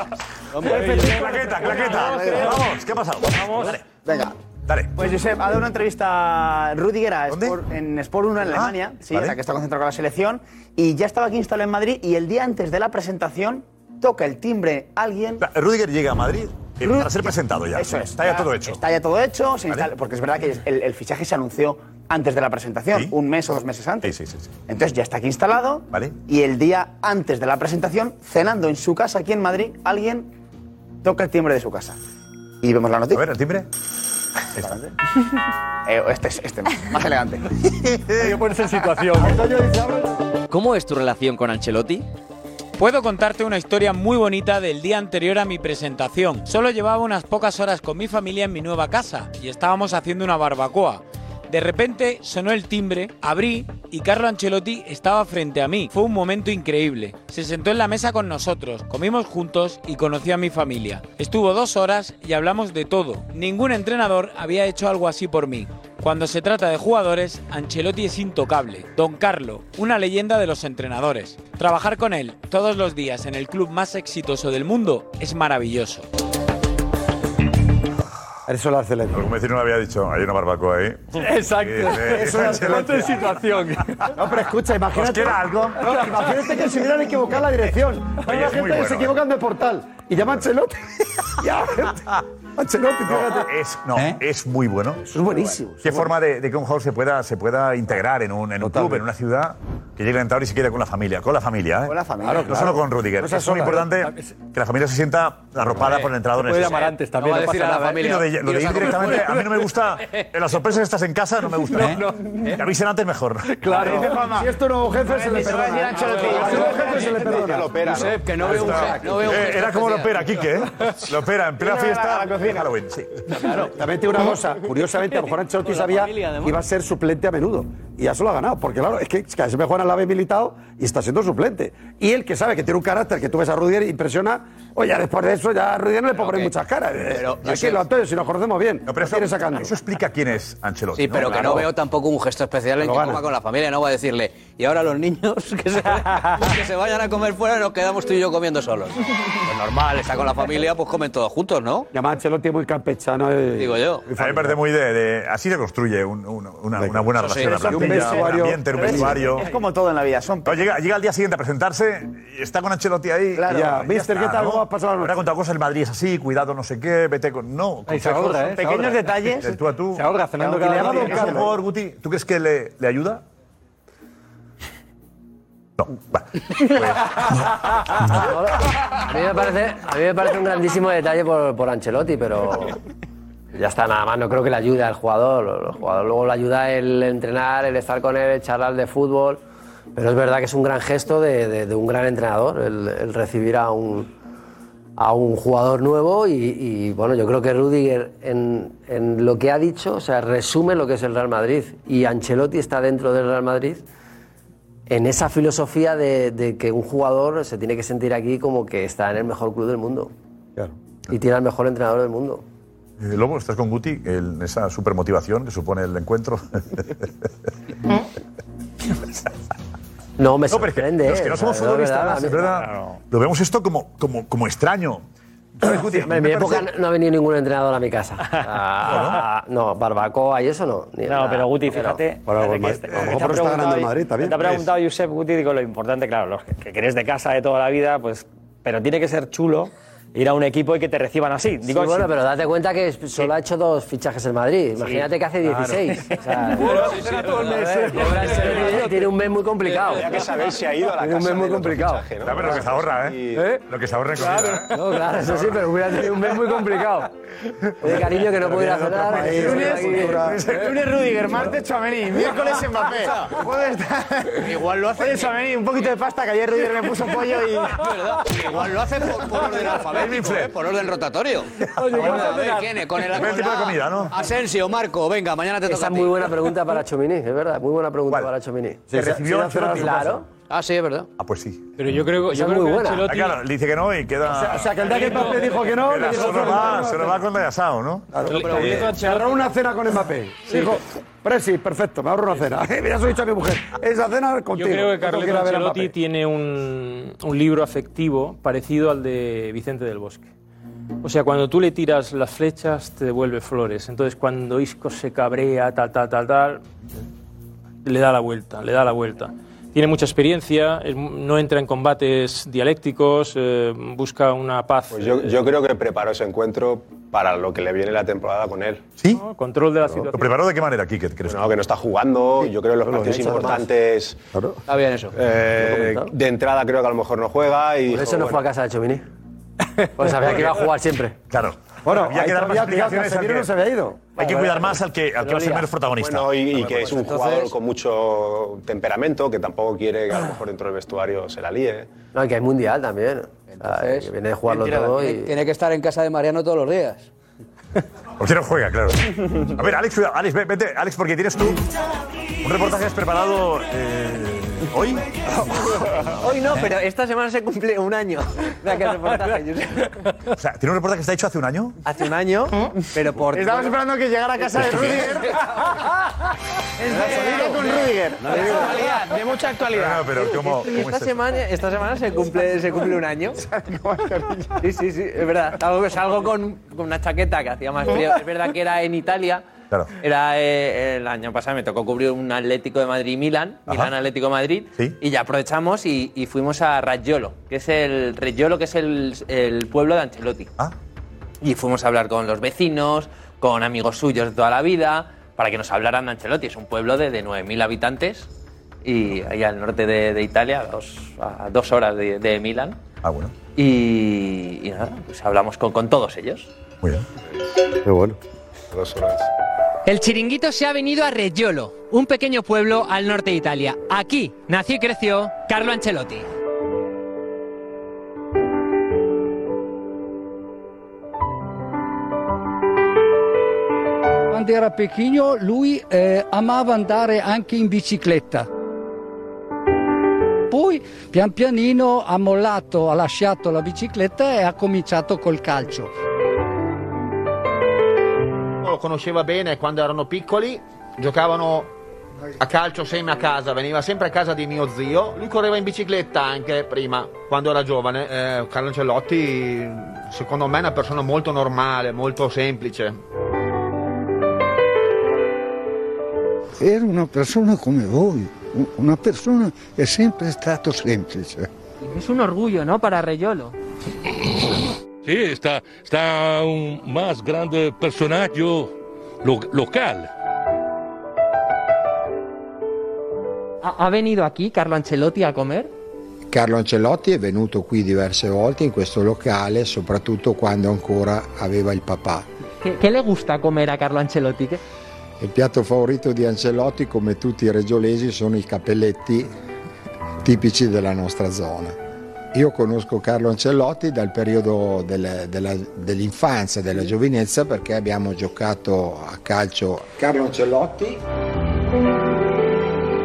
Speaker 5: Claqueta, claqueta. Vamos, ¿qué ha pasado? Vamos.
Speaker 18: Venga.
Speaker 5: Dale.
Speaker 18: Pues Josep, ha dado una entrevista a Rudiger a Sport- en Sport 1 en Alemania, sí,
Speaker 5: vale.
Speaker 18: o sea, que está concentrado con la selección, y ya estaba aquí instalado en Madrid, y el día antes de la presentación
Speaker 17: toca el timbre alguien.
Speaker 5: Rudiger llega a Madrid eh, para ser presentado ya.
Speaker 17: Eso es.
Speaker 5: Está ya todo hecho.
Speaker 17: Está ya todo hecho, se instala- porque es verdad que el, el fichaje se anunció antes de la presentación, un mes o dos meses antes. Entonces ya está aquí instalado y el día antes de la presentación, cenando en su casa aquí en Madrid, alguien toca el timbre de su casa. Y vemos la noticia. A ver,
Speaker 5: el timbre.
Speaker 17: este es este, más elegante.
Speaker 3: Hay que ponerse en situación. ¿Cómo es tu relación con Ancelotti?
Speaker 12: Puedo contarte una historia muy bonita del día anterior a mi presentación. Solo llevaba unas pocas horas con mi familia en mi nueva casa y estábamos haciendo una barbacoa. De repente sonó el timbre, abrí y Carlo Ancelotti estaba frente a mí. Fue un momento increíble. Se sentó en la mesa con nosotros, comimos juntos y conocí a mi familia. Estuvo dos horas y hablamos de todo. Ningún entrenador había hecho algo así por mí. Cuando se trata de jugadores, Ancelotti es intocable. Don Carlo, una leyenda de los entrenadores. Trabajar con él todos los días en el club más exitoso del mundo es maravilloso.
Speaker 5: Eso lo excelente. Algún vecino lo había dicho, hay una barbacoa ahí.
Speaker 18: Eso es ponte en situación. No, pero escucha, imagínate.
Speaker 5: quiere algo?
Speaker 18: No, imagínate Ah, que se hubieran equivocado la dirección. Hay
Speaker 5: Oye,
Speaker 18: una
Speaker 5: es
Speaker 18: gente
Speaker 5: muy
Speaker 18: que
Speaker 5: bueno,
Speaker 18: se
Speaker 5: ¿eh?
Speaker 18: equivocan de portal y llama a Ancelotti. Y a la gente. Ancelotti, fíjate.
Speaker 5: No, es, no, es muy bueno. Es
Speaker 18: ¿Eh? buenísimo.
Speaker 5: Qué forma de, de que un jugador se pueda, se pueda integrar en un, en un club, en una ciudad, que llegue a entrar y se quede con la familia. Con la familia, ¿eh?
Speaker 18: Con la familia.
Speaker 5: Claro,
Speaker 18: Claro,
Speaker 5: No
Speaker 18: claro.
Speaker 5: solo con Rudiger.
Speaker 18: No
Speaker 5: es
Speaker 18: seas sola, ¿eh?
Speaker 5: muy importante que la familia se sienta arropada por el entrador.
Speaker 18: puede
Speaker 5: en ese-
Speaker 18: llamar antes también, No va a no decir pasa a la nada, ¿eh?
Speaker 5: Y Lo de,
Speaker 18: familia.
Speaker 5: lo de
Speaker 18: Dios,
Speaker 5: ir
Speaker 18: a comer
Speaker 5: directamente,
Speaker 18: fuera.
Speaker 5: a mí no me gusta. En las sorpresas estás en casa, no me gusta. ¿eh? Que avisen antes mejor.
Speaker 18: Claro. Si esto no hubo jefe, se le
Speaker 5: Eso va a
Speaker 18: perdona. Si no hubo
Speaker 5: decir Ancelotti.
Speaker 18: jefe, se le perdona.
Speaker 5: Josep, que no veo un jefe, no veo un jefe
Speaker 18: como
Speaker 5: especial. Quique, ¿eh? Lo opera en plena
Speaker 18: Viene a la-
Speaker 5: fiesta
Speaker 18: a la cocina.
Speaker 5: Halloween, sí.
Speaker 18: También te digo una cosa, curiosamente, a lo mejor Ancelotti
Speaker 5: Con la
Speaker 18: sabía
Speaker 5: familia, además.
Speaker 18: que iba a ser suplente a menudo. Y ya se lo ha ganado, porque claro, es que es que a veces me juegan al ave militado y está siendo suplente. Y él que sabe que tiene un carácter que tú ves a Rudiger impresiona, oye, después de eso ya a Rudiger no le puedo poner muchas caras.
Speaker 20: ¿eh?
Speaker 5: pero,
Speaker 18: Pero, aquí lo Antonio, si nos conocemos bien, no,
Speaker 5: pero eso-
Speaker 18: sacando.
Speaker 5: Eso explica quién es Ancelotti.
Speaker 18: Sí,
Speaker 5: ¿no?
Speaker 18: pero
Speaker 21: Pero que no veo tampoco un gesto especial en
Speaker 5: Lo
Speaker 21: que
Speaker 5: gana.
Speaker 21: coma con la familia. No va a decirle, y ahora los niños que se, que se vayan a comer fuera y nos quedamos tú y yo comiendo solos. Pues normal, está con la familia, pues comen todos juntos, ¿no?
Speaker 18: Llama a Ancelotti muy campechano. eh,
Speaker 21: Digo yo.
Speaker 5: A mí me parece muy de, de- Así se construye un- un- una, una buena
Speaker 18: Eso sí.
Speaker 5: relación. la
Speaker 18: Y un
Speaker 5: plantilla,
Speaker 18: vestuario-
Speaker 5: Un ambiente, un
Speaker 18: Es-
Speaker 5: vestuario.
Speaker 18: es
Speaker 17: como todo en la vida. Son
Speaker 5: No, llega, llega al día siguiente a presentarse y está con Ancelotti ahí.
Speaker 18: Claro. Ya, mister, ¿qué tal? ¿Cómo
Speaker 5: has pasado la noche? Habrá contado cosas, el Madrid es así, cuidado, no sé qué, vete con... No,
Speaker 18: Ahí se
Speaker 5: consejos,
Speaker 18: ahorra,
Speaker 5: son
Speaker 18: ¿eh? Se
Speaker 5: pequeños
Speaker 18: ahorra.
Speaker 5: detalles.
Speaker 18: Se-
Speaker 5: del tú a tú.
Speaker 18: se ahorra cenando
Speaker 5: Aunque
Speaker 18: cada
Speaker 5: le haga
Speaker 18: día.
Speaker 5: Don Carlos. ¿Es un jugador, Guti, ¿tú crees que le, le ayuda?
Speaker 20: A mí me parece, a mí me parece un grandísimo detalle por, por Ancelotti, pero ya está, nada más. No creo que le ayude al jugador. El jugador luego le ayuda el entrenar, el estar con él, el charlar de fútbol. Pero es verdad que es un gran gesto de, de- de un gran entrenador el, el recibir a un, a un jugador nuevo. Y, y, bueno, yo creo que Rudiger, en, en lo que ha dicho, o sea, resume lo que es el Real Madrid. Y Ancelotti está dentro del Real Madrid en esa filosofía de, de que un jugador se tiene que sentir aquí como que está en el mejor club del mundo. Y tiene al mejor entrenador del mundo.
Speaker 5: Eh, Lobo, ¿estás con Guti? El- esa supermotivación que supone el encuentro.
Speaker 20: No, me
Speaker 5: pero es que-
Speaker 20: sorprende,
Speaker 5: no, es que
Speaker 20: eh,
Speaker 5: no somos
Speaker 20: o sea, de verdad,
Speaker 5: futbolistas,
Speaker 20: a
Speaker 5: es
Speaker 20: mí-
Speaker 5: verdad.
Speaker 20: Claro.
Speaker 5: Lo vemos esto como, como, como extraño.
Speaker 20: Hombre, en mi época no ha venido ningún entrenador a mi casa. Ah, no, barbacoa y eso no. ni
Speaker 22: No,
Speaker 20: nada.
Speaker 22: pero Guti,
Speaker 20: Pero-
Speaker 22: fíjate.
Speaker 20: por algo
Speaker 22: fíjate
Speaker 20: más.
Speaker 22: que
Speaker 20: A lo
Speaker 22: te
Speaker 20: mejor
Speaker 22: ha
Speaker 20: está ganando
Speaker 22: preguntado
Speaker 20: el
Speaker 22: hoy-
Speaker 20: Madrid también.
Speaker 22: Te ha preguntado Josep Guti, digo, lo importante, claro, los que, que eres de casa de toda la vida, pues, pero tiene que ser chulo ir a un equipo y que te reciban así.
Speaker 20: Sí,
Speaker 22: Digo,
Speaker 20: bueno,
Speaker 22: sí.
Speaker 20: pero date cuenta que solo ha hecho dos fichajes en Madrid. Imagínate que hace
Speaker 22: claro.
Speaker 20: 16. O sea, tiene un mes muy complicado.
Speaker 11: Ya que sabéis si ha ido a la
Speaker 20: Tiene un
Speaker 11: casa
Speaker 20: mes muy
Speaker 11: del otro
Speaker 20: complicado.
Speaker 11: fichaje, ¿no?
Speaker 5: Ya, pero lo que se ahorra, ¿eh? Lo que se ahorra en comida, ¿eh?
Speaker 20: No, claro, eso sí, pero hubiera tenido un mes muy complicado. De cariño que no pudiera cenar.
Speaker 9: Lunes, lunes Rudiger, martes Chouameni, miércoles Mbappé. Jueves
Speaker 17: Igual lo hace.
Speaker 9: Oye, Chouameni, un poquito de pasta que ayer Rudiger me puso pollo y
Speaker 21: Igual lo hace por, por orden alfabético, ¿eh? por orden rotatorio. Bueno, a ver, ¿quién es? Con el
Speaker 20: Depende del tipo de comida, ¿no?
Speaker 21: Asensio, Marco, venga, mañana te toca
Speaker 20: Esa
Speaker 21: a
Speaker 20: es
Speaker 21: ti.
Speaker 20: muy buena pregunta para Chomini, es verdad, muy buena pregunta para Chomini.
Speaker 5: ¿Se recibió
Speaker 20: Sí,
Speaker 5: Ancelotti en su casa?
Speaker 20: Claro.
Speaker 21: Ah, sí, es verdad.
Speaker 5: Ah, pues sí.
Speaker 7: Pero yo creo,
Speaker 5: Esa
Speaker 7: yo
Speaker 5: es
Speaker 7: creo
Speaker 5: muy
Speaker 7: que
Speaker 5: buena.
Speaker 7: Ancelotti...
Speaker 5: Ah, claro, le dice que no y queda...
Speaker 7: O sea- o sea, que el día que
Speaker 18: Mbappé dijo que no,
Speaker 5: Queda,
Speaker 18: le dijo
Speaker 5: se nos
Speaker 18: que
Speaker 5: va,
Speaker 18: no,
Speaker 5: se
Speaker 18: no.
Speaker 5: nos va con el asado, ¿no? eh,
Speaker 18: Cerró una cena con Mbappé. Dijo, Presi, perfecto, me ahorro una cena. Ya se lo he dicho a mi mujer. Esa cena
Speaker 7: Yo
Speaker 18: contigo.
Speaker 7: creo que
Speaker 18: no
Speaker 7: Carleto
Speaker 18: quiero ver a
Speaker 7: Ancelotti
Speaker 18: Mbappé.
Speaker 7: tiene un, un libro afectivo parecido al de Vicente del Bosque. O sea, cuando tú le tiras las flechas, te devuelve flores. Entonces, cuando Isco se cabrea, tal, tal, tal, tal, le da la vuelta, le da la vuelta. Tiene mucha experiencia, es- no entra en combates dialécticos, eh, busca una paz.
Speaker 11: Pues yo, yo creo que preparó ese encuentro para lo que le viene la temporada con él.
Speaker 5: ¿Sí?
Speaker 7: Control de la
Speaker 5: ¿Lo preparó de qué manera, Kike? ¿Crees
Speaker 11: No, que no está jugando. Yo creo que los
Speaker 5: Lo he
Speaker 11: partidos
Speaker 5: hecho, además.
Speaker 11: importantes.
Speaker 24: Está bien eso.
Speaker 11: eh, de entrada creo que a lo mejor no juega. Y
Speaker 20: Por eso no fue a casa de Chomini. Pues sabía que iba a jugar siempre.
Speaker 5: Claro.
Speaker 20: Bueno,
Speaker 5: Había que dar más explicaciones al que- Hay que cuidar más al que, al que va a ser menos protagonista.
Speaker 11: Bueno, y, y que
Speaker 24: pues
Speaker 11: es un
Speaker 5: Entonces-
Speaker 11: jugador con mucho temperamento, que tampoco quiere que a lo mejor dentro del vestuario se la líe.
Speaker 20: No, y que hay mundial también. O sea, que viene de jugarlo todo
Speaker 24: tiene,
Speaker 20: y.
Speaker 24: tiene que estar en casa de Mariano todos los días.
Speaker 5: Porque no juega, claro. A ver, Alex, cuida- Alex, ve- vete, Alex, porque tienes tú un reportaje has preparado eh, hoy.
Speaker 3: Hoy
Speaker 5: ¿Eh?
Speaker 3: no, pero eh, esta semana se cumple un año de aquel reportaje. Josep.
Speaker 5: O sea, ¿tiene un reportaje que está hecho hace un año?
Speaker 3: Hace un año,
Speaker 7: ¿Eh?
Speaker 3: pero por.
Speaker 19: Estabas esperando que llegara a casa de Rudiger. Sonido con Rudiger.
Speaker 3: de mucha actualidad.
Speaker 5: No, pero ¿cómo, cómo
Speaker 3: Y esta
Speaker 5: es esto?
Speaker 3: semana, esta semana se cumple, se cumple un año. Sí, sí, sí, es verdad. Salgo, salgo con, con una chaqueta que hacía más frío. Es verdad que era en Italia.
Speaker 5: Claro.
Speaker 3: Era eh, el año pasado, me tocó cubrir un Atlético de Madrid-Milan, Milan-Atlético de Madrid, y ya aprovechamos y, y fuimos a Raggiolo, que es el Reggiolo, que es el, el pueblo de Ancelotti.
Speaker 5: Ah.
Speaker 3: Y fuimos a hablar con los vecinos, con amigos suyos de toda la vida, para que nos hablaran de Ancelotti. Es un pueblo de, de 9.000 habitantes y ahí al norte de, de Italia, a dos, a dos horas de, de Milán.
Speaker 5: Ah, bueno.
Speaker 3: Y, y nada, pues hablamos con, con todos ellos.
Speaker 6: Qué bueno.
Speaker 11: Dos horas.
Speaker 25: El chiringuito se ha venido a Reggiolo, un pequeño pueblo al norte de Italia. Aquí nació y creció Carlo Ancelotti.
Speaker 26: Quando era pechino lui eh, amava andare anche in bicicletta. Poi pian pianino ha mollato, ha lasciato la bicicletta e ha cominciato col calcio.
Speaker 16: Lo conosceva bene quando erano piccoli, giocavano a calcio sempre a casa, veniva sempre a casa di mio zio. Lui correva in bicicletta anche prima, quando era giovane. Eh, Carlo Ancelotti, secondo me, è una persona molto normale, molto semplice.
Speaker 27: Era una persona come voi, u- una persona che è sempre stato semplice.
Speaker 25: Es un orgullo, ¿no? Para Reggiolo.
Speaker 28: Sí, está, está un más grande personaje lo- local.
Speaker 25: ¿Ha, ha venido aquí Carlo Ancelotti a comer?
Speaker 27: Carlo Ancelotti è venuto qui diverse volte in questo locale, soprattutto quando ancora aveva il papà.
Speaker 25: ¿Qué, qué le gusta comer a Carlo Ancelotti? ¿Qué-
Speaker 27: Il piatto favorito di Ancelotti, come tutti i regiolesi, sono i capelletti tipici della nostra zona. Io conosco Carlo Ancelotti dal periodo delle- della- dell'infanzia, della giovinezza, perché abbiamo giocato a calcio. Carlo Ancelotti.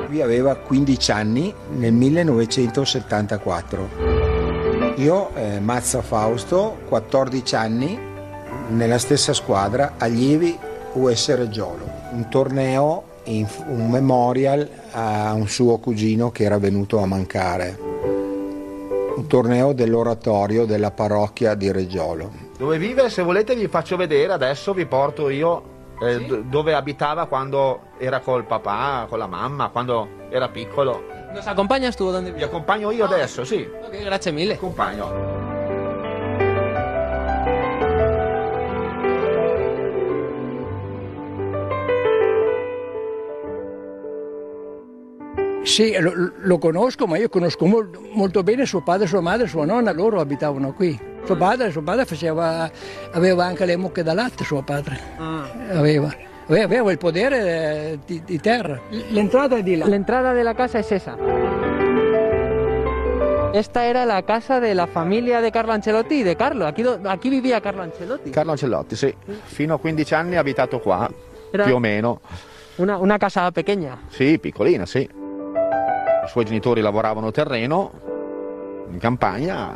Speaker 27: Lui aveva 15 anni nel 1974. Io, eh, Mazza Fausto, 14 anni, nella stessa squadra, allievi US Reggiolo, un torneo, in- un memorial a un suo cugino che era venuto a mancare, un torneo dell'oratorio della parrocchia di Reggiolo.
Speaker 16: Dove vive, se volete, vi faccio vedere. Adesso vi porto io eh, do- dove abitava quando era col papà, con la mamma, quando era piccolo.
Speaker 25: ¿Nos acompañas tú? ¿Dónde?
Speaker 16: Vi accompagno io adesso, sì.
Speaker 25: Ok, grazie mille.
Speaker 16: Accompagno.
Speaker 26: Sì, lo, lo conosco, ma io conosco mol- molto bene suo padre, sua madre, sua nonna, loro abitavano qui. Suo padre, suo padre faceva, aveva anche le mucche da latte, suo padre.
Speaker 25: Eh,
Speaker 26: Aveva, Ave- aveva il potere eh, di, di terra. L- L'entrata è di là.
Speaker 25: La entrada de la casa es esa. Esta era la casa de la familia de Carlo Ancelotti y de Carlo. Aquí, do- aquí vivía Carlo Ancelotti.
Speaker 16: Carlo Ancelotti, sì. Fino a 15 anni ha abitato qua,
Speaker 25: Era-
Speaker 16: più o meno.
Speaker 25: Una, una casa pequeña.
Speaker 16: Sì, piccolina, sì. I suoi genitori lavoravano terreno, in campagna.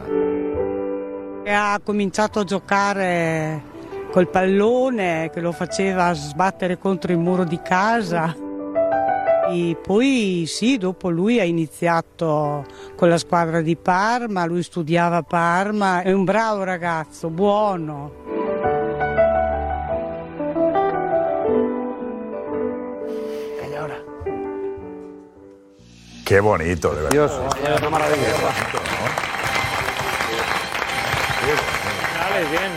Speaker 29: Ha cominciato a giocare col pallone che lo faceva sbattere contro il muro di casa. E poi sì, dopo lui ha iniziato con la squadra di Parma, lui studiava a Parma, è un bravo ragazzo, buono.
Speaker 5: Qué bonito, de verdad.
Speaker 18: Dios,
Speaker 5: una maravilla.
Speaker 9: bien.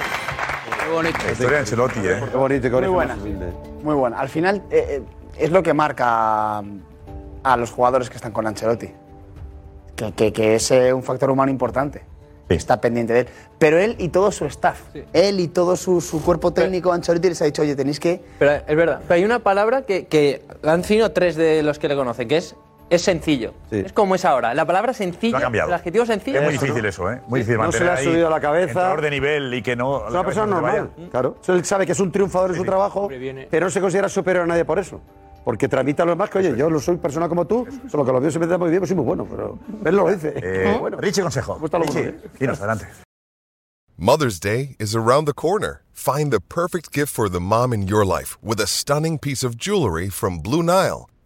Speaker 17: Qué bonito.
Speaker 5: La historia de Ancelotti, ¿eh?
Speaker 18: Qué bonito,
Speaker 17: Muy buena. Muy buena. Al final eh, eh, es lo que marca mm, a los jugadores que están con Ancelotti. Que, que- que es eh, un factor humano importante. Está pendiente de él. Pero él y todo su staff, él y todo su, su cuerpo técnico, Ancelotti les ha dicho, oye, tenéis que...
Speaker 19: Pero es verdad. Pero hay una palabra que, que han sido tres de los que le conocen, que es, es sencillo. Es como es ahora. La palabra sencillo,
Speaker 5: Lo ha cambiado.
Speaker 19: el adjetivo sencillo.
Speaker 5: Es muy difícil eso, ¿eh? Muy difícil
Speaker 18: No se
Speaker 5: mantener
Speaker 18: le ha
Speaker 5: ahí
Speaker 18: subido a la cabeza.
Speaker 5: Entrenador de nivel y que no.
Speaker 18: Es
Speaker 5: la
Speaker 18: una
Speaker 5: cabeza
Speaker 18: persona
Speaker 5: no se
Speaker 18: normal,
Speaker 5: vaya. Mm.
Speaker 18: claro. Eso Él sabe que es un triunfador en su trabajo, pero no se considera superior a nadie por eso. Porque tramita a los demás que, oye, yo lo soy persona como tú, solo que los míos se me dan muy bien, pues soy muy bueno, pero él lo dice.
Speaker 5: Eh, Richie Consejo.
Speaker 18: Gusta lo
Speaker 5: Richie,
Speaker 18: bueno, ¿eh?
Speaker 5: dinos, adelante.
Speaker 2: Mother's Day is around the corner. Find the perfect gift for the mom in your life with a stunning piece of jewelry from Blue Nile.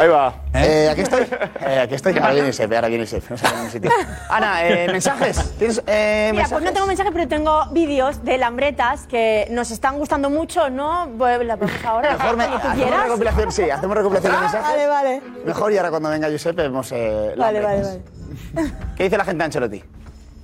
Speaker 17: Ahí va. aquí estoy. Eh, aquí estoy. Ahora viene el chef, ahora viene el chef. No sé en qué sitio. Ana, eh, mensajes. ¿Tienes eh,
Speaker 4: Mira, pues
Speaker 17: mensajes?
Speaker 4: no tengo mensajes, pero tengo vídeos de lambretas que nos están gustando mucho, ¿no? Pues la ponemos ahora.
Speaker 17: Mejor me,
Speaker 4: cuando tú
Speaker 17: hacemos una
Speaker 4: quieras.
Speaker 17: recopilación, sí, hacemos recopilación de mensajes.
Speaker 4: Vale, vale.
Speaker 17: Mejor y ahora cuando venga Josep vemos eh, la
Speaker 4: Vale, vale,
Speaker 17: América. ¿Qué dice la gente de Ancelotti?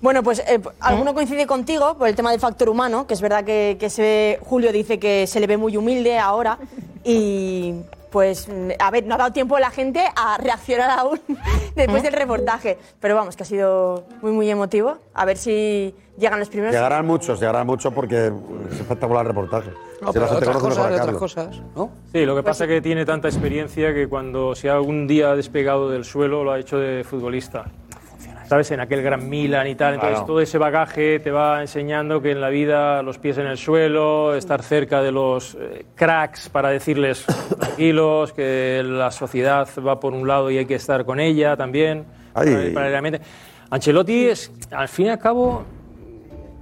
Speaker 4: Bueno, pues eh, alguno coincide contigo por el tema del factor humano, que es verdad que, que se ve- Julio dice que se le ve muy humilde ahora y pues mm, a ver, no ha dado tiempo la gente a reaccionar aún después del reportaje, pero vamos, que ha sido muy muy emotivo. A ver si llegan los primeros.
Speaker 18: ¿eh? Llegarán muchos, llegarán muchos porque es espectacular el reportaje. Si la gente conoce mejor a Carlos.
Speaker 4: cosas, ¿no?
Speaker 7: Sí, lo que pasa es que tiene tanta experiencia que cuando se ha algún día despegado del suelo lo ha hecho de futbolista. ¿Sabes? En aquel gran Milan y tal. Entonces
Speaker 6: Claro.
Speaker 7: todo ese bagaje te va enseñando que en la vida los pies en el suelo, estar cerca de los eh, cracks para decirles tranquilos, que la sociedad va por un lado y hay que estar con ella también.
Speaker 18: Ay.
Speaker 7: para- Paralelamente. Ancelotti es, al fin y al cabo,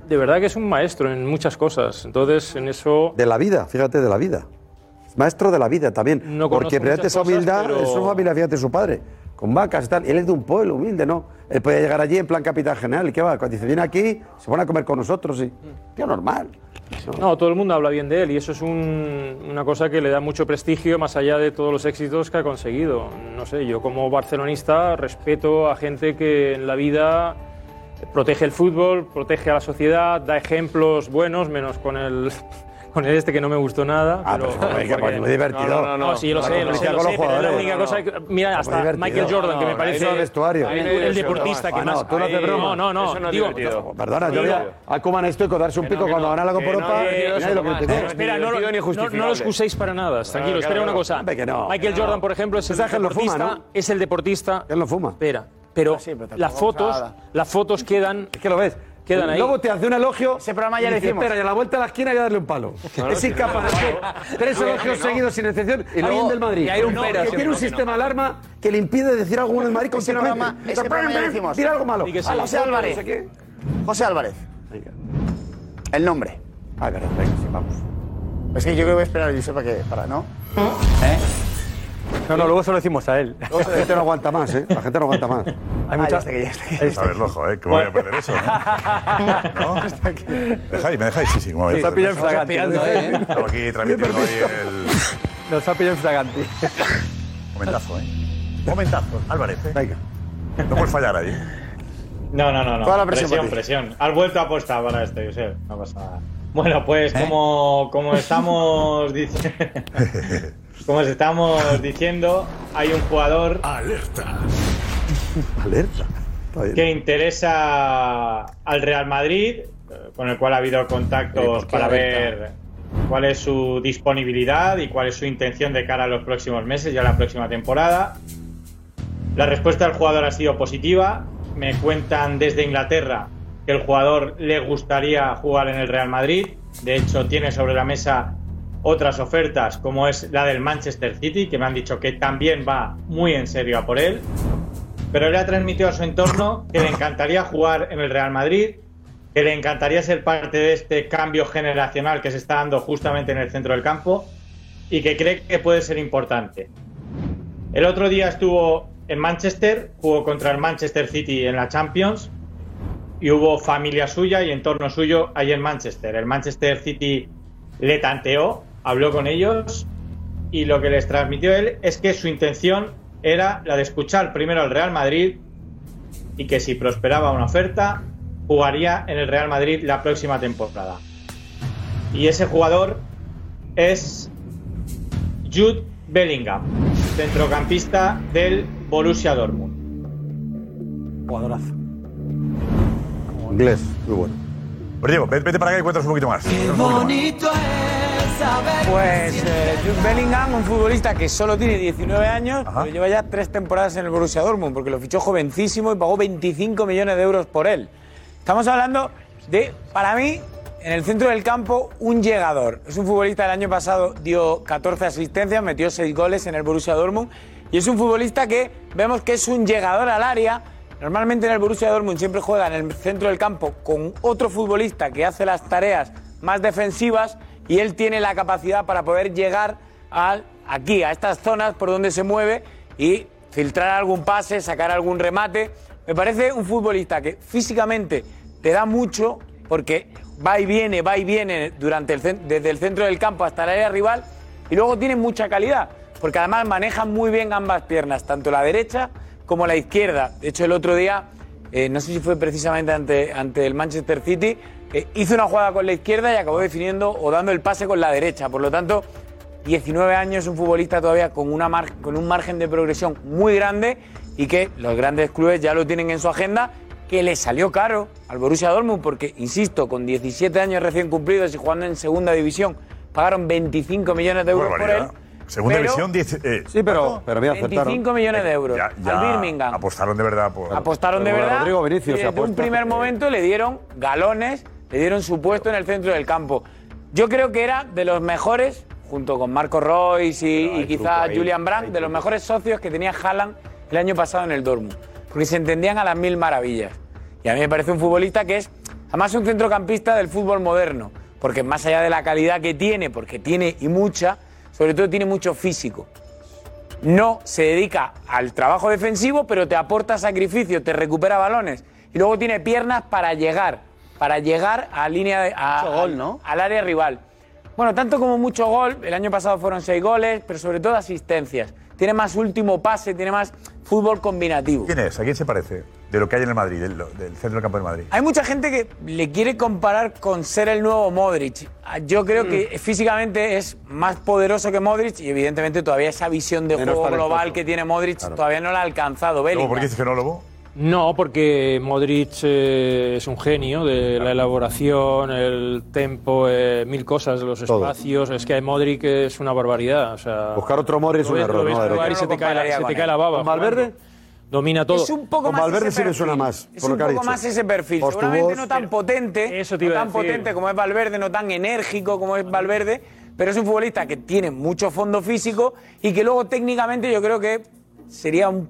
Speaker 7: de verdad que es un maestro en muchas cosas. Entonces en eso...
Speaker 18: De la vida, fíjate, de la vida. Es Maestro de la vida también.
Speaker 7: No conozco
Speaker 18: porque fíjate
Speaker 7: muchas
Speaker 18: esa
Speaker 7: cosas,
Speaker 18: humildad,
Speaker 7: pero-
Speaker 18: es su familia, fíjate, su padre, con vacas y tal. Él es de un pueblo humilde, ¿no? Él podía llegar allí en plan capitán general. ¿Y qué va? Cuando dice, viene aquí, se pone a comer con nosotros. Y... Tío, normal.
Speaker 7: No, todo el mundo habla bien de él y eso es un- una cosa que le da mucho prestigio más allá de todos los éxitos que ha conseguido. No sé, yo como barcelonista respeto a gente que en la vida protege el fútbol, protege a la sociedad, da ejemplos buenos, menos con el... Con el este que no me gustó nada. Ah, pero,
Speaker 18: joder, que pues, muy divertido.
Speaker 7: No, no, no, no, sí, yo lo
Speaker 18: No,
Speaker 7: sé,
Speaker 18: no,
Speaker 7: lo sé,
Speaker 18: no,
Speaker 7: lo
Speaker 18: no,
Speaker 7: sé, pero es la
Speaker 18: no,
Speaker 7: única
Speaker 18: no,
Speaker 7: cosa que. Mira, hasta
Speaker 18: divertido.
Speaker 7: Michael Jordan, que me
Speaker 18: No,
Speaker 7: parece.
Speaker 18: ahí no, vestuario.
Speaker 7: el-
Speaker 18: ahí no hay
Speaker 7: El
Speaker 18: diversión,
Speaker 7: deportista que
Speaker 18: Tomás.
Speaker 7: más.
Speaker 18: Ah, no, tú no te
Speaker 7: Ahí-
Speaker 18: bromas.
Speaker 7: No, no,
Speaker 18: Eso no
Speaker 7: no.
Speaker 18: es
Speaker 7: digo-
Speaker 18: divertido. Perdona, yo veía a Kuman esto y darse un pico cuando ganaron la Copa
Speaker 7: que Eh, no,
Speaker 18: Europa.
Speaker 7: que no,
Speaker 18: y Eh, nadie lo
Speaker 7: Tomás,
Speaker 18: criticó.
Speaker 7: no, espera, no, lo- no, no lo excuséis para nada. Tranquilo,
Speaker 18: Ah, Claro,
Speaker 7: espera
Speaker 18: claro,
Speaker 7: una cosa.
Speaker 18: hombre, que no,
Speaker 7: Michael
Speaker 18: que no.
Speaker 7: Jordan, por ejemplo, es el
Speaker 18: Ese Ángel lo fuma,
Speaker 7: deportista.
Speaker 18: ¿no?
Speaker 7: Es el deportista.
Speaker 18: Él lo fuma.
Speaker 7: Espera, pero, las fotos, las fotos quedan.
Speaker 18: Es que lo ves.
Speaker 7: Quedan ahí.
Speaker 18: Luego te hace un elogio.
Speaker 17: Ese programa ya
Speaker 18: y
Speaker 17: lo
Speaker 18: dice,
Speaker 17: hicimos.
Speaker 18: Espera, y a la vuelta de la esquina hay que darle un palo.
Speaker 17: No, no,
Speaker 18: es
Speaker 17: sí,
Speaker 18: incapaz de hacer tres
Speaker 17: No, no,
Speaker 18: elogios
Speaker 17: no.
Speaker 18: seguidos sin excepción.
Speaker 17: Y luego-
Speaker 18: Alguien del Madrid.
Speaker 17: y hay un
Speaker 18: No,
Speaker 17: pero
Speaker 18: que
Speaker 17: siempre,
Speaker 18: tiene un
Speaker 17: que no.
Speaker 18: sistema alarma que le impide decir algo bueno del Madrid
Speaker 17: Ese programa,
Speaker 18: continuamente.
Speaker 17: ese programa ya lo hicimos.
Speaker 18: Tira algo malo.
Speaker 17: A José Álvarez. José Álvarez. El nombre.
Speaker 18: Ah, verdad, venga, sí, vamos.
Speaker 17: Es que yo creo que voy a esperar a Josep para que. Para, ¿no?
Speaker 12: No, no, luego se lo decimos a él.
Speaker 18: La gente no aguanta más, ¿eh? La gente no aguanta más.
Speaker 12: Hay mucha-
Speaker 5: A ver, ojo, ¿eh? Que voy a perder eso. ¿eh? ¿No? Dejáis, me dejáis, sí, sí. un momento.
Speaker 12: Está pillado en
Speaker 5: Estamos
Speaker 12: flagrante,
Speaker 5: aquí
Speaker 12: ¿eh?
Speaker 5: Estamos aquí transmitiendo hoy el
Speaker 12: Nos ha pillado en Fraganti.
Speaker 5: momentazo, ¿eh? Momentazo, Álvarez. ¿eh? Venga. No puedes fallar ahí. ¿eh?
Speaker 10: No, no, no, no.
Speaker 5: Toda la presión para
Speaker 10: presión,
Speaker 5: ti.
Speaker 10: presión. Has vuelto a apostar para esto, Josep. No pasa nada. Bueno, pues como, como estamos diciendo. como os estamos diciendo, hay un jugador. Alerta.
Speaker 18: Alerta.
Speaker 10: Que interesa al Real Madrid, eh, con el cual ha habido contactos para ver
Speaker 14: alerta?
Speaker 10: cuál es su disponibilidad y cuál es su intención de cara a los próximos meses y a la próxima temporada. La respuesta del jugador ha sido positiva. Me cuentan desde Inglaterra que el jugador le gustaría jugar en el Real Madrid. De hecho, tiene sobre la mesa otras ofertas, como es la del Manchester City, que me han dicho que también va muy en serio a por él. Pero le ha transmitido a su entorno que le encantaría jugar en el Real Madrid, que le encantaría ser parte de este cambio generacional que se está dando justamente en el centro del campo y que cree que puede ser importante. El otro día estuvo en Manchester, jugó contra el Manchester City en la Champions y hubo familia suya y entorno suyo ahí en Manchester. El Manchester City le tanteó, habló con ellos y lo que les transmitió él es que su intención era la de escuchar primero al Real Madrid y que si prosperaba una oferta jugaría en el Real Madrid la próxima temporada. Y ese jugador es Jude Bellingham, centrocampista del Borussia Dortmund.
Speaker 18: Jugadorazo. Inglés, muy bueno.
Speaker 5: Pero Pues Diego, vete vete para acá y cuéntanos un poquito más. Cuéntanos un poquito más.
Speaker 12: Pues eh, Jude Bellingham, un futbolista que solo tiene 19 años, pero lleva ya tres temporadas en el Borussia Dortmund, porque lo fichó jovencísimo y pagó 25 millones de euros por él. Estamos hablando de, para mí, en el centro del campo, un llegador. Es un futbolista del año pasado, dio 14 asistencias, metió 6 goles en el Borussia Dortmund, y es un futbolista que vemos que es un llegador al área. Normalmente en el Borussia Dortmund siempre juega en el centro del campo con otro futbolista que hace las tareas más defensivas y él tiene la capacidad para poder llegar al, aquí, a estas zonas por donde se mueve y filtrar algún pase, sacar algún remate. Me parece un futbolista que físicamente te da mucho porque va y viene, va y viene durante el, cen- desde el centro del campo hasta el área rival y luego tiene mucha calidad porque además maneja muy bien ambas piernas, tanto la derecha como la izquierda. De hecho, el otro día, eh, no sé si fue precisamente ante, ante el Manchester City, eh, hizo una jugada con la izquierda y acabó definiendo o dando el pase con la derecha. Por lo tanto, 19 años, un futbolista todavía con, una mar- con un margen de progresión muy grande y que los grandes clubes ya lo tienen en su agenda, que le salió caro al Borussia Dortmund porque, insisto, con 17 años recién cumplidos y jugando en segunda división, pagaron 25 millones de euros por él.
Speaker 5: Barbaridad. Segunda
Speaker 12: Pero-
Speaker 5: división, 10. eh,
Speaker 18: Sí, pero, pero mira, acertaron.
Speaker 12: 25 millones de euros
Speaker 5: ya- ya
Speaker 12: al Birmingham.
Speaker 5: Apostaron de verdad por.
Speaker 12: Apostaron de verdad.
Speaker 18: Pues, Rodrigo Vinicius,
Speaker 12: y desde
Speaker 18: apuestas,
Speaker 12: un primer momento le dieron galones, le dieron su puesto en el centro del campo. Yo creo que era de los mejores, junto con Marco Royce y, y quizá
Speaker 18: truco ahí,
Speaker 12: Julian Brandt, de los mejores socios que tenía Haaland el año pasado en el Dortmund. Porque se entendían a las mil maravillas. Y a mí me parece un futbolista que es, además, un centrocampista del fútbol moderno. Porque más allá de la calidad que tiene, porque tiene y mucha, sobre todo tiene mucho físico no se dedica al trabajo defensivo, pero te aporta sacrificio, te recupera balones. Y luego tiene piernas para llegar, para llegar a línea de- a- al- al área rival. Bueno, tanto como mucho gol, el año pasado fueron seis goles, pero sobre todo asistencias. Tiene más último pase, tiene más fútbol combinativo.
Speaker 5: ¿Quién es? ¿A quién se parece? De lo que hay en el Madrid, del, del centro del campo de Madrid.
Speaker 12: Hay mucha gente que le quiere comparar con ser el nuevo Modric. Ah, Yo creo
Speaker 5: Mm.
Speaker 12: que físicamente es más poderoso que Modric y evidentemente todavía esa visión de
Speaker 7: Menos
Speaker 12: juego global
Speaker 7: talentoso.
Speaker 12: que tiene Modric todavía no la ha alcanzado. Bellingham.
Speaker 5: que no, Lobo?
Speaker 7: No, porque Modric eh, es un genio de la elaboración, el tempo, eh, mil cosas, los
Speaker 18: Todo.
Speaker 7: espacios. Es que Modric es una barbaridad. o sea,
Speaker 18: Buscar otro Modric es
Speaker 7: lo
Speaker 18: un
Speaker 7: ves-
Speaker 18: error,
Speaker 7: lo ves
Speaker 18: ¿no?
Speaker 7: jugar y
Speaker 18: Yo no
Speaker 7: se
Speaker 18: lo
Speaker 7: te cae, la-
Speaker 18: compararía
Speaker 7: se te
Speaker 18: con
Speaker 7: cae la
Speaker 18: él.
Speaker 7: baba.
Speaker 18: ¿Con Valverde?
Speaker 7: jugando. Domina todo.
Speaker 12: Es un poco
Speaker 18: Con
Speaker 12: más
Speaker 18: Valverde
Speaker 12: ese
Speaker 18: sí me
Speaker 12: perfil.
Speaker 18: suena más,
Speaker 12: Es
Speaker 18: por lo
Speaker 12: un
Speaker 18: que ha
Speaker 12: poco
Speaker 18: dicho.
Speaker 12: más ese perfil.
Speaker 18: Por tu
Speaker 12: Seguramente
Speaker 18: voz.
Speaker 12: no tan potente,
Speaker 18: iba
Speaker 12: no
Speaker 18: a
Speaker 12: tan
Speaker 18: decir.
Speaker 12: potente como es Valverde, no tan enérgico como es Valverde, pero es un futbolista que tiene mucho fondo físico y que luego técnicamente yo creo que sería un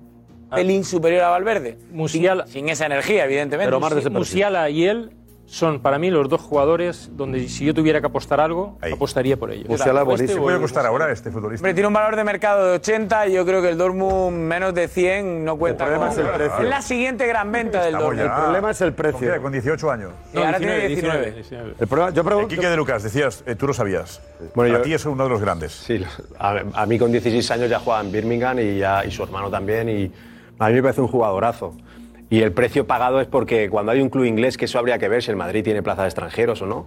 Speaker 18: Ah.
Speaker 12: pelín superior a Valverde. Sin, sin esa energía, evidentemente.
Speaker 7: Musi- Musiala y él son para mí los dos jugadores donde si yo tuviera que apostar algo, apostaría por
Speaker 18: Pues
Speaker 7: ellos.
Speaker 5: ¿Qué puede costar ahora este futbolista?
Speaker 12: Hombre, tiene un valor de mercado de 80 y yo creo que el Dortmund menos de 100 no cuenta.
Speaker 5: problema
Speaker 12: con-
Speaker 5: es el precio.
Speaker 12: Es la siguiente gran venta del Dortmund.
Speaker 5: El problema es el precio. Con, 18 años.
Speaker 12: No, Y ahora tiene 19, 19.
Speaker 5: El problema, yo pregunto... Quique de Lucas, decías, eh, tú lo sabías.
Speaker 11: Bueno,
Speaker 5: Bueno,
Speaker 11: yo-
Speaker 5: a ti es uno de los grandes.
Speaker 11: Sí, lo- a, a mí con 16 años ya jugaba en Birmingham y, ya, y su hermano también. Y a mí me parece un jugadorazo. Y el precio pagado es porque cuando hay un club inglés, que eso habría que ver si el Madrid tiene plaza de extranjeros o no,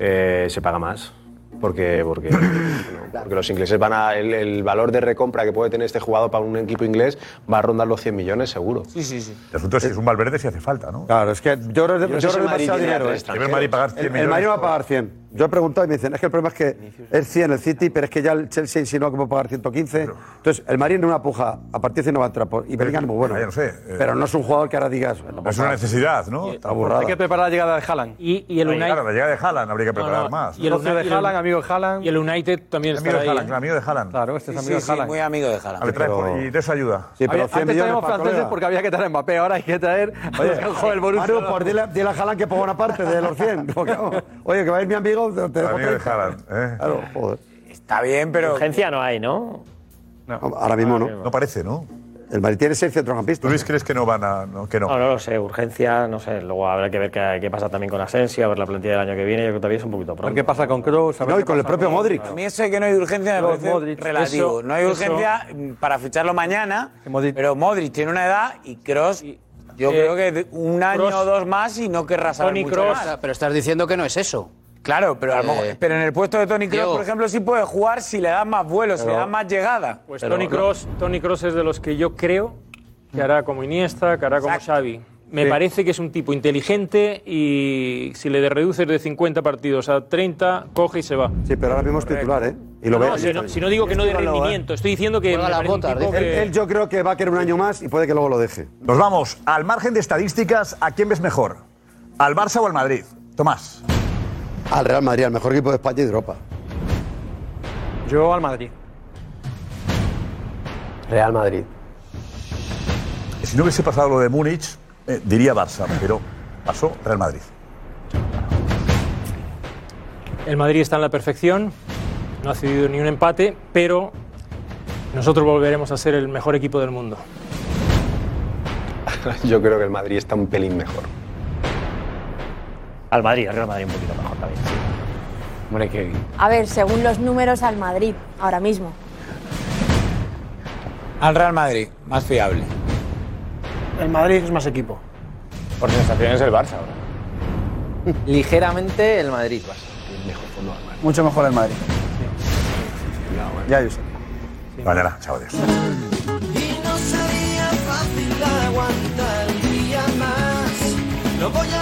Speaker 11: eh, se paga más. Porque, porque, bueno, porque los ingleses van a. El, el valor de recompra que puede tener este jugador para un equipo inglés va a rondar los 100 millones, seguro.
Speaker 12: Sí, sí, sí.
Speaker 5: El asunto es que es un Valverde si hace falta, ¿no?
Speaker 18: Claro, es que yo creo,
Speaker 11: Yo no
Speaker 18: yo
Speaker 11: sé
Speaker 18: creo
Speaker 11: si el Madrid
Speaker 18: demasiado
Speaker 11: tiene
Speaker 18: dinero.
Speaker 11: tres
Speaker 18: ¿eh?
Speaker 11: extranjeros. Debe el Madrid pagar 100
Speaker 18: El- El Madrid va a
Speaker 11: millones.
Speaker 18: pagar 100. Yo he preguntado y me dicen, es que el problema es que es 100 el City, pero es que ya el Chelsea si no que puede pagar 115. Entonces, el Marín en una puja, a partir de 100 no va a entrar. por- Y Bellingham es muy bueno.
Speaker 5: ya lo sé, eh.
Speaker 18: pero no es un jugador que ahora digas... pues "No
Speaker 5: Es una
Speaker 18: pasa".
Speaker 5: necesidad, ¿no? Está
Speaker 18: burrada.
Speaker 5: burrada.
Speaker 18: Hay que
Speaker 5: preparar la llegada de Haaland.
Speaker 7: Y, y el
Speaker 5: la,
Speaker 7: Unai-
Speaker 5: llegada, la llegada de Haaland habría que preparar
Speaker 7: No, no,
Speaker 5: más.
Speaker 7: y el Socio de Unai- Haaland,
Speaker 5: amigo de Haaland.
Speaker 7: Y el United también
Speaker 5: Amigo
Speaker 7: está
Speaker 5: de
Speaker 7: ahí.
Speaker 5: Haaland, amigo de Haaland.
Speaker 7: Claro, este es Sí, amigo de sí, sí, Haaland.
Speaker 18: ¿eh?
Speaker 7: muy amigo de Haaland.
Speaker 5: Vale, trae por- y de eso ayuda.
Speaker 18: Sí, pero
Speaker 14: Había-
Speaker 18: 100
Speaker 14: Antes
Speaker 18: millones
Speaker 14: traíamos
Speaker 18: para
Speaker 14: franceses
Speaker 18: colega.
Speaker 14: porque había que traer a Mbappé, ahora hay que traer a los que han jugado el Borussia.
Speaker 18: Manu, pues dile, dile a Haaland que ponga una parte de los 100. Porque, vamos, Oye, que va a ir mi amigo, te- te dejo
Speaker 5: Amigo de
Speaker 18: 30.
Speaker 5: Haaland, ¿eh?
Speaker 18: Claro, joder.
Speaker 12: Está bien, pero.
Speaker 15: Urgencia no hay, ¿no?
Speaker 18: Ahora mismo no.
Speaker 5: No parece, ¿no?
Speaker 18: El Madrid tiene 6 centrocampistas.
Speaker 5: Luis, ¿crees que no van a...? No, que no.
Speaker 15: No, no lo sé, urgencia, no sé. Luego habrá que ver qué, qué pasa también con Asensio, a ver la plantilla del año que viene. Yo creo que todavía es un poquito pronto.
Speaker 14: ¿Qué pasa con Kroos? a ver
Speaker 15: No, y
Speaker 14: qué
Speaker 15: con el
Speaker 14: pasa
Speaker 15: propio Modric.
Speaker 12: A mí eso de que no hay urgencia me
Speaker 14: Los
Speaker 12: parece
Speaker 14: Modric,
Speaker 12: relativo.
Speaker 14: eso,
Speaker 12: no hay
Speaker 14: eso.
Speaker 12: urgencia mm, para ficharlo mañana, pero Modric tiene una edad y Cross, yo
Speaker 7: eh,
Speaker 12: creo que de- un año
Speaker 21: Kroos-
Speaker 12: o dos más y no querrá saber
Speaker 21: Toni
Speaker 12: mucho
Speaker 21: Kroos-
Speaker 12: más.
Speaker 21: Pero estás diciendo que no es eso.
Speaker 12: Claro, pero, a lo
Speaker 21: Eh,
Speaker 12: mejor- pero en el puesto de Tony Cross,
Speaker 21: Diego.
Speaker 12: por ejemplo, sí puede jugar si le dan más vuelo, si
Speaker 7: Pero-
Speaker 12: le dan más llegada.
Speaker 7: Pues Tony Cross, Tony Cross es de los que yo creo que hará como Iniesta, que hará como Xavi. Me
Speaker 12: Sí.
Speaker 7: parece que es un tipo inteligente y si le reduces de 50 partidos a 30, coge y se va.
Speaker 18: Sí, pero ahora mismo es titular, ¿eh? Y lo
Speaker 7: No,
Speaker 18: veo.
Speaker 7: si, no, si no digo que no de
Speaker 18: Estímulo, ¿eh?
Speaker 7: rendimiento, estoy diciendo que me parece un tipo
Speaker 18: Él,
Speaker 7: que-
Speaker 18: él yo creo que va a querer un año más y puede que luego lo deje.
Speaker 5: Nos vamos. Al margen de estadísticas, ¿a quién ves mejor? ¿Al Barça o al Madrid? Tomás.
Speaker 18: Al Real Madrid, al mejor equipo de España y de Europa.
Speaker 14: Yo al Madrid.
Speaker 5: Real Madrid. Si no hubiese pasado lo de Múnich, eh, diría Barça, pero pasó Real Madrid.
Speaker 7: El Madrid está en la perfección, no ha cedido ni un empate, pero nosotros volveremos a ser el mejor equipo del mundo.
Speaker 11: Yo creo que el Madrid está un pelín mejor.
Speaker 15: Al Madrid, al Real Madrid un poquito mejor también.
Speaker 14: Hombre, que.
Speaker 4: A ver, según los números al Madrid, ahora mismo.
Speaker 12: Al Real Madrid, más fiable.
Speaker 30: El Madrid es más equipo.
Speaker 14: Por sensaciones el Barça
Speaker 31: Ligeramente el Madrid.
Speaker 3: Mucho mejor el Madrid.
Speaker 5: Ya, yo sé. Vale, nada, chao, adiós.
Speaker 19: Y no sería fácil aguantar un día más. No voy a